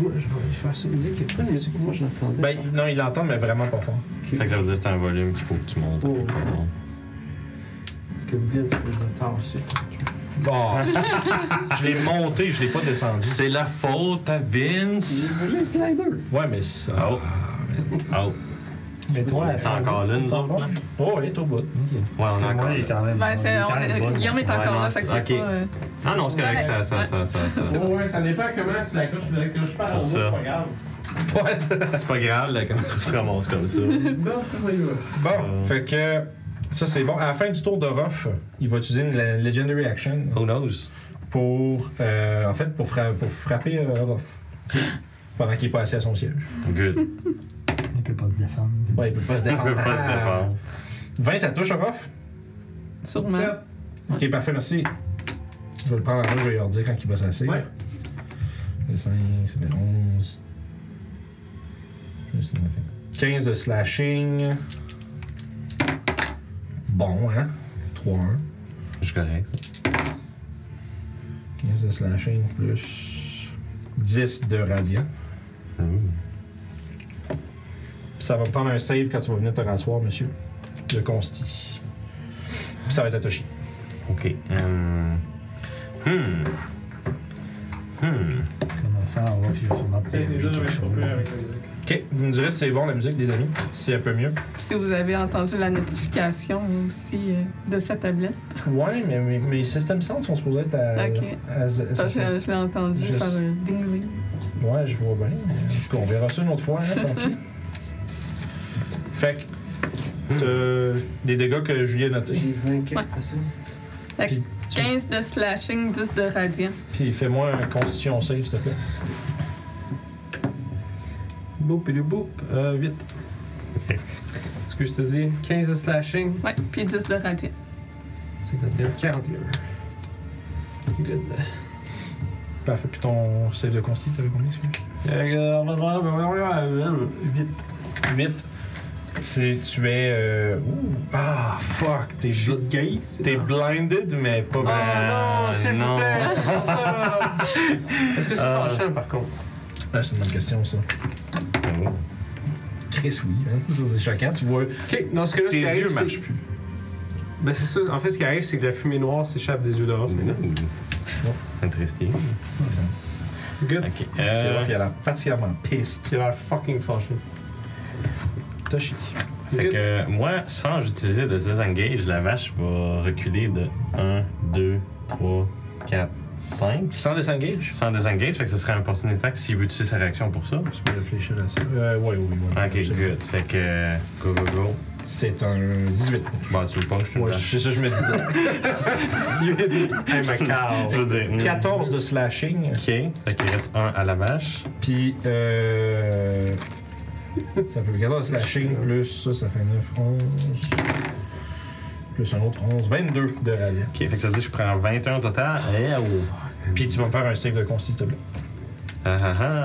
Moi, je vais lui faire ça. Il me dit qu'il y a pas de musique. Moi, je l'entendais.
Ben, non, il l'entend, mais vraiment pas fort.
Fait que ça veut dire que c'est un volume qu'il faut que tu montes.
Oh. Parce que Vince, c'est les auteurs, c'est.
Bon. je l'ai monté, je l'ai pas descendu.
C'est la faute à Vince.
Il voulait un slider.
Ouais, mais ça.
Oh. Oh.
Mais toi,
C'est encore là, nous autres, là? Ouais,
Oh, il est au bout.
on
Parce
est
que
encore
moi, il est
là.
quand même.
Ben, c'est,
il est
on,
quand même
euh,
bon.
Guillaume est encore
Ouais,
là,
non,
fait que c'est
c'est- Ah, ok.
pas... euh,
Ah non, c'est correct, ça, ça, ça, ça, ça.
C'est
Ouais, ça dépend comment tu la couches. Je la couche pas
C'est ça.
grave.
Ouais, ça-
C'est pas grave, là, quand on se ramasse comme ça.
Ça,
Bon, fait que ça c'est bon. À la fin du tour de Ruff, il va utiliser une le- Legendary Action
Who knows?
pour, euh, en fait, pour, fra- pour frapper euh, Ruff. Pendant qu'il est pas assis à son siège.
Good.
Il peut pas se défendre.
Ouais, il peut pas se
On
défendre.
peut pas se
Ah.
défendre.
20, ça touche Ruff.
Sûrement.
Ok, parfait, merci. Je vais le prendre en main, je vais leur dire quand il va s'asseoir.
Ouais.
Le 5, ça fait 11. Juste le fait. 15 de slashing. Bon, hein? 3-1.
Je suis correct.
15 de slashing plus 10 de radiant. Puis ça va me prendre un save quand tu vas venir te rasseoir, monsieur. De consti. Puis ça va être attaché.
Ok. hum. Hmm. Hmm.
Comment ça, on va finir sur notre
C'est déjà, je suis avec la musique.
Ok, vous me direz si c'est bon la musique, les amis. Si c'est un peu mieux.
Puis si vous avez entendu la notification aussi euh, de sa tablette,
Ouais, mais mes, mes systèmes sound sont supposés être à.
Ok.
à z-
ça, je, je l'ai entendu
Je
par
sais.
euh, ding ding.
Ouais, je vois bien. En tout cas, on verra ça une autre fois. Hein, tant pis. fait que. euh, les dégâts que Julien a notés.
J'ai 24
Ouais.
faciles.
Fait que
Puis tu-
15 de slashing, 10 de radiant.
Puis fais-moi un constitution save, s'il te plaît.
Boop et le boop, euh, vite. Ce que je te dis, 15 de slashing,
Ouais, puis 10 de radiant.
51, 41. Good.
Parfait. Puis ton save de consti, t'avais combien, celui
Euh, Vite.
8. Tu, tu es. euh, ouh, ah, fuck. T'es,
Je
bl-
gay.
t'es blinded, mais
Oh,
pas vraiment.
Ah, non.
Est-ce que c'est
Euh.
fâchant par contre?
Ah, c'est une bonne question, ça.
Oh.
Chris, oui. hein. Ça, c'est choquant. Tu vois.
Ok, dans ce cas-là, ce
Tes
qui arrive,
yeux
c'est-
marchent plus.
Ben c'est ça, en fait, ce qui
Mm-hmm.
arrive, c'est que la fumée noire s'échappe des yeux dehors.
Mais non. Interesting.
Good.
Ok. Euh,
Euh, Puis elle a particulièrement piste.
Il a l'air fucking fâché.
Toshi.
fait que moi, sans utiliser de disengage, la vache va reculer de 1, 2, 3, 4, 5.
Sans disengage?
Sans disengage, fait que ce serait un opportunité attack s'il veut utiliser sa réaction pour ça.
Je peux réfléchir à ça. Euh, ouais, oui, oui.
Ok, good. Fait que. euh, Go, go, go.
C'est un 18.
Bah, tu veux pas que je te
Ouais,
lâche?
c'est ça que je me disais.
Hey, ma cow! Je veux dire. hmm.
14 de slashing,
Ok, fait qu'il reste un à la vache.
puis euh, ça fait 14 de slashing, plus ça, ça fait 9, 11, plus un autre 11, 22 de radiant.
Ok, fait que ça veut dire que je prends 21 au total. Eh, oh.
Puis tu vas me faire un save de con, s'il te plaît.
Ah ah ah!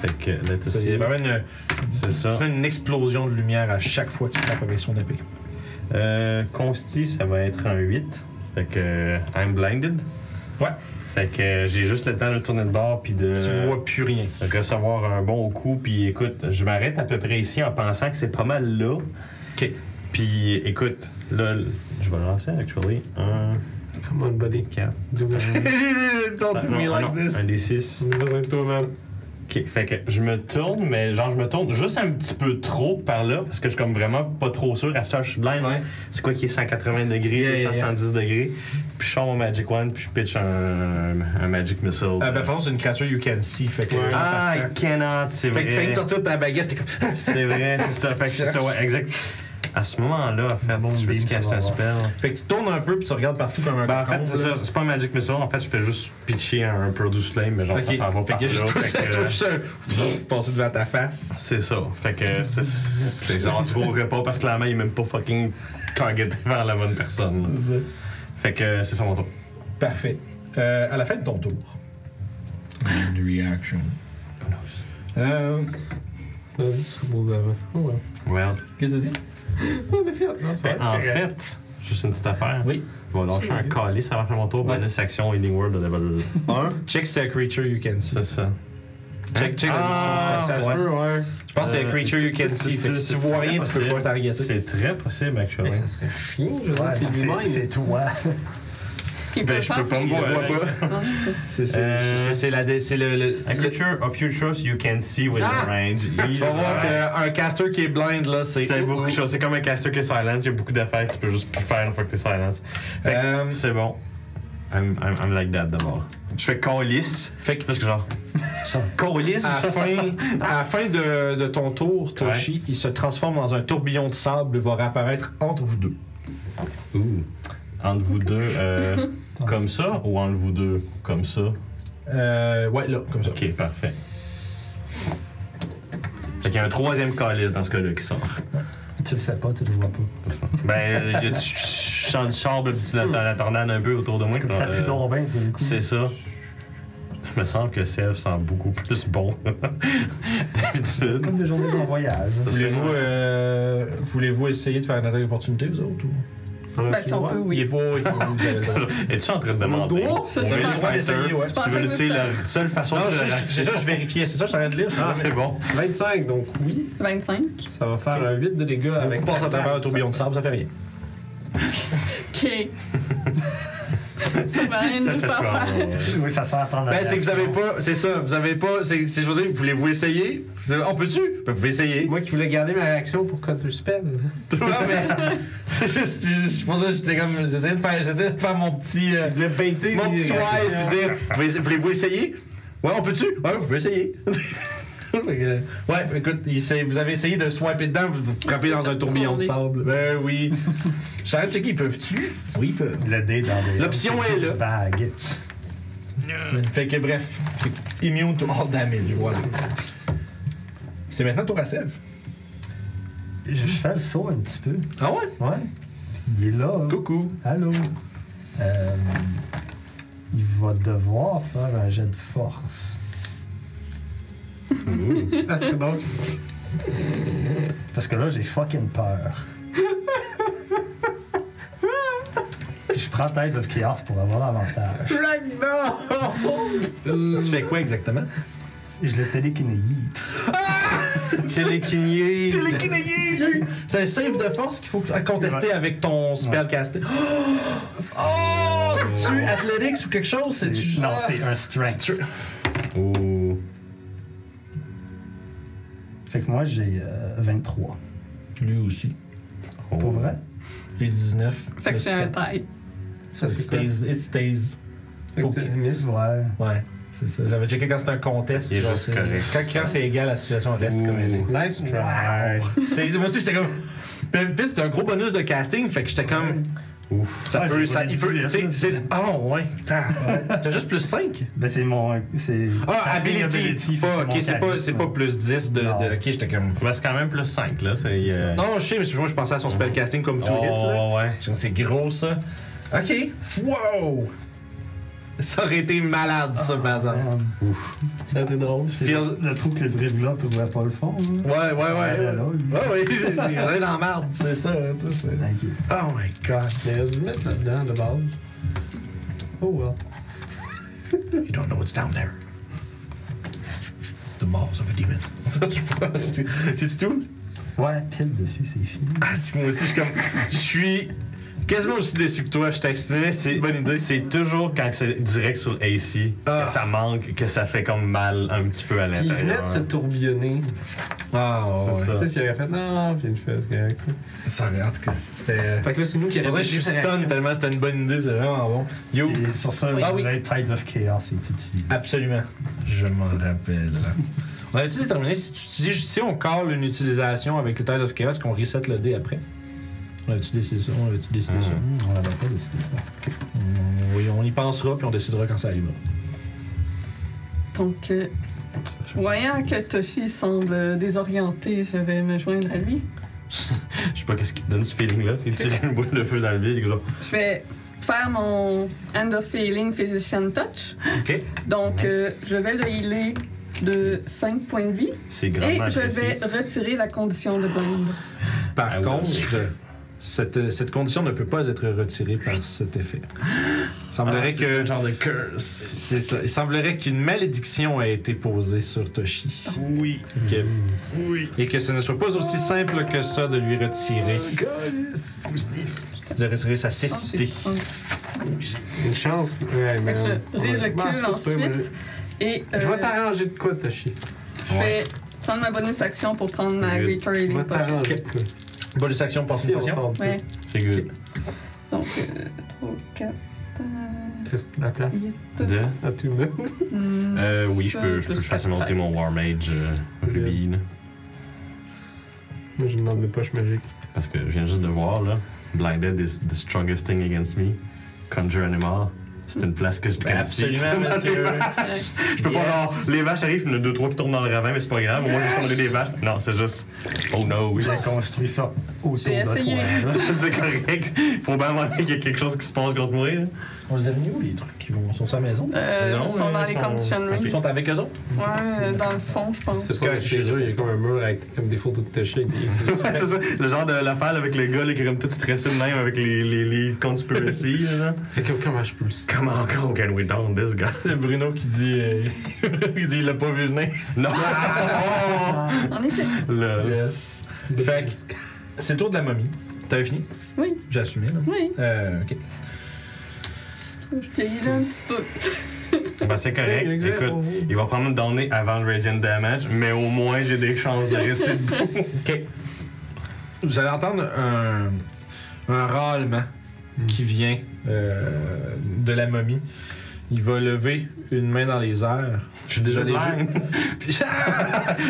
Fait que là, tu
C'est
sais.
vraiment une,
C'est ça.
c'est vraiment une explosion de lumière à chaque fois qu'il frappe avec son épée.
Euh, Consti, ça va être un 8. Fait que euh, I'm blinded.
Ouais.
Fait que euh, j'ai juste le temps de tourner de bord puis de
Tu vois plus rien.
recevoir un bon coup. Puis écoute, je m'arrête à peu près ici en pensant que c'est pas mal là.
Ok.
Puis écoute, là, je vais le lancer, actually. Un,
Come on, buddy.
quatre.
Double.
Ah,
Don't
non, ah, non, Un des six.
On a besoin de toi, man.
Ok, fait que je me tourne, mais genre je me tourne juste un petit peu trop par là, parce que je suis comme vraiment pas trop sûr. À ça, je suis blind.
Ouais.
C'est quoi qui est 180 degrés,
Yeah, yeah,
170 degrés. Puis je sors mon Magic Wand, puis je pitch un, un Magic Missile.
Ah, ben, par contre, c'est une créature you can see. Fait que.
Ouais.
ah, I cannot, c'est
Fait
vrai.
que tu fais une sortie de ta baguette, t'es comme. ah.
C'est vrai, c'est ça. Fait que c'est ça, ouais, exact. À ce moment-là, en fait,
Ah Bon
je vais
beam,
casser
ça va
un spell.
Fait que tu tournes un peu puis tu regardes partout comme un
Ben, en fait,
con,
c'est
là.
ça. C'est pas un Magic Missile. En fait, je fais juste pitcher un Produce Flame, mais genre,
Ok.
ça s'en va
fait
par
que
là.
je touche
fait que-
passer devant ta face.
C'est ça. Fait que c'est- c'est genre, tu courrais pas parce que la main est même pas fucking targetée vers la bonne personne. là. Fait que euh, c'est ça mon tour.
Parfait. Euh, à la fin de ton tour. Une reaction. Euh,
On a dit ce beau d'avant. Oh, ouais.
Well,
Qu'est-ce que t'as dit?
Oh, le fiat. Non, ça va.
en fait, juste une petite affaire.
Oui.
Je vais lâcher un calice ça va faire mon tour.
Ouais.
Bonus action Healing Word de level.
Check si c'est a creature you can see.
C'est ça.
Check, check la
Ah,
description. Ça se
ouais.
peut.
Ouais, ouais.
Je pense que c'est a
Euh,
creature you can see. Fait que si tu vois rien, tu peux pas targeter.
C'est très possible, actually.
Mais ça serait chien, je veux dire,
Ouais,
c'est lui-même.
c'est- C'est toi.
Ce qui
Ben,
peut
je peux pas
faire,
me
Tu
voir.
vois pas. C'est c'est-
Euh,
c'est- c'est la dé- c'est le. le-
A
le-
creature of your choice you can see within
Ah!
range.
Tu vas voir qu'un caster qui est blind là, c'est.
C'est beaucoup de choses. C'est comme un caster qui est silence. Il y a beaucoup d'affaires que tu peux juste plus faire une fois que t'es silence. Fait que
Euh,
c'est bon. I'm, I'm, I'm like that d'abord. Je fais calice.
Fait que
Parce que genre. ça, Calice.
à la fin, à la fin de, de ton tour, Toshi, il se transforme dans un tourbillon de sable et va réapparaître entre vous deux.
Ouh. Entre vous deux, euh, comme ça ou entre vous deux, comme ça?
Euh, ouais, là, comme ça.
Ok, parfait. Fait qu'il y a un troisième calice dans ce cas-là qui sort.
tu le sais pas, tu le vois pas.
Ben, il y a du ch- chant de sable, le petit- la, la tornade un peu autour de moi.
Comme ça
Euh,
pue donc bien d'un coup.
C'est ça. Il me semble que Sev sent beaucoup plus bon d'habitude.
Comme des journées en voyage.
Voulez-vous euh, voulez-vous essayer de faire une attaque d'opportunité, vous autres? ou-
On
Ben,
a-tu
si
le
on
droit?
peut,
Il est
oui.
pas. il- vous avez raison.
Es-tu en train de demander?
droit,
ça,
On
c'est
veut
pas
le
grave.
fighter.
D'essayer, ouais.
Je
Tu
pensais
veux
que
l'utiliser
c'était
la seule façon
Non,
de
je-
le
je- c'est ça, je vérifiais. C'est ça, je suis en train de lire.
Ah, c'est bon.
25, donc oui.
25.
Ça va faire un 8 de dégâts avec.
On passe à travers un tourbillon de sable, ça fait rien.
OK. ça va rien
Ça
nous
te
faire faire.
Oui, ça sert à prendre la
Ben, c'est que vous avez
réaction.
pas. C'est ça, vous avez pas. C'est c'est- je veux dire, voulez-vous essayer? Vous avez- On peut-tu? Ben, vous pouvez essayer.
Moi qui voulais garder ma réaction pour counter spell.
Non, mais. C'est juste. Je pense que j'étais comme. J'essayais de faire, j'essayais de faire mon petit. euh,
voulais baiter.
mon petit wise puis dire Voulez- voulez-vous essayer ouais on peut-tu ouais vous pouvez essayer Fait que, ouais écoute il s'est- vous avez essayé de swiper dedans vous vous frappez dans un tourbillon de sable ben oui j'arrête de checker ils peuvent tu oui ils peuvent
Le dé dans des.
L'option est là.
Bague.
fait que bref immune to all damage voilà c'est maintenant tour à Sev
Je je fais le saut un petit peu.
ah ouais
Ouais. Il est là. hein.
coucou
Allô? Euh, il va devoir faire un jet de force.
Ah, c'est donc. c'est-
Parce que là, j'ai fucking peur. Puis je prends Tête of Chaos pour avoir l'avantage.
tu fais quoi exactement
Je le télékinésie.
Télékiné.
Télékinésie! c'est un save de force qu'il faut contester
Ouais.
avec ton spellcaster oh c'est-tu athletics ou quelque chose c'est-tu
Non, c'est un strength.
Stre-
Oh.
Fait que moi, j'ai euh, 23.
Lui aussi.
oh.
Pour vrai?
J'ai 19.
Fait que c'est un
temps.
taille.
Ça
It
fait quoi?
stays. It stays.
Fait que
Faut
c'est
que-
un miss.
Ouais.
Ouais, c'est ça. J'avais checké quand c'est un contest.
Il est
genre,
juste
c'est-
correct.
Quand, quand c'est égal, la situation reste comme elle est.
Nice try.
C'est- Moi aussi, j'étais comme. Puis puis c'était un gros bonus de casting, fait que j'étais comme.
Ouf.
Ça
Ouais,
peut.
j'ai
Ça,
pas
il peut.
dit,
tu sais,
hein.
c'est- Ah oh, ouais, putain. T'as juste plus 5?
Ben, c'est mon. c'est-
Ah,
Casting
ability.
ability,
Pas,
mon
ok, c'est pas,
charisme.
c'est pas plus 10 de. de-
Non.
ok, j'étais comme.
Mais c'est quand même plus 5, là. C'est. euh,
Non, je sais, mais c'est- moi, je pensais à son spell casting comme tout
oh,
hit, là.
ouais.
J'aime, C'est gros ça. Ok. Wow! Ça aurait été malade ça, par exemple.
Euh,
Ça a été drôle.
c'est-
Feel-
Je trouve que le dribble là trouverait pas le fond. hein.
Ouais, ouais, ouais.
là, là, oui.
Ouais, ouais, c'est c'est rien dans la merde, c'est ça. hein, tu sais, c'est-
Ok.
Oh my god.
Il aurait dû le mettre là-dedans de base. Oh well.
You don't know what's down there. The maws of a demon. Ça, tu vois, C'est tout?
Ouais, pile dessus, c'est fini.
Ah, c'est que moi aussi, je suis comme. Je suis quasiment aussi déçu que toi, je t'expliquais. C'est une bonne idée.
C'est toujours quand c'est direct sur AC
Ah.
que ça manque, que ça fait comme mal un petit peu à
Puis il
l'intérieur.
venait de se tourbillonner.
Ah,
C'est
ouais.
ça.
Tu sais, s'il aurait fait non, puis une chose correcte.
Ça aurait en tout cas, c'était.
Fait que là, c'est nous qui
On dirait que je suis stun tellement c'était une bonne idée, c'est vraiment bon. Yo!
Et sur ça,
Oui.
le
Ah oui.
Tides of Chaos est utilisé.
Absolument. Je m'en rappelle. On avait-tu déterminé si tu utilises, si on call une utilisation avec le Tide of Chaos, qu'on reset le dé après? On avait-tu décidé ça? Hmm, On avait-tu décidé ça?
Hum, on avait pas décidé ça.
On- oui, on y pensera, puis on décidera quand ça arrivera.
Donc, euh, voyant que Toshi semble désorienté, je vais me joindre à lui.
Je sais pas qu'est-ce qui te donne ce feeling-là. Tu tires une boule de feu dans le vide, gros.
Je vais faire mon Hand of Healing Physician Touch.
OK.
Donc,
Nice.
euh, je vais le healer de 5 points de vie
C'est
et
grandement
je vais
apprécié.
retirer la condition de blind.
Par
Ah oui.
contre, cette, cette condition ne peut pas être retirée par cet effet. Il semblerait que.
Ah, genre de curse.
C'est ça. Il semblerait qu'une malédiction a été posée sur Toshi.
Oui.
Que-
Oui.
Et que ce ne soit pas aussi simple que ça de lui retirer, de retirer sa cécité.
Ah,
Oh,
Une chance. Ouais, mais.
Fait que je
ouais.
recule
Bon, c'est pas super, moi, je-
j'ai- Et euh,
Je vais t'arranger de quoi, Toshi?
je vais prendre ma bonus action pour prendre ma
Good.
Greater
Je
Healing
vais
Potion.
t'arranger de quoi?
Bonus action, passe
Si
une
on
potion.
sort de ça.
Ouais.
C'est good.
Donc, euh, 3, 4, euh,
Reste de la place
8.
De?
à tout le monde.
Euh, oui, je peux, je peux
Plus
facilement
quatre,
monter mon
cinq.
War Mage euh, Ruby, là.
Moi, j'ai une lampe de poche magique.
Parce que je viens juste de voir, là. Blinded is the strongest thing against me. Conjure Animal. C'est une place que je
Ben,
connaissais.
absolument, monsieur.
Je peux pas, genre,
Yes.
les vaches arrivent, il y en a deux, trois qui tournent dans le ravin, mais c'est pas grave. Au moins, je sens des vaches. Non, c'est juste. Oh no.
Ah,
J'ai construit ça autour
J'ai
de toi.
essayé.
hein.
c'est correct. Faut bien demander qu'il y a quelque chose qui se passe contre moi, là.
On les a venus où, les trucs qui vont? Sont à la maison?
Euh,
Non,
ils sont
mais
dans les
ils sont-
conditionneries.
Ils sont avec eux autres?
Ouais, euh, dans le fond, je pense.
C'est pas que chez eux, il y a comme un mur avec comme des photos de Toshi avec des X dessus.
Ouais, c'est ça. Le genre de l'affaire là, avec le gars là, qui est comme tout stressé de même avec les, les, les conspiracies. là.
Fait que comment je peux le scorer?
Comment encore can we down this guy?
C'est Bruno qui dit... il dit il l'a pas vu venir.
Non!
En effet.
Le-
Yes. Fait que c'est le tour de la momie. T'avais fini?
Oui,
J'ai assumé, là.
oui.
Euh, OK.
Je t'ai healé un petit peu.
Ben, c'est
C'est
correct.
exact.
Écoute, il va prendre me donner avant le Radiant Damage, mais au moins j'ai des chances de rester debout.
OK. Vous allez entendre un, un râlement qui vient euh, de la momie. Il va lever une main dans les airs. Je suis désolé. je- Puis-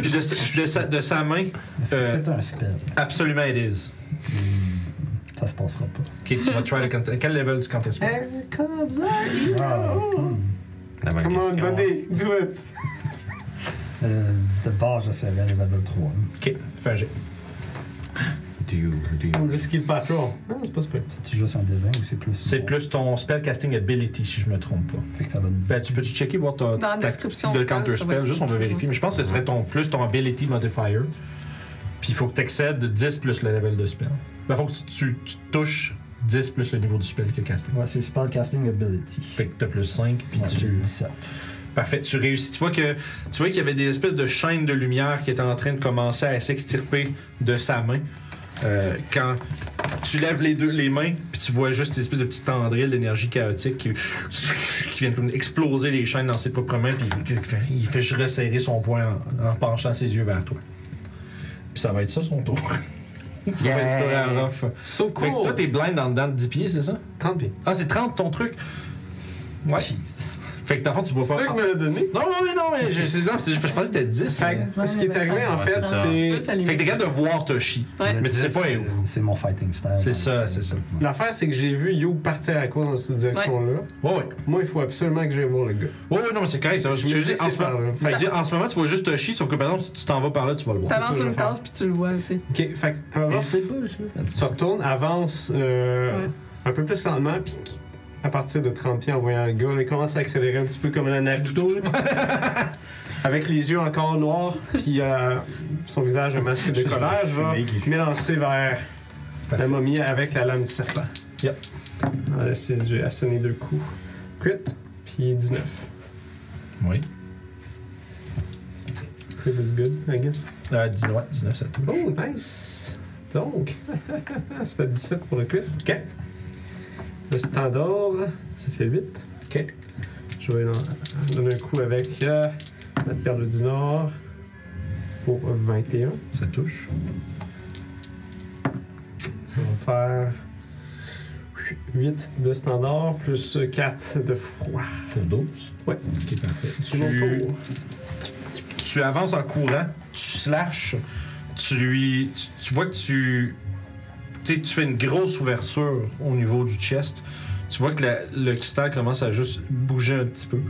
Puis de, de sa, de sa main,
Est-ce que
Euh.
C'est un spell.
absolument it is.
Ça se passera pas.
OK, tu vas try to contest. Quel level tu contestes?
Here comes our
Ah, hum.
La bonne
Come on,
question.
buddy, do it!
Euh, de base, j'essaierai le level 3.
OK, fais un jet.
Do you, do
On
you-
dit skill patrol. Non, Ah, c'est pas super.
C'est juste un devin ou c'est plus
C'est plus ton spellcasting ability, si je me trompe pas.
Fait que ça donne.
Ben, tu peux-tu checker, voir ta,
Dans la
ta-
description,
de
je pense,
counter
ça va
spell,
être-
juste on veut vérifier. Mais je pense que ce serait ton plus ton ability modifier. Puis il faut que tu excèdes 10 plus le level de spell. Ben, faut que tu, tu- tu touches 10 plus le niveau du spell que casté.
Ouais, c'est Spellcasting Ability.
Fait que t'as plus 5, puis
Ouais, j'ai
tu...
eu 17.
Parfait, tu réussis. Tu vois que tu vois qu'il y avait des espèces de chaînes de lumière qui étaient en train de commencer à s'extirper de sa main. Euh, quand tu lèves les deux les mains, puis tu vois juste une espèce de petit tendril d'énergie chaotique qui, qui vient comme exploser les chaînes dans ses propres mains, puis qui fait- il fait juste resserrer son poing en, en penchant ses yeux vers toi. Puis ça va être ça son tour. ça va être toi, Arof.
So cool!
Fait que toi, t'es blind en dedans de 10 pieds, c'est ça?
30 pieds.
Ah, c'est 30 ton truc? Ouais. Fait que dans le fond, tu vois pas.
C'est toi qui me l'as donné.
Non, non, mais non, mais je, c'est- non, c'est- je pensais que c'était 10.
Fait
mais-
que ce qui est arrivé, en
Ouais,
fait,
c'est ça.
c'est.
Juste à la
Fait que t'es
limite.
capable de voir Toshi.
Ouais.
Mais tu sais pas où.
C'est mon fighting style.
C'est ça, c'est ça.
L'affaire, c'est que j'ai vu You partir à la course dans cette direction-là.
Ouais, ouais.
Moi, il faut absolument que j'aille voir le gars.
Ouais, ouais, non, mais c'est correct. ça. Je,
me
je dis,
dis,
en
c'est
ce
par
moment,
là.
fait que je dis, en ce moment, tu vois juste Toshi, sauf que par exemple, si tu t'en vas par là, tu vas le voir.
ça,
T'avances
je vais
une
faire.
case puis tu le vois, c'est.
Ok, fait que. on va-
pas, ça.
Tu retournes, avance euh,
Ouais.
un peu plus lentement, puis à partir de 30 pieds en voyant le gars, là, il commence à accélérer un petit peu comme un Naruto. là. Avec les yeux encore noirs, puis euh, son visage un masque de colère, je vais m'élancer vers la
Parfait.
momie avec la lame du serpent.
Yep.
Euh, C'est du à sonner deux coups. Crit, puis 19.
Oui.
Crit is good, I guess.
Euh, 19, ouais, 19, ça touche.
Oh, nice! Donc, ça fait 17 pour le crit.
Ok.
Le standard, ça fait 8.
Ok.
Je vais en- donner un coup avec euh, la perle du Nord pour 21.
Ça touche.
Ça va faire 8 de standard plus 4 de froid.
Pour 12.
Ouais.
Ok, parfait.
C'est mon
Tu,
tour.
tu avances en courant, tu slashes, tu lui. Tu, tu vois que tu. Tu sais, tu fais une grosse ouverture au niveau du chest. Tu vois que la- le cristal commence à juste bouger un petit peu.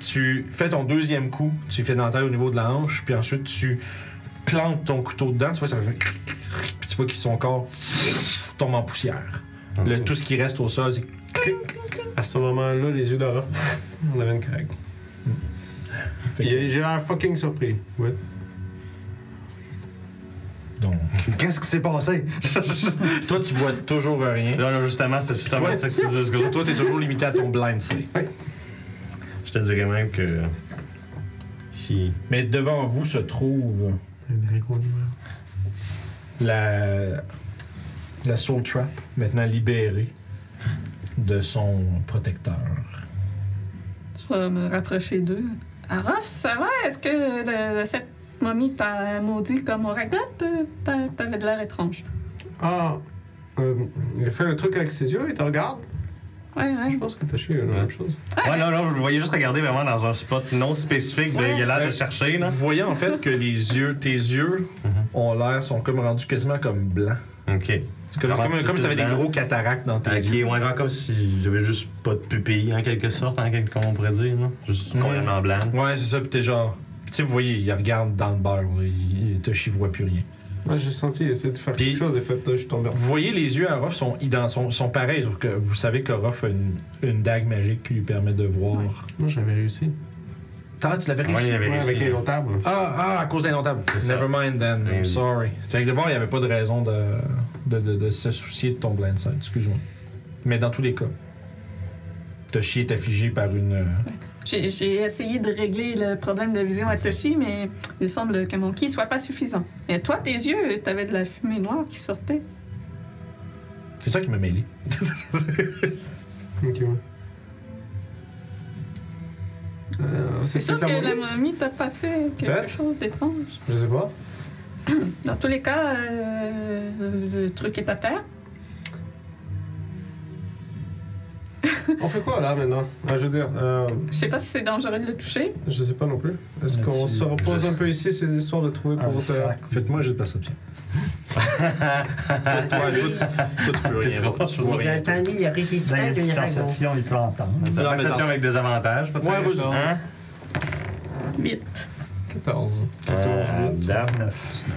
Tu fais ton deuxième coup, tu fais dentaire au niveau de la hanche, puis ensuite tu plantes ton couteau dedans, tu vois, ça fait. Puis tu vois que son corps tombe en poussière. Le, tout ce qui reste au sol, c'est.
À ce moment-là, les yeux d'Orof, on avait une craque.
Fait
Puis euh, j'ai l'air fucking surpris. Ouais.
Donc,
Qu'est-ce qui s'est passé?
toi, tu vois toujours rien.
Là, là, justement, c'est justement
Ouais.
ça que tu dis, ce gars.
Toi, t'es toujours limité à ton blind sight.
Je te dirais même que. Si.
Mais devant vous se trouve
Un dragon noir.
la, la Soul Trap, maintenant libérée de son protecteur.
Je vais me rapprocher d'eux. Arof, ça va? Est-ce que le- cette momie t'a maudit comme Oragotte? T'a- T'avais de l'air étrange.
Ah, euh, il a fait le truc avec ses yeux, il te regarde.
Ouais, ouais.
Je pense que t'as chié la même chose.
Ouais, non, non, vous le voyez juste regarder vraiment dans un spot non spécifique de
Ouais.
galère de
Ouais.
chercher, là.
Vous voyez en fait que les yeux, tes yeux
Mhm.
ont l'air, sont comme rendus quasiment comme blancs.
Ok.
C'est comme,
Vraiment
comme,
tout
comme si t'avais des
blanc.
gros cataractes dans tes
Ok,
yeux.
ouais, genre comme si j'avais juste pas de pupille, en quelque sorte, en quelque, comme on pourrait dire, là. Juste
Mhm.
complètement blanc.
Ouais, c'est ça, pis t'es genre. pis tu sais, vous voyez, il regarde dans le beurre, là, il, il te chie, voit plus rien.
Ouais, j'ai senti, il essayait de faire
Puis-
quelque chose, et fait, je suis tombé.
Vous voyez, les yeux à Ruff sont, ident- sont, sont pareils, sauf que vous savez qu'Orof a une, une dague magique qui lui permet de voir.
Ouais. Moi, j'avais réussi.
Ah, tu l'avais
Ouais,
réussi?
il avait
Ouais,
réussi.
avec les longs tables.
Ah, ah, à cause d'un notable.
C'est ça.
Never mind then.
Eh
I'm
oui.
sorry. Fait que d'abord, il n'y avait pas de raison de, de, de- de se soucier de ton blind side, excuse-moi. Mais dans tous les cas, Toshi est affligé par une. euh,
J'ai j'ai essayé de régler le problème de vision à Toshi, mais il semble que mon ki soit pas suffisant. Et toi, tes yeux, t'avais de la fumée noire qui sortait.
C'est ça qui m'a mêlé.
Ok, ouais. Euh,
C'est sûr
peut-être
que
la momie?
la momie t'a pas fait quelque
Peut-être.
chose d'étrange.
Je sais pas.
Dans tous les cas, euh, le truc est à terre.
On fait quoi là maintenant Ah, Je veux dire, euh,
Je sais pas si c'est dangereux de le toucher.
je sais pas non plus. Est-ce
Mais
qu'on
tu-
se repose
je
un
sais.
peu ici, ces histoires de trouver pour
Un
votre.
sac.
Faites-moi juste de perception. toi, toi, toi, tu- toi, tu peux rien voir. Tu vois rien.
il a réussi
Dans
Ben,
les petites perceptions, il peut entendre.
C'est
Non, mais
une perception
dans-
avec des avantages, peut-être.
Ouais, vas-y.
Hein?
Vite.
14.
Euh, dame.
19.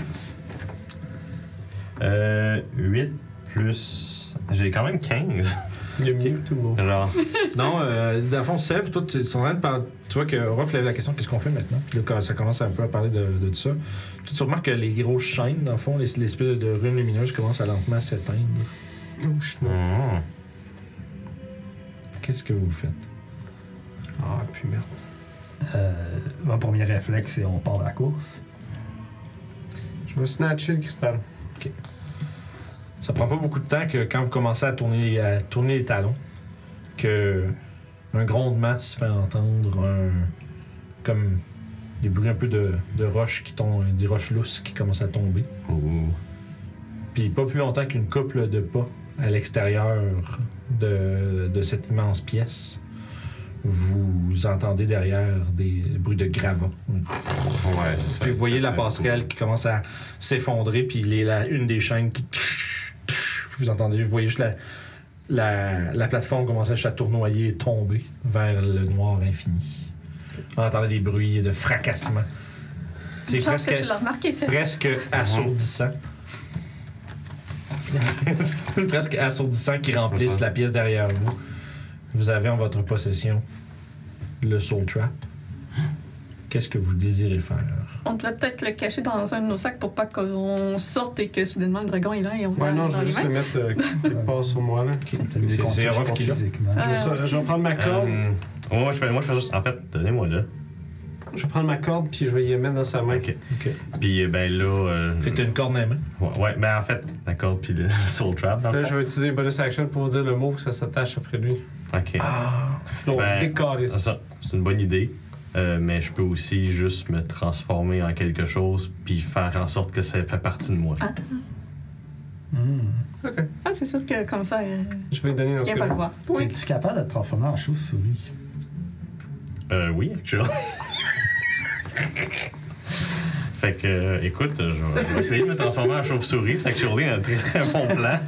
Euh, 8 plus. J'ai quand même 15.
Il y a mieux que tout le monde.
Genre.
Non, euh, dans le fond, Sev, toi, tu, tu es en train de par- tu vois que Ruff lève la question qu'est-ce qu'on fait maintenant Puis là, quand ça commence un peu à parler de, de ça. Tu te remarques que les grosses chaînes, dans le fond, les, les espèces de runes lumineuses commencent à lentement s'éteindre.
Oh, je suis-
Mhm.
Qu'est-ce que vous faites
Ah, puis merde.
Euh, mon premier réflexe, c'est on part à la course.
Je vais snatcher le cristal.
Ça prend pas beaucoup de temps que quand vous commencez à tourner, à tourner les talons, que un grondement se fait entendre, un, comme des bruits un peu de, de roches qui tombent, des roches lousses qui commencent à tomber. Puis pas plus longtemps qu'une couple de pas à l'extérieur de, de cette immense pièce, vous entendez derrière des bruits de gravats.
Ouais, c'est ça.
Puis vous voyez la
Ça, c'est
passerelle qui commence à s'effondrer, puis les- la- une des chaînes qui. tch, tch, Vous entendez, vous voyez juste la, la, la plateforme commencer juste à tournoyer et tomber vers le noir infini. On entendait des bruits de fracassement. C'est
Je pense
presque,
que tu l'as remarqué, ça.
presque assourdissant. presque assourdissant qui remplissent la pièce derrière vous. Vous avez en votre possession le Soul Trap. Qu'est-ce que vous désirez faire?
On devrait peut-être le cacher dans un de nos sacs pour pas qu'on sorte et que soudainement le dragon est là et on va
Ouais, non, je
dans
vais
les
juste le
mains.
mettre euh, quelque part sur moi. Là.
T'as mieux
C'est-
qu'on
c'est
touche
Orof
pas
qui l'a.
physiquement.
Je, vais, ça- je vais prendre ma corde.
Euh, moi, je fais, moi, je fais juste. En fait, donnez-moi là.
Je vais prendre ma corde puis je vais y la mettre dans sa main.
Ok. Puis, euh, ben là. euh,
Fait que t'as une corne à la main.
ouais, ouais, ben en fait, la corde puis le soul trap dans
Là,
le
je
fond.
vais utiliser bonus action pour vous dire le mot que ça s'attache après lui.
Ok.
Donc,
Ben,
décoller
C'est
ça.
ça. C'est une bonne idée. Euh, mais je peux aussi juste me transformer en quelque chose puis faire en sorte que ça fait partie de moi.
Ah.
Hmm.
Ok.
Ah, c'est sûr que comme ça, euh,
Je vais lui donner dans ce
il va le
cas-là.
voir.
Es-tu capable de te transformer en chauve-souris?
Euh, oui, actuellement. fait que, euh, écoute, je vais, je vais essayer de me transformer en chauve-souris. C'est actually un très très bon plan.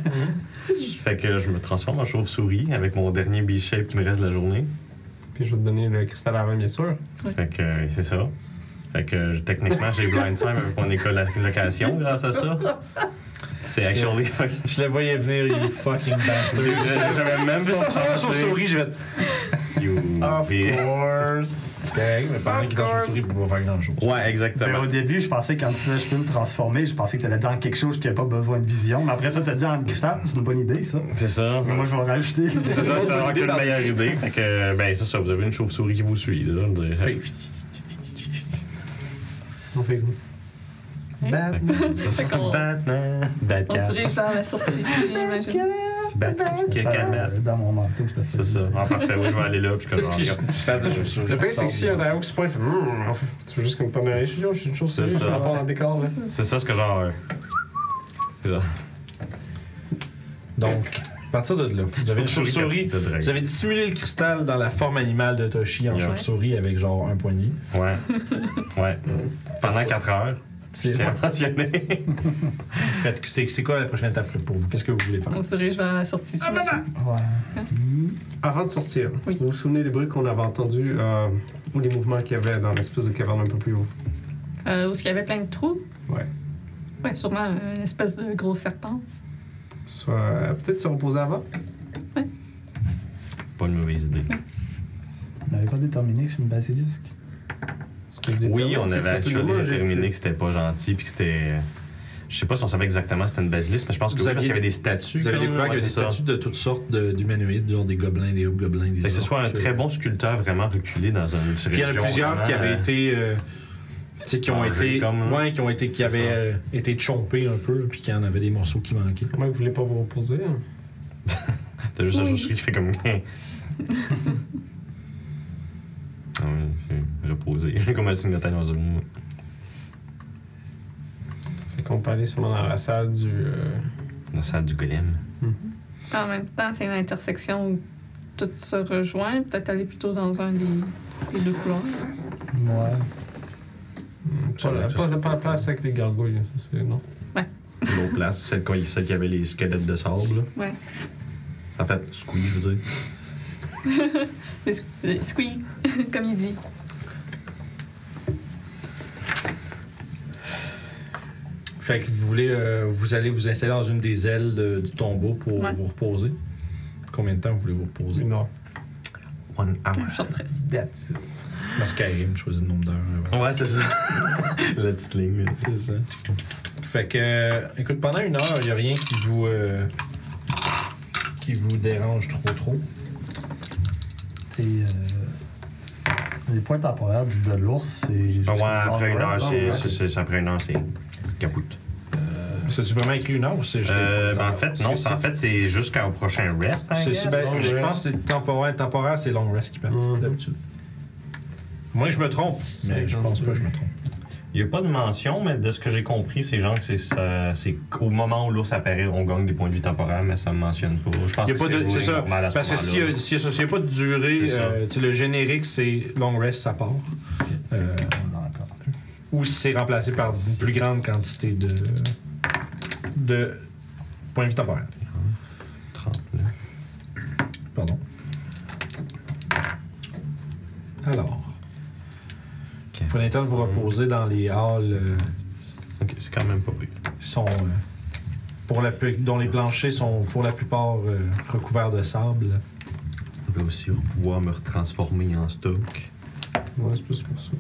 fait que je me transforme en chauve-souris avec mon dernier B-shape qui me reste de la journée.
Puis je vais te donner le cristal avant, bien sûr.
Fait que euh, c'est ça. Fait que euh, techniquement, j'ai blind time avec mon école à location grâce à ça. C'est actually.
Je le voyais venir, you fucking bastard.
J'avais même
Je vais
pas
transformer en
pensé.
chauve-souris, je vais être.
You bitch.
course!
Correct, mais pendant qu'il est en chauve-souris, il peut pas faire grand-chose.
Ouais,
Ben, au
exactement.
début, je pensais quand tu disais je peux me transformer, je pensais que t'allais dire en quelque chose qui n'a pas besoin de vision. Mais après ça, t'as dit en cristal, c'est une bonne idée ça.
C'est ça.
Mais moi, je vais en rajouter.
C'est ça, c'est vraiment que une meilleure idée. Fait que, euh, ben, c'est ça, vous avez une chauve-souris qui vous suit, là, je veux dire.
On fait go.
Batman, ça
Fait
c'est
qu'on-
Batman,
On
Batman,
se dirige vers la sortie. j'imagine.
c'est Batman, qui est
Euh,
Batman.
Dans mon manteau, je te fais.
C'est ça. Ah, parfait, oui, je vais aller là, puis comme, regarde.
Petite face de chauve-souris.
Le pire, c'est que si un dragon qui se pointe, il fait hmm. Brrr Tu veux juste comme t'en aller. Je suis je suis une chose
C'est
sérieuse, je
ça.
vais pas dans le décor. Là.
C'est ça, ce que genre. euh, c'est ça.
Donc, à partir de là, vous avez une chauve-souris.
de dragon.
Vous avez dissimulé le cristal dans la forme animale de Toshi en
Ouais.
chauve-souris avec genre un poignet.
Ouais. Ouais. Pendant 4 heures, je
C'est
tiens à mentionner.
Faites- c'est- c'est quoi la prochaine étape pour vous? Qu'est-ce que vous voulez faire?
On se dirige vers la sortie. j'imagine.
Ouais.
Avant de sortir,
Oui.
vous vous souvenez des bruits qu'on avait entendus euh, ou des mouvements qu'il y avait dans l'espèce de caverne un peu plus haut
Euh, où est-ce qu'il y avait plein de trous?
Ouais.
Ouais, sûrement euh, une espèce de gros serpent.
Soit, euh, Peut-être se reposer avant
Pas une mauvaise idée.
On n'avait pas déterminé que c'est une basilisque.
Parce que je
Oui,
détermine,
on
c'est que
avait
ça peut nous
actuellement
manger.
déterminé que c'était pas gentil, puis que c'était. Je sais pas si on savait exactement c'était une basilique, mais je pense que
Vous
oui, parce
aviez-
qu'il y avait des statues.
Vous avez
quand même,
découvert qu'il y a
ouais,
des
c'est ça.
statues de toutes sortes de- d'humanoïdes, genre des gobelins, des hobgoblins, des.
Fait que ce
orques,
soit un
euh,
très bon sculpteur vraiment reculé dans un
Puis il y en a plusieurs qui avaient été. euh, tu sais, qui ont
Ah,
été.
hein. comme-
ouais, qui ont été. qui
C'est
avaient
ça.
euh, été chompés un peu, puis qui en avaient des morceaux qui manquaient.
Comment vous voulez pas vous reposer hein?
T'as juste la
Oui.
chauve-souris qui fait comme. Ah oui, j'ai reposé. comme un signe de tête dans un mou.
Fait qu'on peut aller sûrement dans la salle du. euh,
Dans la salle du golem.
En même temps, c'est une intersection où tout se rejoint. Peut-être aller plutôt dans un des, des deux couloirs.
Ouais.
Pas, la- pas, pas la place avec les gargouilles, ça, c'est non.
L'autre place, celle, qu'on- celle qui avait les squelettes de sable. là.
Ouais.
En fait, squeeze, je veux dire.
Les squ- les squeeze, comme il dit.
Fait que vous voulez. euh, vous allez vous installer dans une des ailes de- du tombeau pour
Ouais.
vous reposer. Combien de temps vous voulez vous reposer?
Une heure.
One
Une
hour.
short rest.
That's it.
Parce qu'Arim choisit le nombre d'heures hein, avant.
Ouais, c'est ça. La petite ligne. là.
C'est ça. Fait que, euh, écoute, pendant une heure, il n'y a rien qui vous. euh, qui vous dérange trop trop. Euh,
C'est. euh, Les points temporaires du- de l'ours, c'est.
Ah
jusqu'au
Ouais, après une
lendemain,
heure,
ça,
c'est-
ouais.
c'est. c'est- Après une heure, c'est. Capoute.
Euh, C'est-tu vraiment écrit une heure ou c'est juste.
Euh, ben, en fait, non,
c'est
en fait, c'est jusqu'au prochain rest. hein, I
c'est-
guess.
c'est- ben,
long
je
rest.
pense que c'est temporaire. Temporaire, c'est long rest qui partent,
Mhm.
d'habitude. Moi, je me trompe, mais je pense pas que je me trompe.
Il n'y a pas de mention, mais de ce que j'ai compris, c'est genre que c'est ça- c'est au moment où l'ours apparaît, on gagne des points de vie temporaires, mais ça ne mentionne pas. Je pense
Il y a
que
pas de-
oui,
C'est ça.
normal à ce
Parce que s'il n'y
moment-là.
a, s'il y a ça- s'il y a pas de durée,
C'est ça.
euh, tu sais, le générique, c'est long rest, ça part. Euh, ou si c'est remplacé par une plus grande quantité de, de points de vie temporaires.
30, là.
Pardon. Alors, prenez le temps de vous reposer dans les halles euh,
Ok, c'est quand même pas pire.
qui sont, euh, pour la pu- dont les planchers sont pour la plupart euh, recouverts de sable.
Je vais aussi pouvoir me retransformer en stock.
Ouais, c'est plus pour ça.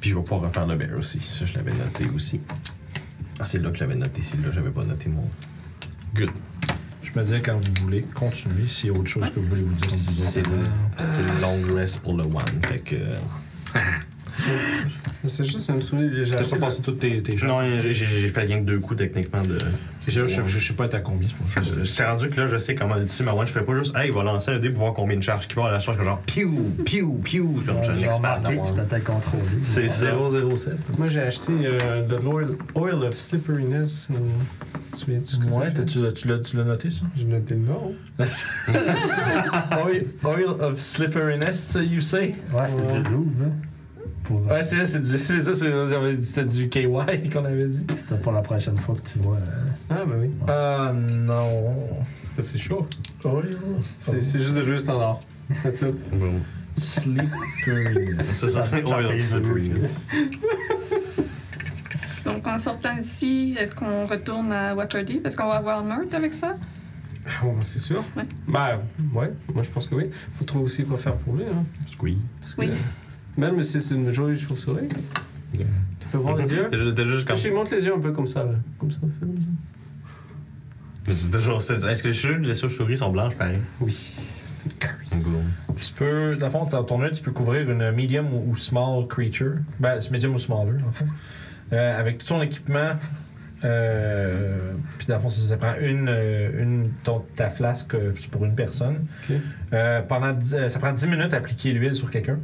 Puis je vais pouvoir refaire le bear aussi. Ça, je l'avais noté aussi. Ah, c'est là que je l'avais noté. C'est là que j'avais pas noté mon. Good.
Je me disais quand vous voulez, continuez. S'il y a autre chose que vous voulez vous dire, vous dites.
C'est le, c'est le long rest pour le one. Fait que. euh,
Mais C'est juste un souvenir léger.
T'as pas passé toutes tes, tes jets?
Non, j'ai, j'ai- j'ai fait rien que deux coups techniquement de.
Je, je, je sais pas être à combien, c'est pour ça.
Je suis rendu que là, je sais comment l'utiliser ma one. Je fais pas juste, hey, il va lancer un dé pour voir combien de charges qui va à la charge. Genre, piou, piou, piou. Comme je suis un
Genre,
expert de la
marqué, tu
one.
t'attaques contrôlé.
C'est ça.
007.
Moi, j'ai acheté euh, de l'oil Oil of Slipperiness. euh, Tu te souviens de ce que
Ouais,
j'ai
t'as- tu l'as- tu l'as tu l'as noté, ça?
J'ai noté le nom.
oil, oil of slipperiness, you say?
Ouais, c'était du lube. hein, Pour,
Ouais, c'est ça, c'est du- c'est ça, c'est- vous avez dit- c'était du KY qu'on avait dit.
C'était pour la prochaine fois que tu vois. euh,
Ah, bah oui.
Ah non.
Parce que c'est chaud.
Oil
C'est c'est juste de l'huile standard. That's it.
Boom.
slipperiness.
C'est ça, c'est oil slipperiness.
Donc, en sortant d'ici, est-ce qu'on retourne à Waterdeep? Est-ce qu'on va avoir Meurthe avec ça?
Ah, bon, c'est sûr.
Ouais.
Ben, ouais. Moi, je pense que oui. Faut trouver aussi quoi faire pour lui. Hein.
Squeeze.
Parce que,
Oui.
Même si c'est une jolie chauve-souris.
Yeah.
Tu peux voir les yeux.
T'as juste- t'as juste comme.
Je lui montre les yeux un peu comme ça. là. Comme ça. fais comme ça.
Mais c'est toujours ça. Est-ce que les cheveux les chauves-souris sont blanches pareil?
Oui. C'était le curse.
Boom.
Tu peux, dans le fond, dans ton œil, tu peux couvrir une medium ou ou small creature. Ben, c'est medium ou smaller, en fait. Euh, avec tout ton équipement, euh, puis dans le fond, ça, ça prend une, euh, une ton- ta flasque euh, c'est pour une personne.
Ok.
Euh, pendant, dix- euh, ça prend 10 minutes à appliquer l'huile sur quelqu'un.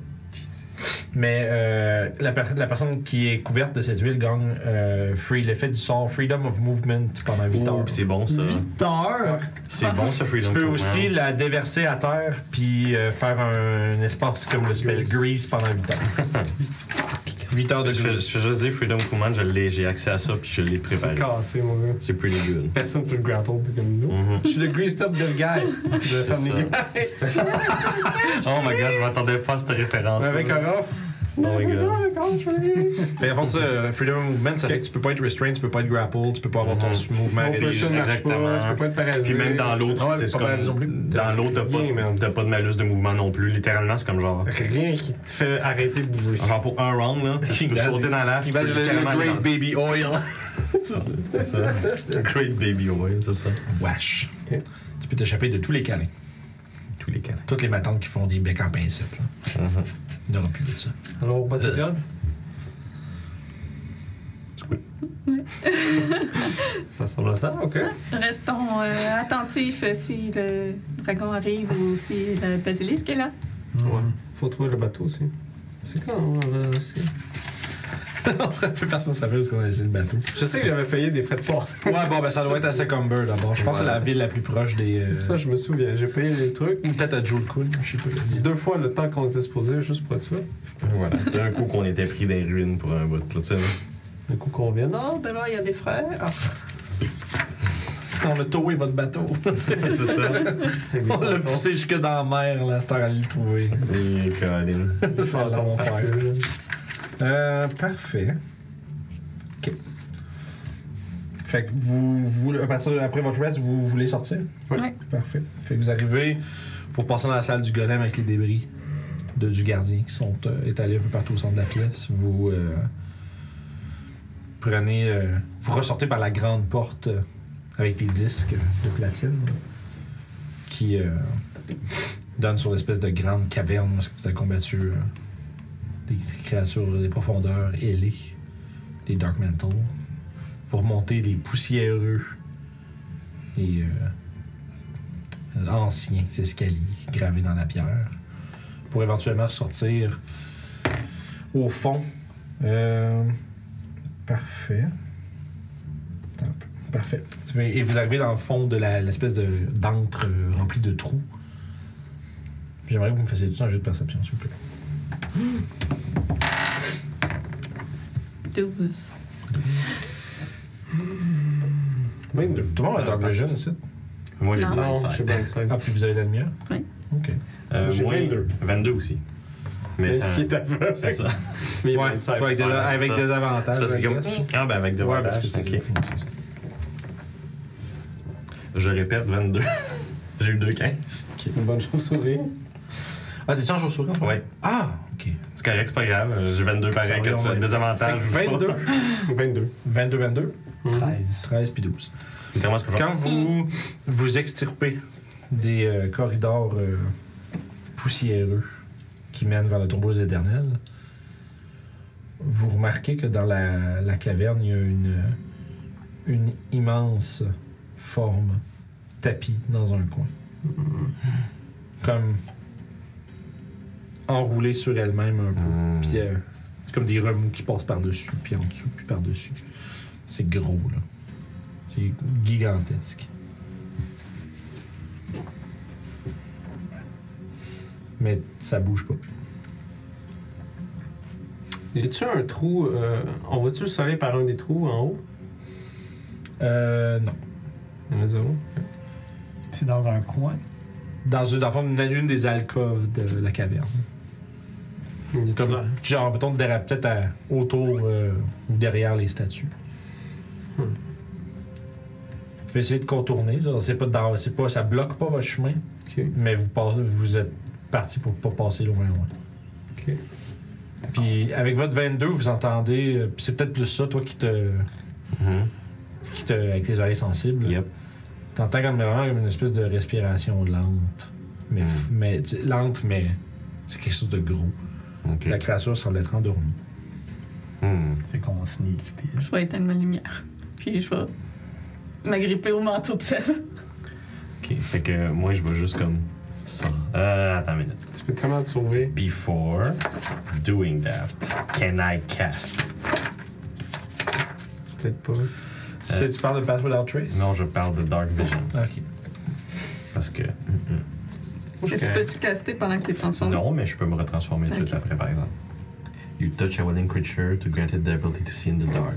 Mais euh, la, per- la personne qui est couverte de cette huile gagne euh, free, l'effet du sort Freedom of Movement pendant 8
Oh,
heures.
c'est bon ça.
Tard.
C'est bon ce freedom.
Tu peux
program.
aussi la déverser à terre puis euh, faire un espace comme le spell
Grease.
Grease pendant 8 heures. 8 heures de
Je fais, je fais
Grease.
juste dire Freedom Command, je l'ai- j'ai accès à ça puis je l'ai
C'est
préparé.
cassé, mon gars.
C'est pretty good.
Personne peut le grapple comme nous.
Mhm.
Je suis le greased up dead guy. De Family Guy.
Oh my god, je m'attendais pas à cette référence.
Avec un offre.
Oh my god.
Fait en fait, ça, euh, Freedom of Movement, ça fait que tu peux pas être restrained, tu peux pas être grappled, tu peux pas avoir ton
Mhm.
mouvement
Mon
réduit.
plus ça
Exactement.
marche pas, ça peut pas être paralysé.
Puis même dans l'autre,
Ouais,
c'est- c'est
pas mal non plus.
comme, dans l'autre, t'as
Rien,
pas,
man.
t'as pas de malus de mouvement non plus. Littéralement, c'est comme genre.
Rien qui te fait arrêter de bouger.
Genre pour un round, là, tu peux sauter dans l'air. tu
Il va
peux
le, le
littéralement
Great
dans-
Baby Oil.
C'est ça. Great baby, ouais, c'est ça.
Wesh.
Ok.
Tu peux t'échapper de tous les câlins.
Tous les canards.
Toutes les matantes qui font des becs en pincette. Là.
Mhm.
Il n'y aura plus de ça.
Alors,
Euh.
Buttercup, ça ressemble à ça, ok.
Restons euh, attentifs euh, si le dragon arrive ou si le basilisque est là.
Ouais. Faut trouver le bateau aussi. C'est quand, hein, là, c'est-
On serait plus personne ne savait où est-ce qu'on a laissé le bateau.
Je sais que j'avais payé des frais de port.
Ouais, bon, ben ça doit être à Succumber d'abord. Je pense que c'est la ville la plus proche des. euh,
Ça, je me souviens. J'ai payé des trucs.
Ou peut-être à Julkun, je sais pas.
Deux fois le temps qu'on était supposé, juste pour être sûr.
Voilà. D'un coup qu'on était pris dans les ruines pour un bout, là, tu sais. là.
Du coup, qu'on vient. Non, ben là, il y a des frais. Ah.
On a towé votre bateau.
C'est ça.
Avec des
On l'a
fantômes.
poussé jusque dans la mer, là, c'est à le trouver.
Et Colin.
Ça va mon père. Euh, parfait. Ok. Fait que vous, vous à partir, après votre rest, vous voulez sortir?
Ouais.
Ouais.
Parfait. Fait que vous arrivez, vous repassez dans la salle du golem avec les débris de, du gardien qui sont euh, étalés un peu partout au centre de la pièce. Vous euh, prenez, euh, vous ressortez par la grande porte euh, avec les disques de platine qui euh, donne sur l'espèce de grande caverne où est-ce que vous avez combattu euh, des créatures des profondeurs ailées, des Dark Mantle. Vous remontez les poussiéreux et euh, anciens escaliers gravés dans la pierre pour éventuellement sortir au fond. Euh, parfait. Attends un peu. Parfait. Et vous arrivez dans le fond de la- l'espèce de d'antre euh, rempli de trous. J'aimerais que vous me fassiez tout un jeu de perception, s'il vous plaît.
12.
Même
Tout le
Euh,
monde a Dark Vision ici.
Moi, j'ai
Non.
blind
Non,
sight.
je suis blind side.
Ah, puis vous avez de la lumière?
Oui.
OK.
Euh,
J'ai
moi,
22.
22 aussi. Mais
Même
ça-
ben, si t'es aveugle.
c'est ça.
Mais
Ouais,
blind side.
toi, avec, des,
Ouais, c'est
avec
ça.
des avantages.
C'est parce que
I
comme.
guess.
Ah, ben avec des
Ouais, parce que
avantages,
c'est
ok.
fou, c'est ça.
Je répète, 22. J'ai eu 2,15.
C'est une bonne chose sourire.
Ah, t'es-tu en jour sourire? toi?
Ouais.
Ah, OK.
C'est correct, c'est pas grave. Euh, J'ai 22 pareil,
Ça
que
va,
tu
on
as
est-
des
Fait
avantages.
que
ou pas.
22,
22.
22, 22,
13.
13 puis 12.
Comment est-ce que je
Quand vous vous extirpez des euh, corridors euh, poussiéreux qui mènent vers le tombeau des éternels, vous remarquez que dans la, la caverne, il y a une, une immense forme tapie dans un coin. Comme enroulée sur elle-même un peu.
Hmm.
Puis euh, c'est comme des remous qui passent par-dessus, puis en dessous, puis par-dessus. C'est gros, là. C'est gigantesque. Mais ça bouge pas plus.
Y a-tu un trou euh, On voit-tu le soleil par un des trous en haut
Euh, non.
Il y en a zéro.
C'est dans un coin.
Dans, une- dans le fond, une, une des alcôves de la caverne.
Il y a-tu
Comme,
l'air?
genre, mettons, derrière- peut-être à- autour euh, ou derrière les statues.
Hmm.
Vous pouvez essayer de contourner. ça. C'est pas, dans- c'est pas, ça bloque pas votre chemin.
Ok.
Mais vous, passez- vous êtes parti pour pas passer loin, loin.
Ok.
Puis avec votre 22, vous entendez. euh, puis c'est peut-être plus ça, toi, qui te.
Mhm.
Qui te avec tes oreilles sensibles.
Yep.
T'entends comme, vraiment comme une espèce de respiration lente. Mais, f- mais tu sais, lente, mais c'est quelque chose de gros.
Ok.
La créature semble être endormie.
Hmm.
Fait qu'on sneak. Puis
Je vais éteindre ma lumière. Puis je vais m'agripper au manteau de sel.
Ok. Fait que moi, je vais juste comme. Ça. Euh, attends une minute.
Tu peux tellement te sauver.
Before doing that, can I cast?
Peut-être pas.
C'est- Tu parles de Pass Without Trace?
Non, je parle de Dark Vision.
Ok.
Parce que.
Tu peux-tu caster pendant que tu es transformé?
Non, mais je peux me retransformer tout de suite
Ok.
après, par exemple. You touch a willing creature to grant it the ability to see in the dark.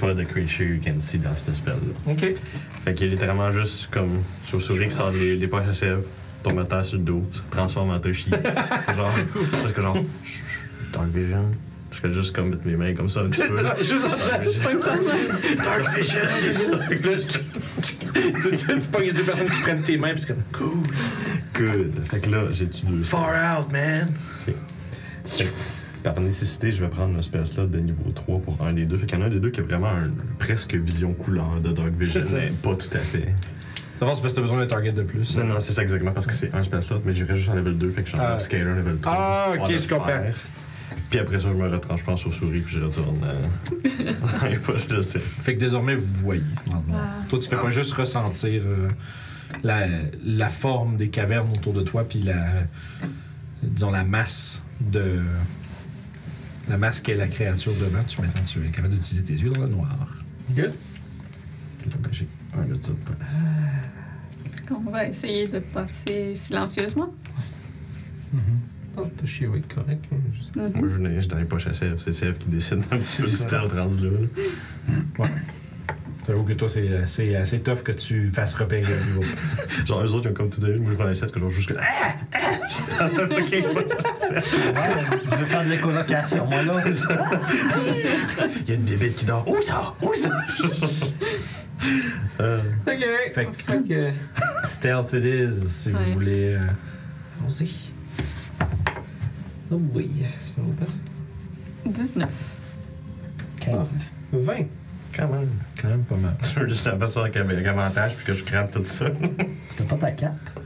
Pas de creature you can see dans cette spell-là.
Ok.
Fait qu'il est littéralement juste comme chauve-souris qui sort des, des poches à sève, tombe à terre sur le dos, se transforme en Toshi. genre, parce que genre, je- je- Dark Vision. Je fais juste comme mettre mes mains comme ça un petit peu.
Juste en
Dark Vision. Dark Vision! Dark Vision.
tu sais, tu pognes deux personnes qui prennent tes mains, puis c'est comme cool.
Good. Fait que là, j'ai-tu deux.
Far out, man.
Fait que Par nécessité, je vais prendre une espèce là de niveau 3 pour un des deux. Fait qu'il y en a un des deux qui a vraiment un- presque vision couleur de Dark Vision,
C'est ça.
mais pas tout à fait.
D'abord, c'est parce que t'as besoin d'un target de plus.
Non, non, c'est ça exactement, parce que c'est un space slot, mais j'irai juste en level 2, fait que je suis
Ah.
en upscaler en level 3.
Ah, ok, je comprends.
Puis après ça, je me retranche pas en souris, puis je retourne. Euh... dans les poches de ça.
Fait que désormais, vous voyez. dans le noir. Toi, tu fais pas juste ressentir euh, la, la forme des cavernes autour de toi, puis la, disons, la masse de. La masse qu'est la créature devant. Tu, maintenant, tu es capable d'utiliser tes yeux dans le noir.
Good.
Ben, J'ai un de tout.
On va essayer de passer silencieusement.
Oh, t'as chié, oui, correct. hein, je sais.
Moi, je n'ai- je suis dans les poches à Sèvres. C'est Sèvres qui décide un petit peu si t'es rendu là. là.
J'avoue que toi, c'est assez, assez tough que tu fasses repérer le niveau.
Genre, eux autres, ils ont comme tout donné. Moi, je prends les 7 que genre, juste que. Ah! Ah! J'étais dans la fucking poche.
Ouais, je veux faire de l'écolocation, moi là.
Il y a une bébête qui dort. Où ça? Où ça? Euh,
Ok.
Fait
Fait
que-
que.
Stealth it is, si vous
Ouais.
voulez. euh,
Allons-y. Oh oui, ça fait longtemps.
19.
15.
20.
quand même.
quand même pas mal.
Tu veux juste la faire ça avec, avec avantage puis que je crame tout ça?
T'as pas ta cape?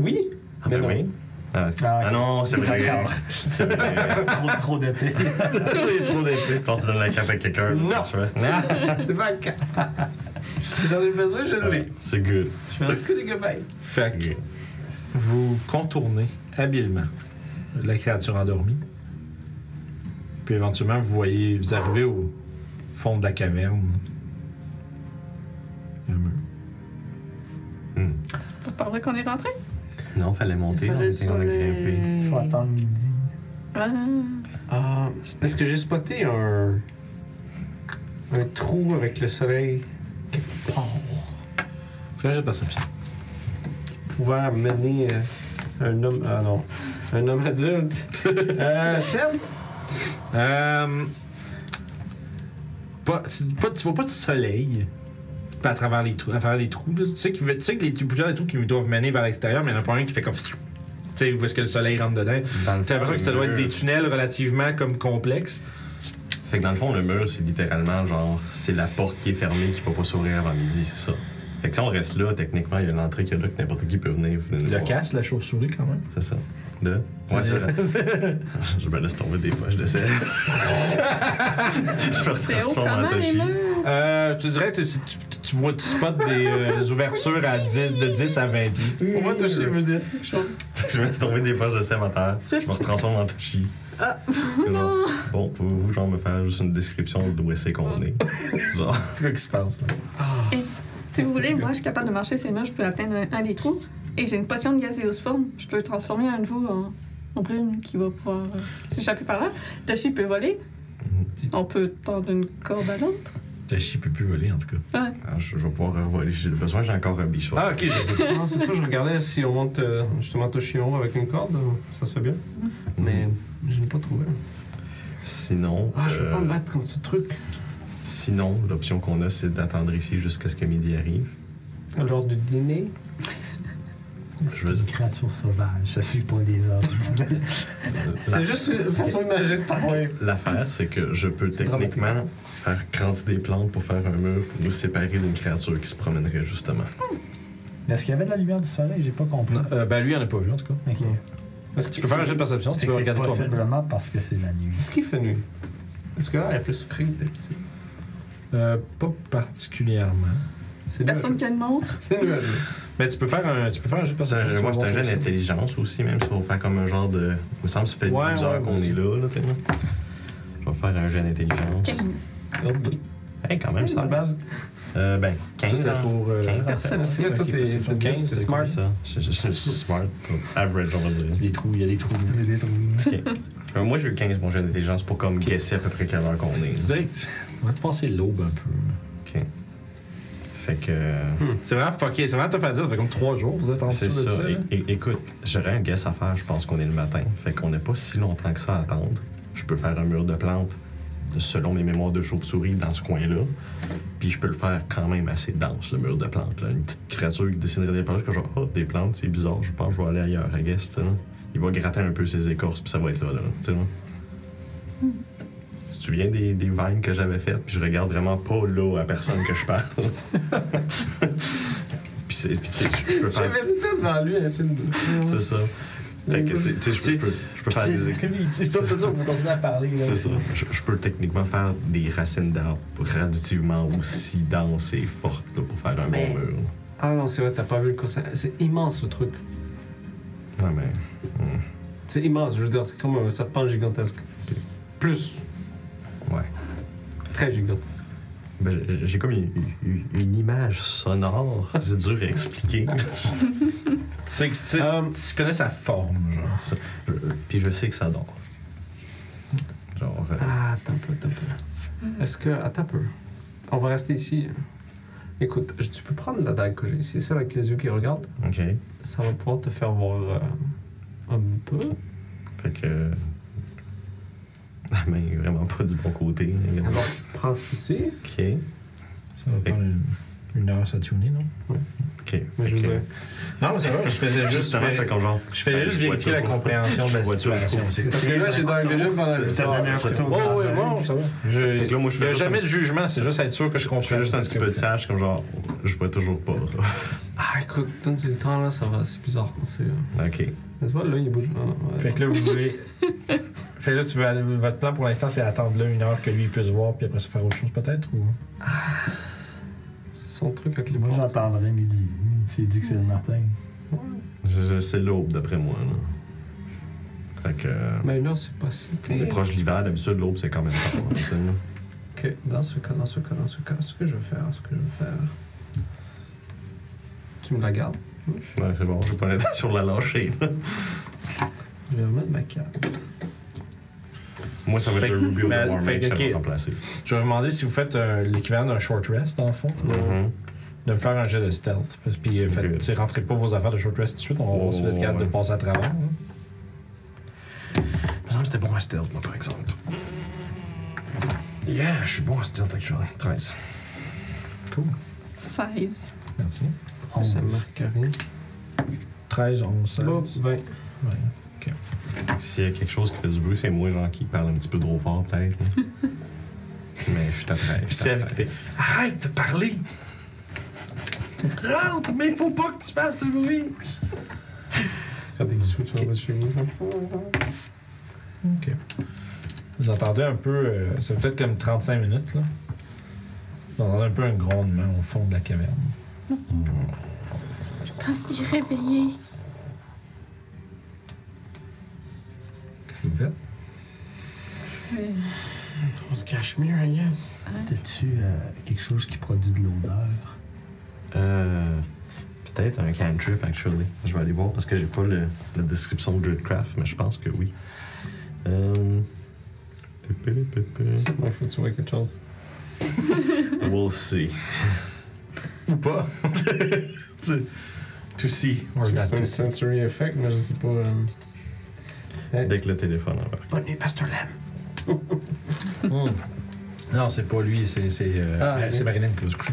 Oui.
Ah
Mais
ben
non.
oui. Ah,
Ah,
ah
ok.
non, c'est vrai.
D'accord.
C'est vrai.
trop, trop d'épée.
C'est trop d'épée.
Quand tu donnes la cape à quelqu'un,
Non.
ça marche, ouais. Ah,
C'est pas le cas. si j'en ai besoin, je l'ai.
C'est good.
Je fais un petit coup de gobaye.
Fait que
Ok.
vous contournez habilement la créature endormie. Puis éventuellement, vous voyez, vous arrivez au fond de la caverne. Il y a un mur.
C'est par là qu'on est rentré?
Non, fallait monter,
Il
on
fallait
était- on
sur
a
les-
grimpé.
Faut attendre midi.
Ah,
Ah, est-ce que j'ai spoté un. un trou avec le soleil quelque part
Fais un jet de perception.
pouvant mener euh, un homme. Ah non. Un homme adulte. euh, Seb?
Euh, pas, tu- pas- tu vois pas de soleil Pas à travers les trous. À travers les trous là. Tu sais, qu'il veut- tu sais que les tu- plusieurs des trous qui doivent mener vers l'extérieur, mais il n'y en a pas un qui fait comme. Tu sais, où est-ce que le soleil rentre dedans.
Dans le
T'as
fond,
l'impression que ça
le
doit être
mur-
des tunnels relativement comme complexes.
Fait que dans le fond, le mur, c'est littéralement genre, c'est la porte qui est fermée qui peut pas s'ouvrir avant midi, c'est ça. Fait que si on reste là, techniquement, il y a l'entrée qui est là, que n'importe qui peut venir. venir nous
Le
voir.
casse, la chauve-souris quand même.
C'est ça. De? Ouais, c'est vrai. Je me laisse tomber des poches de sel. Je me
c'est haut quand
transforme
même,
en Toshi.
les murs.
Euh, je te dirais, tu, tu, tu- tu vois, tu spots des euh, ouvertures à 10, de 10 à 20 pieds.
On va toucher, je veux dire quelque chose.
Je me laisse tomber des poches de sel à terre. Je me transforme en Toshi.
Ah,
Genre, bon, pouvez-vous genre me faire juste une description de où c'est qu'on est? Genre,
C'est quoi qui se passe?
Si vous voulez, moi, je suis capable de marcher ces murs, je peux atteindre un, un des trous. Et j'ai une potion de gazéosforme. Je peux transformer un de vous en, en brume qui va pouvoir euh, s'échapper par là. Toshi peut voler.
Mhm.
On peut tendre une corde à l'autre.
Tachi peut plus voler en tout cas.
ah, je, je vais pouvoir revoler si j'ai besoin, j'ai encore un bichon.
Ah, ok, je sais.
Non, c'est ça, je regardais si on monte euh, justement Toshi en haut avec une corde, euh, ça se fait bien. Mais je n'ai pas trouvé.
Sinon.
Ah, je veux pas
euh,
me battre contre ce truc.
Sinon, l'option qu'on a, c'est d'attendre ici jusqu'à ce que midi arrive.
Lors du dîner.
Je
C'est
veux
une
dire,
créature sauvage, ça suit pas les ordres.
la-
C'est juste une façon imagée de parler.
L'affaire, c'est que je peux
C'est dramatique.
techniquement faire grandir des plantes pour faire un mur pour nous séparer d'une créature qui se promènerait justement.
Mais est-ce qu'il y avait de la lumière du soleil J'ai pas compris.
Non, euh, ben lui, il en a pas vu en tout cas.
Ok.
Est-ce
Tu peux faire un jeu de perception si tu
Fait que
veux
C'est
regarder toi-même.
possiblement parce que c'est la nuit.
Est-ce qu'il fait nuit? Est-ce que là, elle est plus frais que d'habitude?
Euh, pas particulièrement.
C'est
Personne
nuageux.
qui a une montre.
C'est nuageux.
Mais tu peux faire un, tu peux faire un jeu de
C'est un jeu-
perception.
moi, je
tu
suis
vas
un
voir
jeune d'intelligence aussi, même si on va faire comme un genre de. Il me semble que ça fait
Ouais,
12
ouais,
heures qu'on
vas-y.
est là, là, tu sais. là. Je vais faire un jeune d'intelligence.
15.
Oh Ah, boy.
Hey, quand même,
C'est
ça
pas bad.
Euh, ben,
Ça,
15
c'était
ans.
pour. euh,
15 ans.
Perception.
Toi,
Ok,
t'es-
perception.
t'es-
15,
t'es
c'était
smart.
hein. C'est ça. Je, je- je suis smart. Average, on va dire.
Les trous, il y a des trous.
Il y a des trous.
Euh, moi, j'ai eu 15 mon jeune d'intelligence pour comme guesser à peu près quelle heure qu'on
Tu
est.
dirais que tu- on va te passer l'aube un peu.
Ok. Fait que. euh,
C'est vraiment fucké, c'est vraiment tough à dire. Ça fait comme trois jours, vous êtes en dessous
C'est
de ça.
ça.
là.
É- é- écoute, j'aurais un guess à faire. Je pense qu'on est le matin. Fait qu'on n'a pas si longtemps que ça à attendre. Je peux faire un mur de plantes de- selon mes mémoires de chauve-souris dans ce coin-là. Puis je peux le faire quand même assez dense, le mur de plantes. là. Une petite créature qui dessinerait des plantes, que genre, oh, des plantes, c'est bizarre. Je pense que je vais aller ailleurs, à guess. tu sais, là. Il va gratter un peu ses écorces, puis ça va être là. là tu sais, là. Si tu viens des, des vines que j'avais faites, puis je regarde vraiment pas là à personne que je parle. puis c'est- puis tu sais, je- je peux faire.
J'avais dit devant lui, hein, c'est une.
C'est ça. Fait que, tu sais, tu sais, je peux, je peux faire des éc-
C'est ça, c'est ça, vous continuez à parler. là.
C'est ça. Je, je peux techniquement faire des racines d'arbres relativement aussi denses et fortes là, pour faire un
Mais-
bon mur.
Ah non, c'est vrai, t'as pas vu le conseil. C'est immense le truc.
Non, mais.
C'est immense, je veux dire, c'est comme un serpent gigantesque. Plus,
Ouais.
très gigantesque.
Ben, j'ai- j'ai comme une, une- une image sonore. C'est dur à expliquer.
Tu sais que tu, sais-
Um,
Euh, tu connais sa forme, genre.
Ça, je- puis je sais que ça dort. Genre. euh,
Ah, attends un peu, attends un peu. Est-ce que. Attends un peu. On va rester ici. Écoute, je- tu peux prendre la dague que j'ai ici, celle avec les yeux qui regardent.
euh, ok. Fait
Ça va pouvoir te faire voir euh, un peu.
que. La main est vraiment pas du bon côté.
Alors, prends ceci.
Ok.
Ça va prendre une, une heure à tuner, non?
Ok.
Mais je veux
Fait que-
dire.
Non, mais c'est vrai, je faisais juste.
Justement, je fais comme genre.
Je faisais
Ben,
juste
je vois
vérifier la
toujours.
compréhension de la
Je vois
situation.
toujours.
c'est tout.
Parce que là, j'ai dans le jeu pendant le
C'est la dernière
temps.
photo.
Oh, oui, bon, ça va. Je,
Fait que là, moi, je
il n'y a
fais juste
jamais
un-
de jugement, c'est juste être sûr que je comprends.
Je fais juste un petit peu de sage, comme genre, je vois toujours pas. là.
Ah, écoute, donne le temps, là, ça va, c'est bizarre. hein, C'est. euh,
Ok.
Tu vois, là, il bouge. Ah, ouais.
Fait que là, vous voulez. fait que là, tu veux aller- votre plan pour l'instant, c'est attendre là une heure que lui il puisse voir, puis après ça faire autre chose peut-être ou.
C'est son truc avec les
Moi,
plantes.
j'entendrai midi. hein, S'il dit que c'est le matin.
Je- je- C'est l'aube, d'après moi. Là. Fait que. euh,
Mais là, c'est pas si.
On est proche de l'hiver, d'habitude, l'aube, c'est quand même tard. hein, tu sais, là.
Ok, dans ce cas, dans ce cas, dans ce cas, ce que je vais faire, ce que je vais faire. Tu me la gardes.
Ouais, c'est bon, j'ai pas l'intention de la lâcher. là.
Je vais remettre ma carte.
Moi, ça va
Fait
être
que-
le Ruby of
mais-
the War
fait
Mage
que,
ça va
ok.
me remplacer.
Je vais vous demander si vous faites euh, l'équivalent d'un short rest, dans le fond,
Mhm.
de me faire un jet de stealth. Parce- Puis, euh, faites-
Ok.
tu sais, rentrez pas vos affaires de short rest tout de suite, on va voir si vous êtes
Oh,
capable de
ouais.
passer à travers. hein.
Il me semble que c'était bon à stealth, moi, par exemple. Yeah, je suis bon à stealth, actually. 13.
16.
Merci.
Ça marque rien.
13, 11, 16.
Bon, ben,
S'il y a quelque chose qui fait du bruit, c'est moi, genre, qui parle un petit peu trop fort, peut-être. là. Mais je suis à 13.
Puis Sèvres qui fait Arrête de parler Rentre, mais faut pas que tu fasses de bruit
Faire des sous, tu vas chez vous.
hein. Vous entendez un peu, euh, c'est peut-être comme 35 minutes, là. Vous entendez un peu un grondement au fond de la caverne.
Je pense qu'il est réveillé.
Qu'est-ce que vous faites
Euh,
on se cache mieux, I guess.
T'as-tu euh, quelque chose qui produit de l'odeur?
Euh, Peut-être un cantrip, actually. Je vais aller voir parce que j'ai pas le- la description de Druidcraft, mais je pense que oui. Euh...
C'est bon, faut trouver quelque chose.
We'll see.
Ou pas Tu- To see or
C'est
not
un
to see.
sensory effect, mais je sais pas. euh,
Dès que le téléphone embarque.
Bonne nuit, Pasteur Lam.
Hmm. Non, c'est pas lui, c'est c'est, euh,
Ah,
Ma-
ok.
c'est Marilyn qui va se coucher.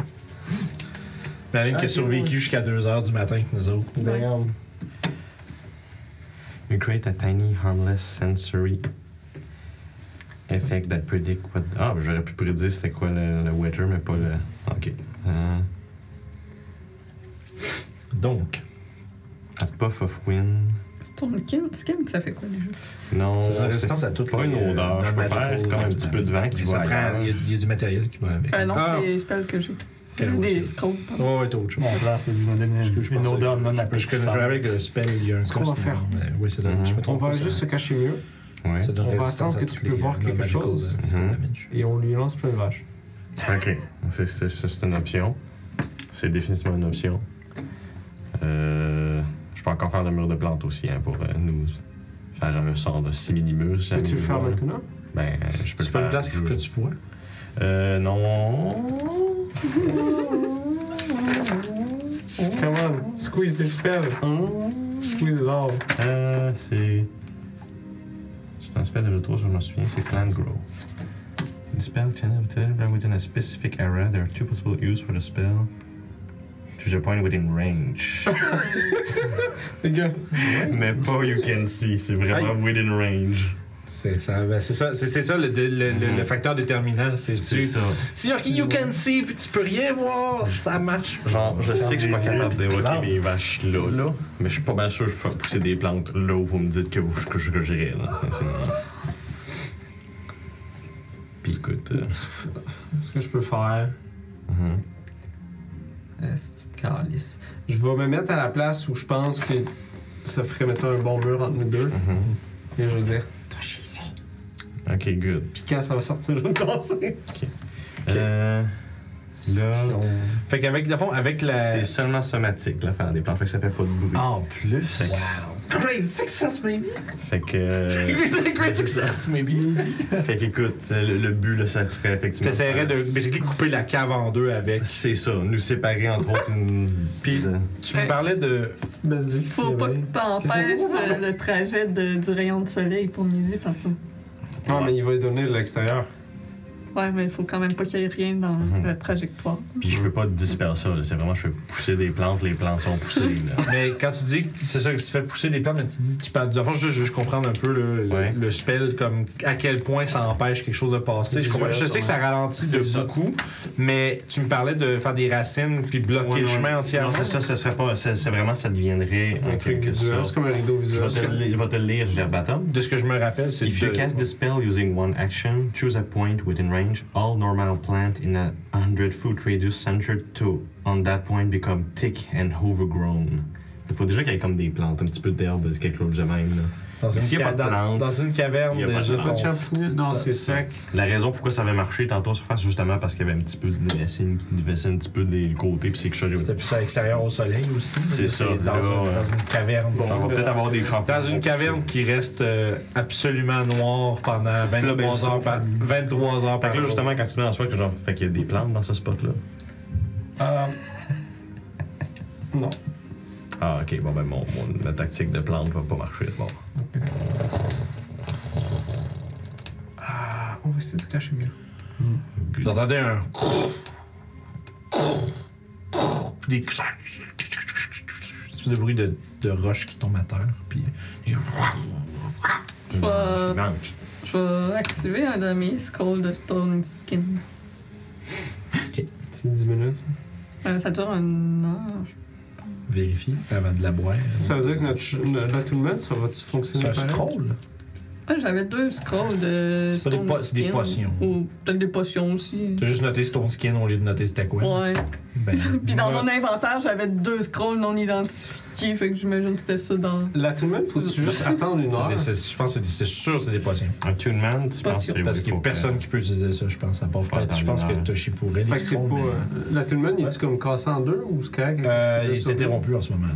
Marilyn qui a
Ah,
survécu
oui.
jusqu'à 2h du matin avec nous autres.
Damn.
You create a tiny, harmless sensory effect that predict what. Ah, ben, j'aurais pu prédire c'était quoi le, le weather, mais pas le. Ok. Euh,
Donc,
a puff of wind.
C'est ton skin, skin, ça fait quoi déjà?
Non.
c'est la résistance à toute
pas une odeur, je peux faire comme un petit peu de vent qui va
ça prend,
ailleurs.
il y, a, il y a du matériel qui va avec.
Euh, non,
Ah,
c'est des spells que j'ai.
Quel
Des
aussi.
scrolls, pardon.
Ouais, ouais, t'as autre chose.
Mon plan, c'est de lui donner une,
Parce que je
une
pensais-
odeur non
je- euh, Je connais
appétissante.
jamais que le spell, il y a un
Ce qu'on va
costume.
faire.
Mais Oui, c'est là.
Mhm.
Je me
On
trompe
va
pas, ça-
juste se cacher mieux
Ouais.
ça donne
on va
résistance
attendre
à
que
toutes
tu peux
les-
voir
les
quelque
magical,
chose.
euh,
Mhm.
damage.
et on lui lance plein de vaches.
Ok. C'est- C'est c'est- c'est une option. C'est définitivement une option. Euh, je peux encore faire le mur de plantes aussi hein, pour euh, nous faire un sort de siminimus. si jamais
Peux-tu le
il
faire
veut.
maintenant?
Ben, euh, je peux
C'est pas
le faire.
une place qu'il faut que tu vois.
Euh, non.
Come
Come on, squeeze des spells. Squeeze it all.
Euh, c'est. C'est un spell de retour, je m'en souviens, c'est Plant Grow. The spell channel of tell when within a specific area, there are two possible uses for the spell. To the point within range.
Les gars,
Mais pas you can see, c'est vraiment
Aïe.
within range.
C'est ça, ben, c'est ça, c'est- c'est ça le, le- le- le- le facteur déterminant. Mhm. C'est
C'est
tu.
ça.
Si you can see puis tu peux rien voir, ça marche pas.
Genre, je sais que je suis pas
Des
capable d'évoquer
plantes.
mes vaches là, là, mais je suis pas mal sûr que je peux faire pousser des plantes là où vous me dites que vous que je que j'irai, là. C'est- c'est- Puis écoute. euh,
ce que je peux faire.
mhm.
Ah, c'est petite calice. Je vais me mettre à la place où je pense que ça ferait mettre un bon mur entre nous deux. Et je vais dire,
mm-hmm. Ok, good.
puis quand ça va sortir, je vais danser.
Euh,
Si
là, euh,
on-
Fait qu'avec, de fond, avec la.
c'est seulement somatique l'affaire des plantes, fait que ça fait pas de bruit.
En plus.
Great success, baby!
Fait que. euh,
C'est great success, maybe.
fait qu'écoute, euh, le, le but, là, ça serait effectivement.
T'essaierais de basically couper la cave en deux avec.
C'est ça, nous séparer entre autres une.
Puis-
de-
Tu me parlais de.
Basique,
Faut pas que t'empêches euh, le trajet de- du rayon de soleil pour midi, par contre.
Non, mais il va lui donner de l'extérieur.
Ouais, mais il faut quand même pas qu'il y ait rien dans
Mhm.
la trajectoire.
Puis je peux pas disperser ça, là. c'est vraiment, je fais pousser des plantes, les plantes sont poussées. Là.
Mais quand tu dis que c'est ça que tu fais pousser des plantes, mais tu dis, tu peux, d'abord, juste, juste comprendre un peu le, le-
Ouais.
le spell, comme à quel point ça empêche quelque chose de passer. Je, comprends- je sais que ça ralentit de
ça.
beaucoup, mais tu me parlais de faire des racines puis bloquer
Ouais,
le
ouais.
chemin entièrement.
Non, c'est ça, ce serait pas. C'est c'est vraiment, ça deviendrait un,
Un truc
truc que ça.
visuel. C'est comme un rideau
Je
visuel.
vais te, li- je vais te le lire verbatim.
De ce que je me rappelle, c'est
If you
de-
cast this spell using one action, choose a point within range. All normal plant in a 100 foot radius centered to on that point become thick and overgrown. Il faut déjà qu'il y ait comme des plantes, un petit peu d'herbe, quelque chose de même. là.
dans, une
s'il y a
ca-
pas de
dans-
plante,
dans une caverne
il y a pas de
déjà.
plante.
Pas de
ton-
champignon? Non, c'est sec.
La raison pourquoi ça avait marché tantôt en surface, justement parce qu'il y avait un petit peu de racines qui dévassaient un petit peu des côtés, puis c'est que je
C'était plus à l'extérieur au soleil aussi.
C'est ça,
Dans,
là,
une,
ouais.
dans une caverne.
Bon, on va peut-être avoir des champignons.
Dans une caverne qui reste euh, absolument noire pendant
C'est là, ben,
23 heures par, 23 heures par
Fait que là,
jour.
justement, quand tu te mets en soi, que genre, fait qu'il y a des plantes dans ce spot-là.
Euh,
Non.
Ah, ok, bon, ben, mon, mon- ma tactique de plante va pas marcher d'abord.
Ah, on va essayer de se cacher mieux.
Vous entendez un. Puis des. C'est de bruit de, de roche qui tombe à terre. Puis.
Je vais-
Mange.
je vais activer un de mes scrolls de Stone Skin.
C'est 10 minutes.
Euh, ça dure un an. je-
Vérifie avant de la boire.
Ça veut dire que notre, ch- notre battlement, ça va-tu
C'est
fonctionner
un
pareil?
scroll.
Ah, J'avais deux scrolls de
C'est pas des
Stone
po- c'est des
Skin.
potions.
Ou peut-être des potions aussi.
T'as juste noté Stone Skin au lieu de noter c'était quoi.
Ouais.
Ben,
Puis dans mon inventaire, j'avais deux scrolls non identifiés. Fait que j'imagine que c'était ça dans.
L'attoulement, faut-tu juste attendre une heure?
c'est des- c'est- je pense que c'est des- c'est sûr que c'est des potions.
Un tunement, tu
Pas
penses
sûr.
c'est-
Parce
oui,
qu'il n'y
faut
a
que-
personne qui peut utiliser ça, je pense. À part
Faut
peut-être, je pense que
attendre,
Toshi pourrait les
Fait que c'est pas.
scrolls, mais-
euh, L'attoulement, il est-tu comme cassé en deux ou c'est correct?
Euh,
Quelque
il
chose
est
comme ça?
interrompu en ce moment. là.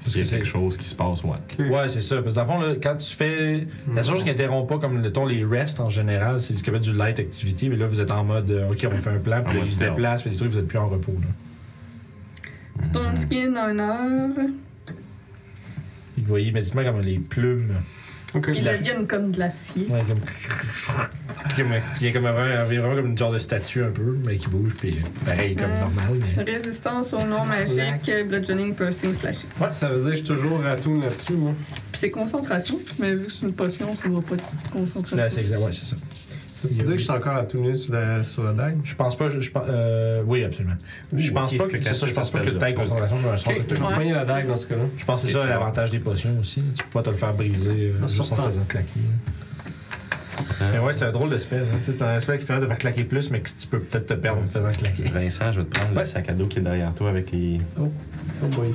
Parce
S'il
que
y a
c'est-
quelque chose qui se passe, ouais.
Ok.
Ouais, c'est ça. Parce que dans le fond, là, quand tu fais. La seule chose qui interrompt pas, comme le ton, les rests en général, c'est ce qu'il y avait du light activity, mais là, vous êtes en mode, euh, OK, on fait un plan,
En
puis là,
mode
il se
stealth.
déplace, puis les trucs, vous êtes plus en repos. Là.
Stone Skin, un heure.
Et Vous voyez immédiatement comme les plumes.
Ok.
Ils deviennent comme de l'acier.
Ouais, comme. comme il y a comme vraiment, vraiment comme une genre de statue un peu, mais qui bouge, puis pareil, comme
Ouais.
normal. Mais...
Résistance au non magique, bludgeoning, piercing, slashing.
Ouais, ça veut dire que je suis toujours attoum là-dessus, moi.
Puis c'est concentration, mais vu que c'est une potion, ça va pas être
Là, c'est
concentration.
exact, ouais, c'est ça.
Ça veut dire que je suis encore attoumé sur la, sur la dague?
Je pense pas. Je, je pense- euh, oui, absolument. je
Ouh,
pense
ok,
pas
je peux
que. C'est ça,
casser
je pense
cette
pas que
spell-là.
taille concentration sur un sort
Ok,
de
je vais
Toshi.
Ouais.
poigner la dague dans ce cas-là.
Je pense que c'est
Et
ça
ça.
l'avantage des potions aussi. Tu peux pas te le faire briser euh,
Ah,
juste en Euh. te
certain.
faisant claquer. Mais ouais, c'est un drôle de spell. hein. Tu sais, C'est un spell qui te permet de faire claquer plus, mais que tu peux peut-être te perdre en te faisant claquer.
Vincent, je vais te prendre le
Ouais.
sac à dos qui est derrière toi avec les.
Oh boy.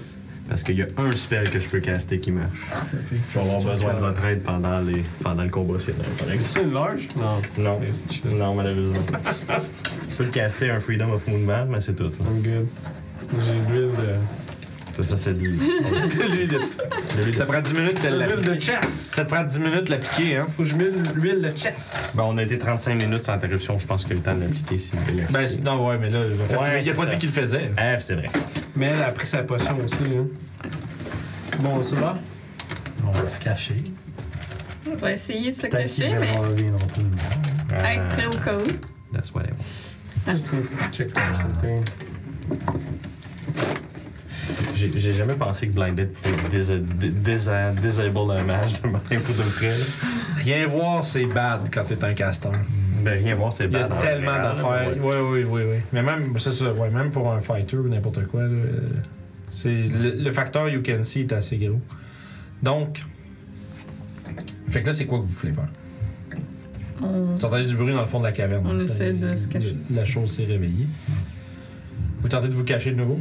Parce qu'il y a un spell que je peux caster qui marche. Je vais avoir besoin de votre aide pendant, les... pendant le combat, c'est là, par exemple.
C'est une large? Non.
Non, non, malheureusement. Je peux le caster un Freedom of Movement, mais c'est tout. là.
I'm good. J'ai de l'huile de.
Ça, ça c'est de l'huile.
Lui, de- ça prend 10 minutes de
De l'huile de
l'appliquer.
chess!
Ça te prend 10 minutes de l'appliquer, hein?
Faut que je mets de l'huile de chess!
Bon, Ben, on a été 35 minutes sans interruption. Je pense que le temps de l'appliquer, si vous voulez.
Ben, c'est- non, ouais, mais là, en fait,
Ouais,
il a
c'est
pas
ça.
dit qu'il le faisait.
Ah, c'est vrai.
Mais elle a pris sa potion aussi, hein. Bon, ça va?
on va se cacher.
On va essayer de se
Peut-être qu'ils
cacher, mais
verront rien non plus.
être prêt au cas où.
Ah, That's what I want.
Juste un petit check pour certains.
J'ai j'ai jamais pensé que Blinded pouvait disa- dé- disa- disable un match de même pour de vrai. là.
Rien voir, c'est bad quand t'es un casteur.
Ben, rien voir, c'est
Il y a
bad en
tellement
général,
d'affaires.
mais ouais.
Oui, oui, oui, oui. Mais même, c'est ça, ouais, même pour un fighter ou n'importe quoi, là, euh, c'est le, le facteur you can see est assez gros. Donc, fait que là, c'est quoi que vous voulez faire?
On-
Vous entendez du bruit dans le fond de la caverne.
On
Ça,
essaie de se cacher.
le- La chose s'est réveillée. Vous tentez de vous cacher de nouveau?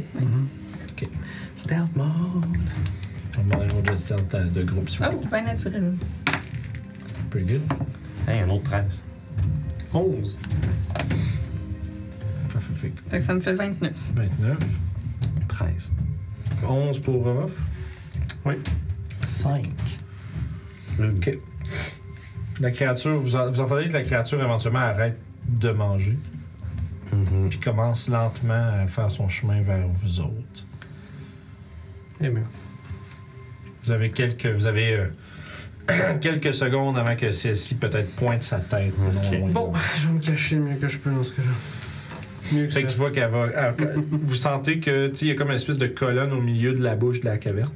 Stealth mode.
On va demander un autre jet stealth, euh, de groupe, si vous
Oh, vin naturel.
voulez. Pretty good.
Hey, un autre 13.
11.
Parfait, fait que
Fait que ça me fait 29.
29.
13.
11 pour Ruff.
5.
Ok. La créature, vous, en- vous entendez que la créature éventuellement arrête de manger,
Mhm.
puis commence lentement à faire son chemin vers vous autres.
Eh bien.
Vous avez quelques, vous avez euh, quelques secondes avant que celle-ci peut-être pointe sa tête.
Ok.
loin.
Bon, je vais me cacher le mieux que je peux dans ce cas-là. Mieux que
Fait que tu
ça.
vois qu'elle va. alors, vous sentez que tu sais, il y a comme une espèce de colonne au milieu de la bouche de la caverne.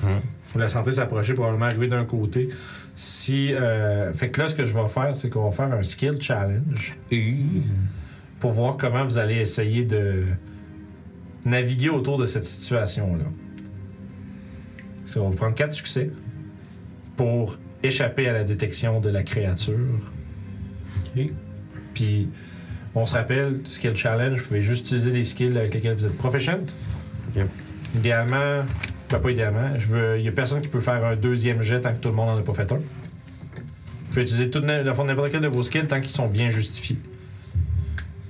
Vous la sentez s'approcher, probablement arriver d'un côté. Si. euh, fait que là, ce que je vais faire, c'est qu'on va faire un skill challenge pour voir comment vous allez essayer de naviguer autour de cette situation-là. Ça va vous prendre quatre succès pour échapper à la détection de la créature.
Ok.
Puis, on se rappelle, skill challenge, vous pouvez juste utiliser les skills avec lesquels vous êtes proficient.
Yep.
Idéalement, ben pas idéalement, je veux, il n'y a personne qui peut faire un deuxième jet tant que tout le monde n'en a pas fait un. Vous pouvez utiliser tout, na- dans le fond, n'importe quel de vos skills tant qu'ils sont bien justifiés.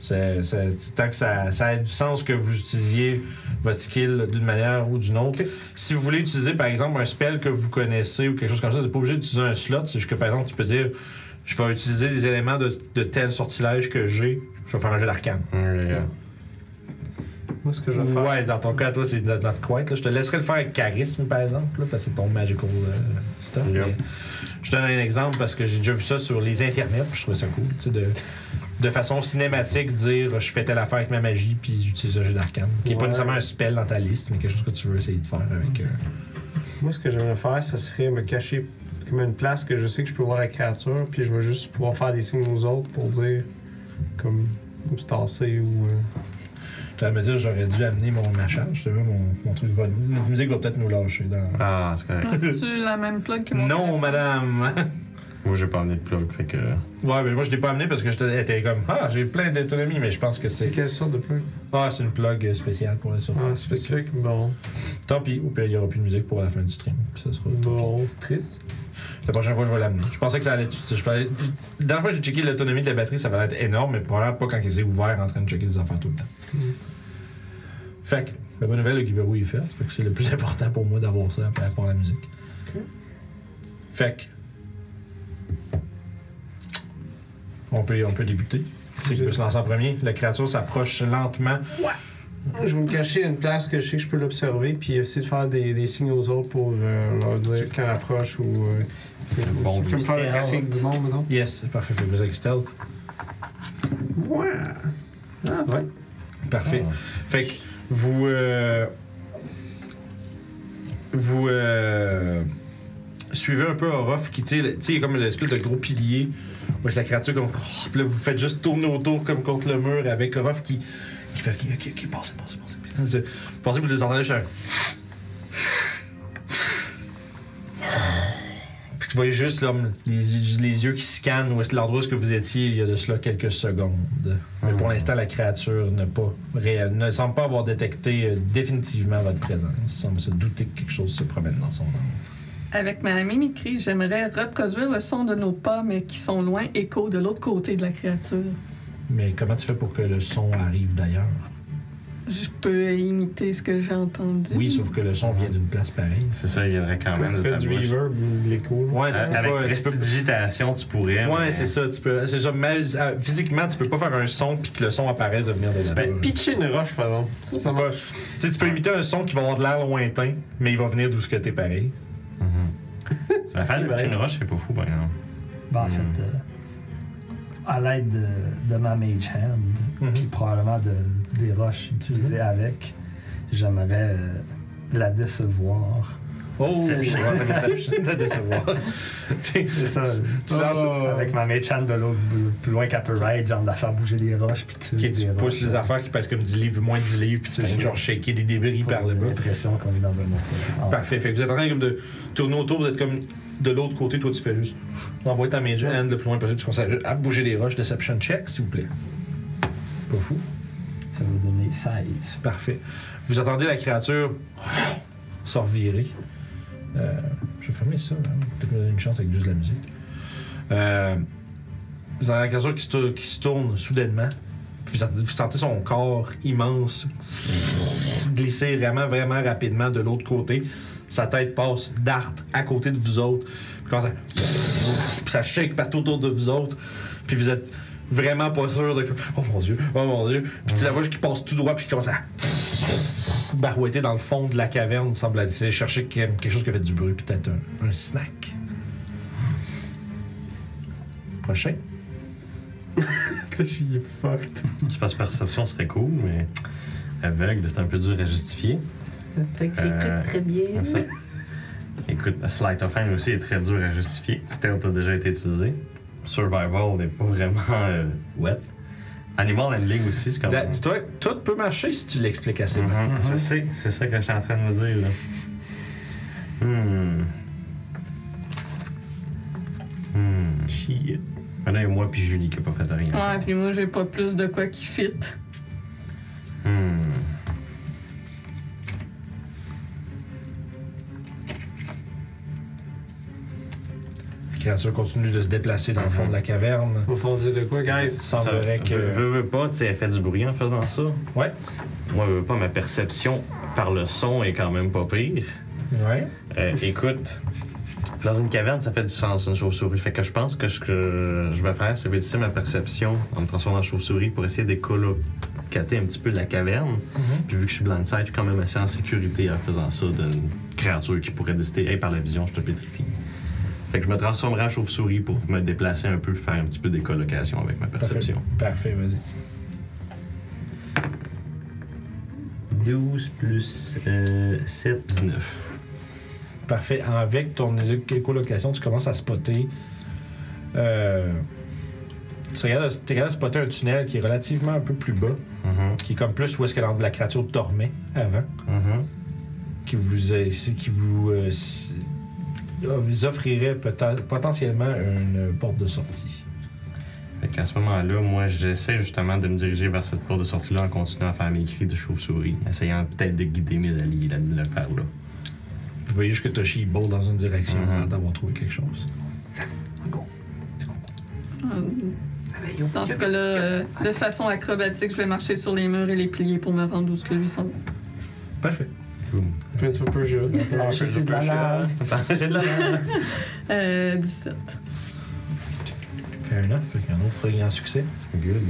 C'est- c'est- tant que ça, ça a du sens que vous utilisiez votre skill d'une manière ou d'une autre.
Ok.
Si vous voulez utiliser, par exemple, un spell que vous connaissez ou quelque chose comme ça, vous n'êtes pas obligé d'utiliser un slot. C'est juste que, par exemple, tu peux dire je vais utiliser des éléments de, de tel sortilège que j'ai, je vais faire un jeu d'arcane.
Moi, ce que je vais faire.
Ouais, dans ton cas, toi, c'est notre, notre quête. Là. Je te laisserai le faire avec charisme, par exemple, là, parce que c'est ton magical euh, stuff.
Yeah.
mais Je te donne un exemple parce que j'ai déjà vu ça sur les internets, puis je trouvais ça cool. tu sais, De, de façon cinématique, dire je fais telle affaire avec ma magie, puis j'utilise un jeu d'arcane. Qui n'est pas
Ouais.
nécessairement un spell dans ta liste, mais quelque chose que tu veux essayer de faire avec. euh,
Moi, ce que j'aimerais faire, ce serait me cacher comme une place que je sais que je peux voir la créature, puis je vais juste pouvoir faire des signes aux autres pour dire, comme, ou se tasser, ou. euh,
Tu vas me dire j'aurais dû amener mon machin, je te vois, mon, mon truc va. Notre musique va peut-être nous lâcher dans.
Ah, c'est correct.
Ah, C'est-tu la même plug que mon
Non,
téléphone?
madame!
Moi, j'ai pas amené de plug, fait que. euh,
Ouais, mais moi je l'ai pas amené parce que j'étais j'étais comme Ah, j'ai plein d'autonomie, mais je pense que
C'est
c'est.
quelle sorte de plug
Ah, c'est une plug spéciale pour la
Ah,
surface.
spécifique, bon.
Tant pis, ou puis il y aura plus de musique pour la fin du stream. Puis ça sera tant
Bon, c'est triste.
pis. La prochaine fois, je vais l'amener. Je pensais que ça allait. Je parlais... La dernière fois, j'ai checké l'autonomie de la batterie, ça va être énorme, mais probablement pas quand ils étaient ouverts en train de checker les affaires tout le temps. Fait que, la bonne nouvelle, le giveaway est fait. Fait que c'est le plus important pour moi d'avoir ça par rapport à la musique.
Ok.
Fait que. On peut, on peut débuter. C'est qui veut se lancer en premier. La créature s'approche lentement.
Je vais me cacher à une place que je sais que je peux l'observer, puis essayer de faire des, des signes aux autres pour euh, leur dire quand elle approche ou. euh, c'est-
Bon,
c'est comme
du
faire le trafic du monde, non
Yes, c'est parfait. Fait que vous avec stealth.
Ouais. Ah, ouais.
Parfait. Fait que vous. euh, vous. euh, suivez un peu Orof qui, tu sais, le- tu sais, il y a comme l'espèce de gros pilier. où la créature, comme. oh, puis là, vous faites juste tourner autour, comme contre le mur, avec Orof qui. qui fait. Ok, ok, ok, passez, passez, passez. Puis là, c'est- Vous pensez que vous les entendez juste un. Puis tu voyez juste l'homme, les, les yeux qui scannent où est l'endroit où est-ce que vous étiez il y a de cela quelques secondes. Mais
Ah.
pour l'instant, la créature n'a pas réel, ne semble pas avoir détecté euh, définitivement votre présence. Elle semble se douter que quelque chose se promène dans son ventre.
Avec ma mimicrie, j'aimerais reproduire le son de nos pas, mais qui sont loin, écho de l'autre côté de la créature.
Mais comment tu fais pour que le son arrive d'ailleurs?
Je peux imiter ce que j'ai entendu.
Oui, sauf que le son vient d'une place pareille.
C'est ça, il viendrait quand
Comme
même.
tu
de
fais
ta
du
bouche.
reverb ou de l'écho. là.
Ouais, tu
Euh,
peux pas-
Avec
tu peux-
prestidigitation, tu pourrais.
Ouais,
mais-
c'est ça. Tu peux, c'est ça mais, euh, physiquement, tu peux pas faire un son puis que le son apparaisse de venir de là.
Ben, pitcher une roche, par exemple. Ça, ça marche.
Tu sais,
Ah.
tu peux imiter un son qui va avoir de l'air lointain, mais il va venir d'où ce que t'es pareil.
Mhm. L'affaire de Pitchin Rush, c'est pas fou, par exemple.
Ben, en fait, euh, à l'aide de, de ma mage hand,
Mhm.
puis probablement de, des roches utilisées avec, j'aimerais euh, la décevoir.
Oh,
Deception.
ouais, déception. de décevoir. Tu sais,
C'est ça. Tu
Oh.
lances avec ma mage hand de l'autre bout- plus loin qu'elle peut ride, genre de la faire bouger les roches, puis tu.
Ok, tu pousses les affaires qui passent comme 10 livres, moins de 10 livres, puis tu
C'est
fais
ça.
genre shaker des débris par le bas.
J'ai l'impression qu'on est dans un hôtel. Ah.
Parfait. Fait que vous êtes en train comme de tourner autour, vous êtes comme de l'autre côté, toi tu fais juste. Envoie ta mage hand le plus loin possible, tu commences à- à bouger les roches. Deception check, s'il vous plaît. Pas fou.
Ça va donner 16.
Parfait. Vous attendez la créature se revirer. Euh, je vais fermer ça. hein. Peut-être me donner une chance avec juste de la musique. Euh, vous avez la créature qui se, tour- qui se tourne soudainement. Puis Vous sentez, vous sentez son corps immense glisser vraiment, vraiment rapidement de l'autre côté. Sa tête passe d'art à côté de vous autres. Puis commence à- puis ça shake partout autour de vous autres. Puis vous êtes vraiment pas sûr de. Oh mon dieu, oh mon dieu. Puis tu la vois qui passe tout droit, puis qui commence à barouetter dans le fond de la caverne, semble aller chercher que- quelque chose qui a fait du bruit, peut-être un, un snack. prochain.
J'ai fucked.
Tu passes perception serait cool, mais aveugle, c'est un peu dur à justifier.
Fait que
Euh,
j'écoute très bien.
Ça.
Ben,
Écoute, Slight of Hand aussi est très dur à justifier. Stealth a déjà été utilisé. Survival n'est pas vraiment euh, wet. Animal Handling aussi, c'est comme.
Ben, Dis-toi que tout peut marcher si tu l'expliques assez
Mhm,
bien.
Je sais, c'est ça que je suis en train de me dire. Là. Hmm. Hmm.
Chier.
Ben là, il y a moi puis Julie qui n'a pas fait rien.
Ouais, puis moi, j'ai pas plus de quoi qui fit.
Hmm.
La créature continue de se déplacer dans le fond de la caverne.
Au fond, dire de quoi, guys?
Il semblerait
Ça,
que.
veux- Veux, veux pas, tu sais, elle fait du bruit en faisant ça.
Ouais.
Moi, veux veux pas, ma perception par le son est quand même pas pire.
Ouais.
Euh, écoute, dans une caverne, ça fait du sens, une chauve-souris. Fait que je pense que ce que je vais faire, c'est utiliser ma perception en me transformant en chauve-souris pour essayer d'écolocater un petit peu la caverne. Puis vu que je suis blindside, je suis quand même assez en sécurité en faisant ça d'une créature qui pourrait décider Hey, par la vision, je te pétrifie. Fait que je me transformerai en chauve-souris pour me déplacer un peu, faire un petit peu d'écolocation avec ma perception.
Parfait, vas-y.
12 plus 7, 19.
Parfait. Avec ton élo- écolocation, tu commences à spotter. euh, tu regardes, t'es capable de spotter un tunnel qui est relativement un peu plus bas,
Mhm,
qui est comme plus où est-ce que la- la créature dormait avant,
mhm.
qui vous, a- qui vous, euh, si- euh, vous offrirait peut-être- potentiellement une porte de sortie.
Fait qu'à ce moment-là, moi, j'essaie justement de me diriger vers cette porte de sortie-là en continuant à faire mes cris de chauve-souris, essayant peut-être de guider mes alliés là, là par là.
Vous voyez juste que Toshi il boule dans une direction
Mhm.
avant d'avoir trouvé quelque chose.
Dans ce cas-là, euh, de façon acrobatique, je vais marcher sur les murs et les plier pour me rendre où ce que lui semble.
Parfait.
Prince of Persia.
Plancher, c'est de la lave.
J'ai de la
Euh, 17.
Fair enough. Fait qu'un autre grand succès.
Good.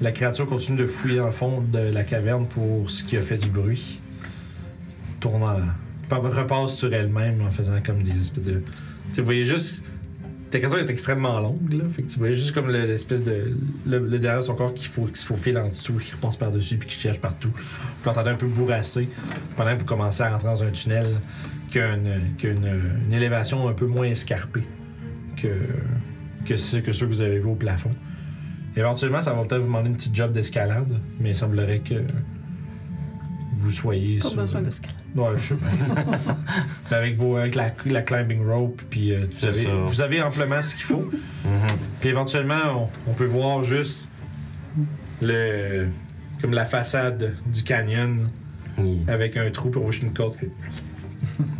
La créature continue de fouiller dans le fond de la caverne pour ce qui a fait du bruit. Tournant, pa- repasse sur elle-même en faisant comme des espèces de. Tu voyais juste. Ta créature est extrêmement longue, là. Fait que tu voyais juste comme le- l'espèce de. Le, le derrière de son corps qui, faut, qui se faufile en dessous, qui repasse par-dessus, puis qui cherche partout. Vous l'entendez un peu bourrasser pendant que vous commencez à rentrer dans un tunnel qui a une, qui a une- une élévation un peu moins escarpée que, que, ceux, que ceux que vous avez vus au plafond. Éventuellement, ça va peut-être vous demander une petite job d'escalade, mais il semblerait que vous soyez
Pas
sur-
besoin de scalade.
Ouais, je sais pas. Mais avec, vos, avec la, la climbing rope, puis euh, vous,
C'est
avez,
ça.
vous avez amplement ce qu'il faut.
Mm-hmm.
Puis éventuellement, on, on peut voir juste le comme la façade du canyon avec un trou pour juste une corde. que-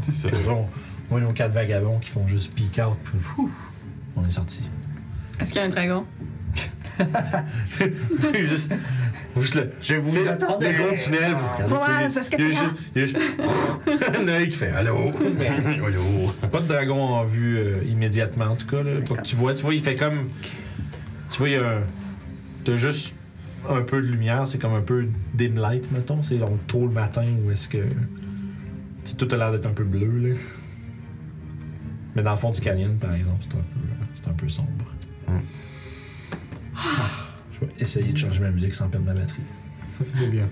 C'est ça.
que on voit nos quatre vagabonds qui font juste peek out, puis fou, on est sorti.
Est-ce qu'il y a un dragon?
juste, juste le,
Je vous
tu sais,
attendais.
le gros tunnel. vous regardez,
Voilà,
puis
c'est ce que
il y a
t'as
juste- il y a juste- Un œil qui fait allô. Mais-
Allô.
Pas de dragon en vue euh, immédiatement, en tout cas. Là, pas que tu vois. Tu vois, il fait comme. Tu vois, il y a un. T'as juste un peu de lumière, c'est comme un peu dim light, mettons. C'est donc trop le matin où est-ce que. tu sais, tout a l'air d'être un peu bleu, là. Mais dans le fond du canyon, par exemple, c'est un peu, c'est un peu sombre.
Mm.
Ah, Je vais essayer de changer ma musique sans perdre ma batterie.
Ça fait du bien.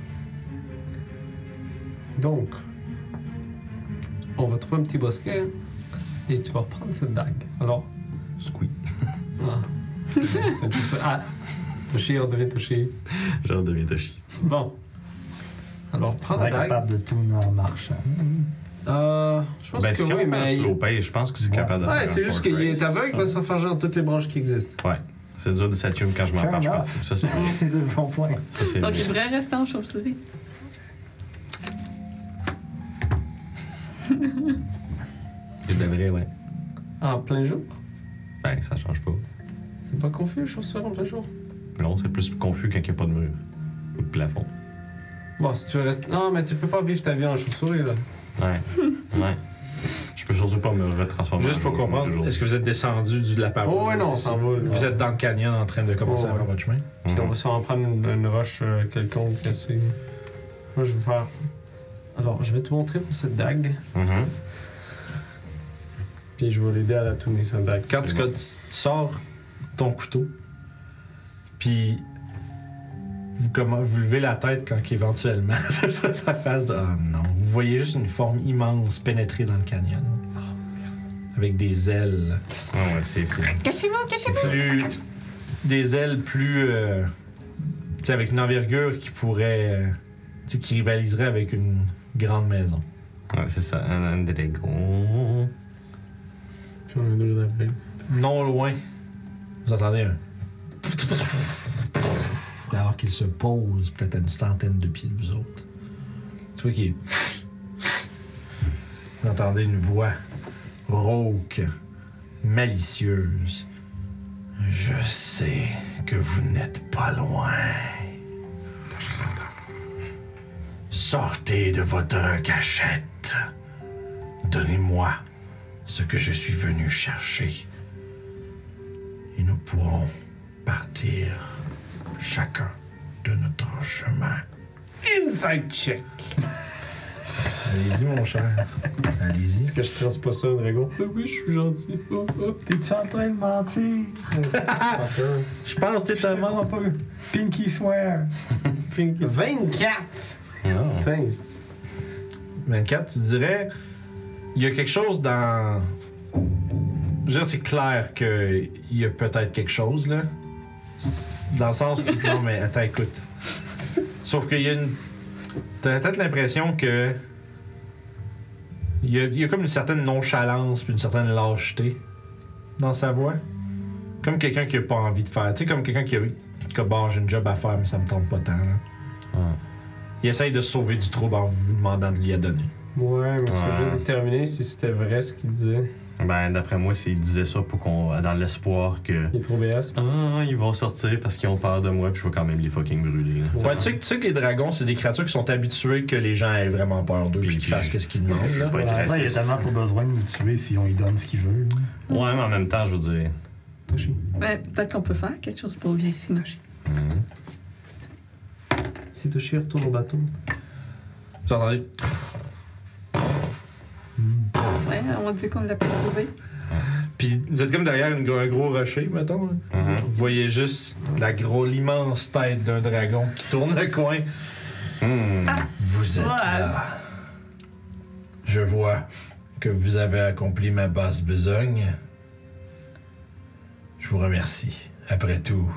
Donc, on va trouver un petit bosquet et tu vas reprendre cette dague. Alors,
Squeak.
ah. T'as juste ça. Ah, touché, on devait toucher.
oh.
Genre de Toshi.
Bon. Alors, prends
On
la
est
dague.
capable de tout en marchant.
Euh, je pense
Ben,
que
si
oui,
on fait un
mais.
slow pace, je pense que c'est
Ouais.
capable de faire.
Ouais,
un
c'est juste
short
qu'il
race.
est aveugle, mais ça faire genre toutes les branches qui existent.
Ouais. C'est dur de s'attuner quand je m'en
Fair
fâche
enough.
pas. Ça, c'est vrai.
C'est de bon point.
Ça, c'est
Euh,
Donc,
vrai.
il devrait rester en chauve-souris.
Il devrait, ouais.
En Ah, plein jour
Ben, ça change pas.
C'est pas confus, les chaussures en plein jour
Non, c'est plus confus quand il n'y a pas de mur. Ou de plafond.
Bon, si tu restes. Non, mais tu peux pas vivre ta vie en chauve-souris, là.
Ouais. ouais. Je peux surtout pas me retransformer.
Juste
en
pour
jour, jour.
comprendre, est-ce que vous êtes descendu du- de la paroi?
Oh, ouais, non, on s'en va. là.
Ah, Vous êtes dans le canyon en train de commencer
Oh,
à faire
ouais.
votre chemin?
Mm-hmm.
Puis on va s'en prendre une, une roche euh, quelconque cassée. Moi, je vais faire. Alors, je vais te montrer pour cette dague.
Mhm.
Puis je vais l'aider à la tourner, cette dague.
Quand
C'est
tu,
bon.
tu- tu sors ton couteau. Puis vous, commen- vous levez la tête quand éventuellement ça, ça, ça fasse de... Oh non. Vous voyez juste une forme immense pénétrer dans le canyon.
Oh,
Avec des ailes.
Ah ouais, c'est c'est-
Cachez-vous, cachez-vous!
Plus, des ailes plus... euh, tu sais, avec une envergure qui pourrait... euh, tu sais, qui rivaliserait avec une grande maison.
ouais, c'est ça. Un, un des gros.
Puis on a deux appels.
Non loin, vous entendez un... Alors qu'il se pose peut-être à une centaine de pieds de vous autres. Tu vois qu'il... Vous entendez une voix rauque, malicieuse. Je sais que vous n'êtes pas loin. Sortez de votre cachette. Donnez-moi ce que je suis venu chercher. Et nous pourrons partir chacun de notre chemin.
Inside check.
Allez-y, mon cher. Allez-y.
Est-ce que je trace pas ça, Dragon? Ah oui, je suis gentil. Ah, ah.
T'es-tu en train de mentir?
Fucker.
Je pense que
Je te crois pas. Pinky swear.
Pink. 24!
Non.
Thanks.
24, tu dirais, il y a quelque chose dans. Je veux dire, c'est clair qu'il y a peut-être quelque chose, là. Dans le sens. non, mais attends, écoute. Sauf qu'il y a une. T'as peut-être l'impression que. Il y, a, il y a comme une certaine nonchalance puis une certaine lâcheté dans sa voix. Comme quelqu'un qui a pas envie de faire. Tu sais, comme quelqu'un qui a. Que bon, j'ai une job à faire, mais ça me tente pas tant, là. Il essaye de se sauver du trouble en vous demandant de lui à donner.
Ouais, mais ce que je veux
Ouais.
déterminer, si c'était vrai ce qu'il disait.
Ben, d'après moi, c'est- ils disaient ça pour qu'on, dans l'espoir que.
Il est trop BS.
Ah, ils vont sortir parce qu'ils ont peur de moi, puis je vais quand même les fucking brûler. là.
Ouais, tu sais, que- tu sais que les dragons, c'est des créatures qui sont habituées que les gens aient vraiment peur d'eux
Puis
puis
qui-
qu'ils fassent qu'est-ce qu'ils demandent.
Je
là.
veux pas être
Ouais, il y a
raciste.
tellement pas besoin de nous tuer si on lui donne ce qu'il veut.
Ouais, mais en même temps, je veux dire.
Ben, peut-être qu'on peut faire quelque chose pour bien s'y nocher.
Si Toshi retourne au bâton.
Vous entendez?
Ouais, on dit qu'on l'a pas trouvé.
Puis vous êtes comme derrière une gro- un gros rocher, mettons. là.
Mhm.
Vous voyez juste la grosse, l'immense tête d'un dragon qui tourne le coin.
Hmm.
Vous êtes
Ouais,
là. Je vois que vous avez accompli ma basse besogne. Je vous remercie. Après tout,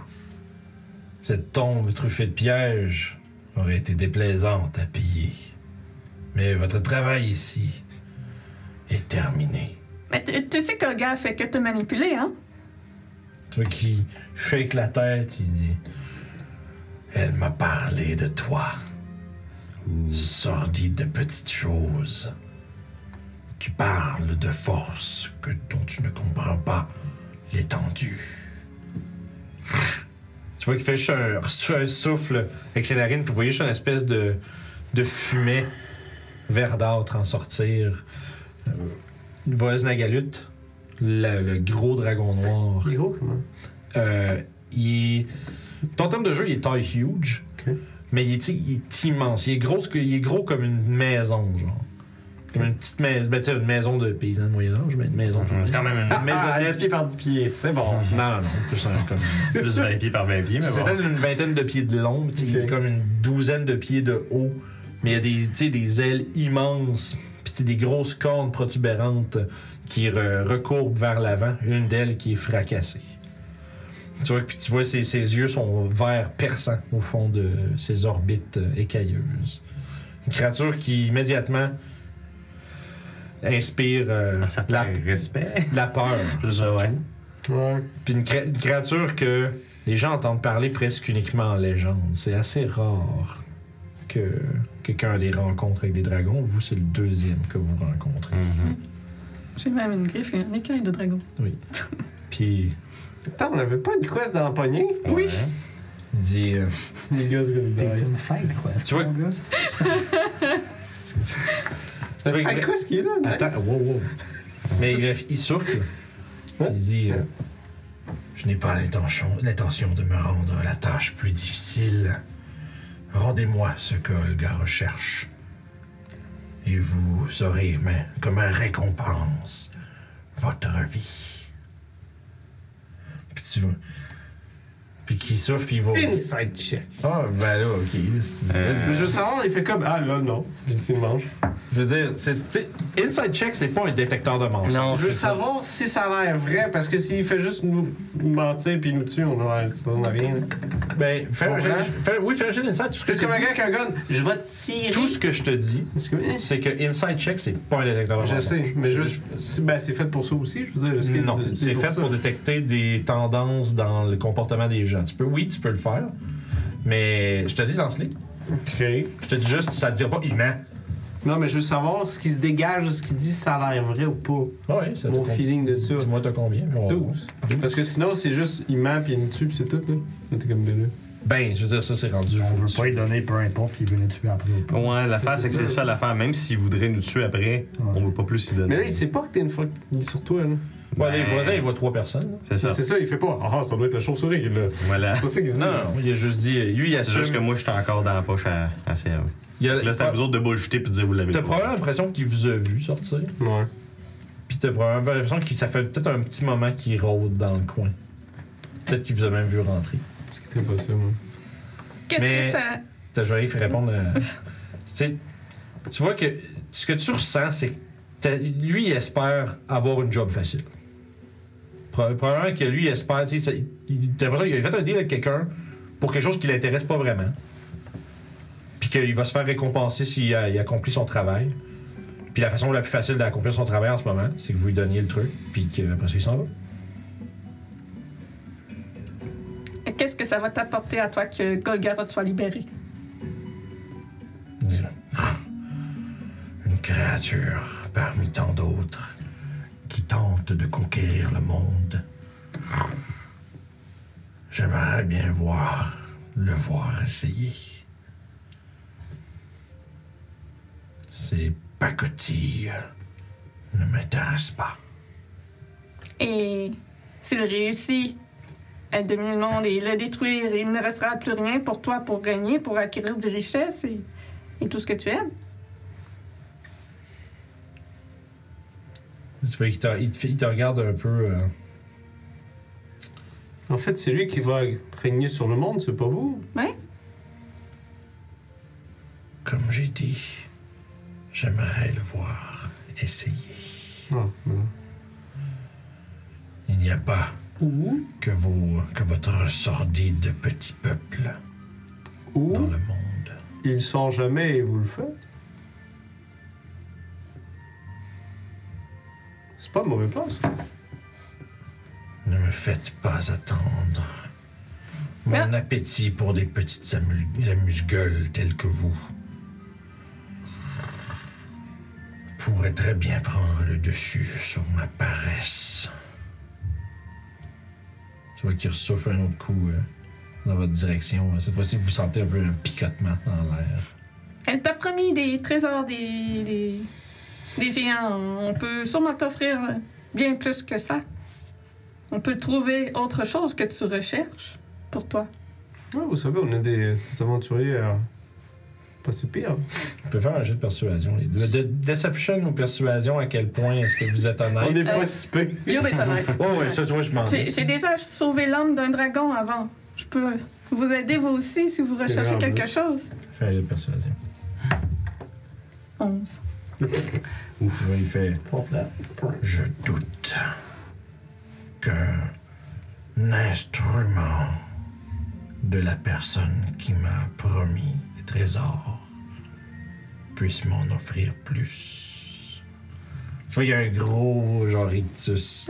cette tombe truffée de pièges aurait été déplaisante à piller. Mais votre travail ici est terminé.
Mais tu Ben, tu sais que le gars fait que te manipuler, hein?
Tu vois qu'il shake la tête, il dit Elle m'a parlé de toi. Sordide de petites choses. Tu parles de force que, dont tu ne comprends pas l'étendue. Tu vois qu'il fait juste un, reçu- un souffle avec ses narines, puis vous voyez juste une espèce de, de fumée verdâtre en sortir. Euh, Voleuse Nagalute, le- le gros dragon noir,
Il est gros comment?
euh, il est- Ton terme de jeu, il est taille huge.
Ok.
Mais il est, il est immense. Il est, gros, que- il est gros comme une maison, genre. Comme une petite maison. Ben, tu sais, une maison de paysan de Moyen-Âge, mais une maison tout
Quand même
Une maisonnette.
10 pieds par 10 pieds, c'est bon.
Non, non, non. Plus un- comme-
plus 20 pieds par 20 pieds, mais
C'est
bon.
peut-être une vingtaine de pieds de long, tu sais, il y a
Ok.
comme une douzaine de pieds de haut. Mais il y a des, tu sais, des ailes immenses, puis tu sais, des grosses cornes protubérantes qui re- recourbent vers l'avant, une d'elles qui est fracassée. Tu vois, puis tu vois ses, ses yeux sont verts perçants au fond de ses orbites euh, écailleuses. Une créature qui immédiatement inspire euh,
Un certain
la,
respect.
la peur.
Ouais.
Ouais.
Puis une, cré- une créature que les gens entendent parler presque uniquement en légende. C'est assez rare que quelqu'un les rencontre avec des dragons. Vous, c'est le deuxième que vous rencontrez.
Mhm.
J'ai même une griffe et un écaille de dragon.
Puis
Attends, on avait pas une quest dans la poignée?
Oui.
il dit euh,
Les gars, c'est gonna
T'es
die.
une side quest.
Tu vois-
mon gars.
Tu veux-
C'est la quest qui est là,
Attends,
nice.
wow, wow. Mais bref, il souffle.
Oh.
Il dit euh, Je n'ai pas l'intention, l'intention de me rendre la tâche plus difficile. Rendez-moi ce que Olga recherche. Et vous aurez mais, comme un récompense votre vie. puis tu veux. Puis qui souffle, puis il va.
Inside check.
Ah, ben là, ok. c'est-
Euh,
vas-y.
Mais je veux savoir, il fait comme Ah là, non. Puis il mange.
Je veux dire, c'est, tu sais, Inside Check, c'est pas un détecteur de mensonges.
Je
Non,
veux
c'est ça.
savoir si ça a l'air vrai, parce que s'il fait juste nous mentir puis nous tuer, on aura on a rien.
Ben, fais un
Bon,
jet-
hein?
fais- oui, fais un jet d'insight. Tout ce que,
C'est
je
comme
te
un
dis-
gars qui a un gun. Je vais te tirer.
tout ce que je te dis,
C'est comme, eh,
c'est que Inside Check, c'est pas un détecteur de
Je
mensonges.
sais, mais juste. c'est- Ben, c'est fait pour ça aussi, je veux dire. le skill
Non,
de-
c'est fait
ça.
pour détecter des tendances dans le comportement des gens. Tu peux, oui, tu peux le faire, mais je te dis, lance-les.
Ok.
Je te dis juste, ça te dira pas, il ment.
Non, mais je veux savoir ce qui se dégage de ce qu'il dit, si ça a l'air vrai ou pas.
Ah Oui, c'est
Mon feeling de ça.
Dis-moi, t'as combien? puis on va voir.
12. Parce que sinon, c'est juste, il ment puis il nous tue puis c'est tout, là. Là, T'es comme ben là.
Ben, je veux dire, ça, c'est rendu.
On veut pas lui donner, peu importe s'il veut nous tuer après ou pas.
Ouais, l'affaire, c'est que c'est ça l'affaire. Même s'il voudrait nous tuer après, on veut pas plus lui donner.
Mais là, il sait pas que t'es une fuck. Il est sur toi, là.
Ouais, là, il voit, là, il voit trois personnes. là.
C'est ça.
C'est ça, il fait pas. Ah, ça doit être la chauve-souris, là.
Voilà.
C'est pas ça qu'il dit.
Non, non, il a juste dit, lui, il
C'est juste que
assume.
moi, j'étais encore dans la poche à, à CM.
Il a- Ah,
Là, c'est à vous autres de bullshiter puis de dire vous l'avez
T'as
pas.
probablement l'impression qu'il vous a vu sortir.
Ouais.
Puis t'as probablement l'impression que ça fait peut-être un petit moment qu'il rôde dans le coin. Peut-être qu'il vous a même vu rentrer.
Ce qui était pas ça, moi.
Qu'est-ce
Mais-
que ça.
T'as Joël fait répondre à... Tu sais, tu vois que ce que tu ressens, c'est que t'as- lui, il espère avoir une job facile. Pro- Probablement que lui, il espère... tu sais, ça- il- T'as l'impression qu'il a fait un deal avec quelqu'un pour quelque chose qui l'intéresse pas vraiment. Puis qu'il va se faire récompenser s'il a- il accomplit son travail. Puis la façon la plus facile d'accomplir son travail en ce moment, c'est que vous lui donniez le truc, puis qu'après ça, il s'en va.
Qu'est-ce que ça va t'apporter à toi que Golgaroth soit libéré?
Une créature parmi tant d'autres qui tente de conquérir le monde. J'aimerais bien voir, le voir essayer. Ces pacotilles ne m'intéressent pas.
Et s'il réussit à dominer le monde et le détruire, il ne restera plus rien pour toi pour gagner, pour acquérir des richesses et, et tout ce que tu aimes.
Tu vois qu'il te, il te- il te regarde un peu. euh,
En fait, c'est lui qui va régner sur le monde, c'est pas vous.
comme j'ai dit, j'aimerais le voir essayer.
Ah, voilà.
Il n'y a pas
Ou,
que, vos, que votre sordide petit peuple
ou,
dans le monde.
il sort jamais et vous le faites. C'est pas un mauvais plan, ça.
Ne me faites pas attendre. Mon appétit pour des petites amu- amuse-gueules telles que vous pourrait très bien prendre le dessus sur ma paresse. Tu vois qu'il ressouffle un autre coup euh, dans votre direction. Cette fois-ci, vous sentez un peu un picotement dans l'air.
Elle t'a promis des trésors des, des, des géants. On peut sûrement t'offrir bien plus que ça. On peut trouver autre chose que tu recherches pour toi.
Ouais, vous savez, on a des aventuriers euh, pas si pire.
Tu peux faire un jeu de persuasion, les deux. De deception ou persuasion, à quel point est-ce que vous êtes honnête?
est
pas
si pire.
Yo, ben, t'as l'air.
Oh, oui, ça, tu vois, je m'en
Euh, J'ai j'ai déjà sauvé l'âme d'un dragon avant. Je peux vous aider vous aussi si vous
C'est
recherchez
vrai, en
quelque
plus.
chose.
Fais un jeu de persuasion.
11.
Tu vois, il fait.
Fort là.
Je doute qu'un instrument de la personne qui m'a promis des trésors puisse m'en offrir plus. Tu vois, il y a un gros genre rictus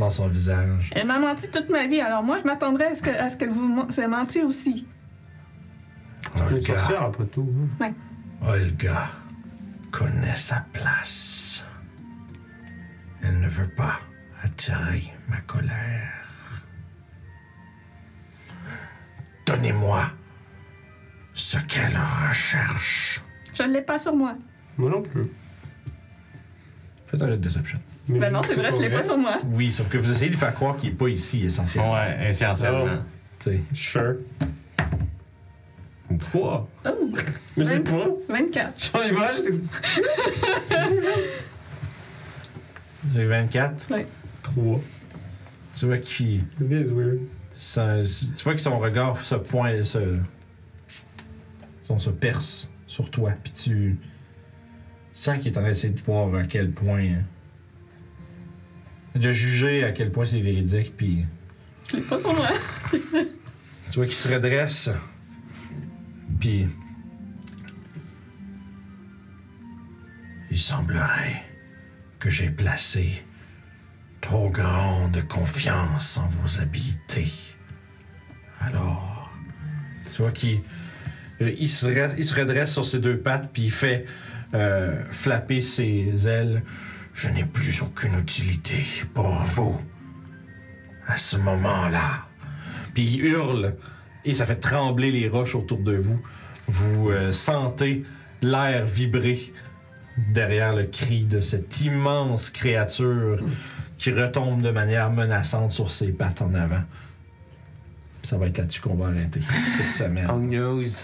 dans son visage.
Elle m'a menti toute ma vie, alors moi je m'attendrais à ce que, à ce que vous men- se mentiez aussi.
C'est une
Regarde.
sorcière, après tout. hein.
Olga connaît sa place. Elle ne veut pas attirer ma colère. Donnez-moi ce qu'elle recherche.
Je ne l'ai pas sur moi.
Moi non plus.
Faites un jet de deception.
Mais
Ben non, c'est vrai, je l'ai pas sur moi.
Oui, sauf que vous essayez de faire croire qu'il n'est pas ici, essentiellement.
Ouais, essentiellement.
T'sais.
Sure. Oh.
Quoi?
Mais j'ai pas.
24.
J'en ai pas, j'étais.
J'ai 24.
3.
Tu Tu vois qu'il.
This guy is weird.
ça- tu vois que son regard se pointe, se. son- se perce sur toi. Puis tu. tu sens qu'il est en train d'essayer de voir à quel point. de juger à quel point c'est véridique. Puis
Je l'ai pas sur moi.
tu vois qu'il se redresse. Puis. Il semblerait que j'ai placé trop grande confiance en vos habiletés. Alors. Tu vois qu'il. euh, Il se, re- il se redresse sur ses deux pattes, puis il fait euh, flapper ses ailes. Je n'ai plus aucune utilité pour vous. À ce moment-là, puis il hurle et ça fait trembler les roches autour de vous. Vous euh, sentez l'air vibrer derrière le cri de cette immense créature qui retombe de manière menaçante sur ses pattes en avant. Puis Ça va être là-dessus qu'on va arrêter cette semaine.
On news.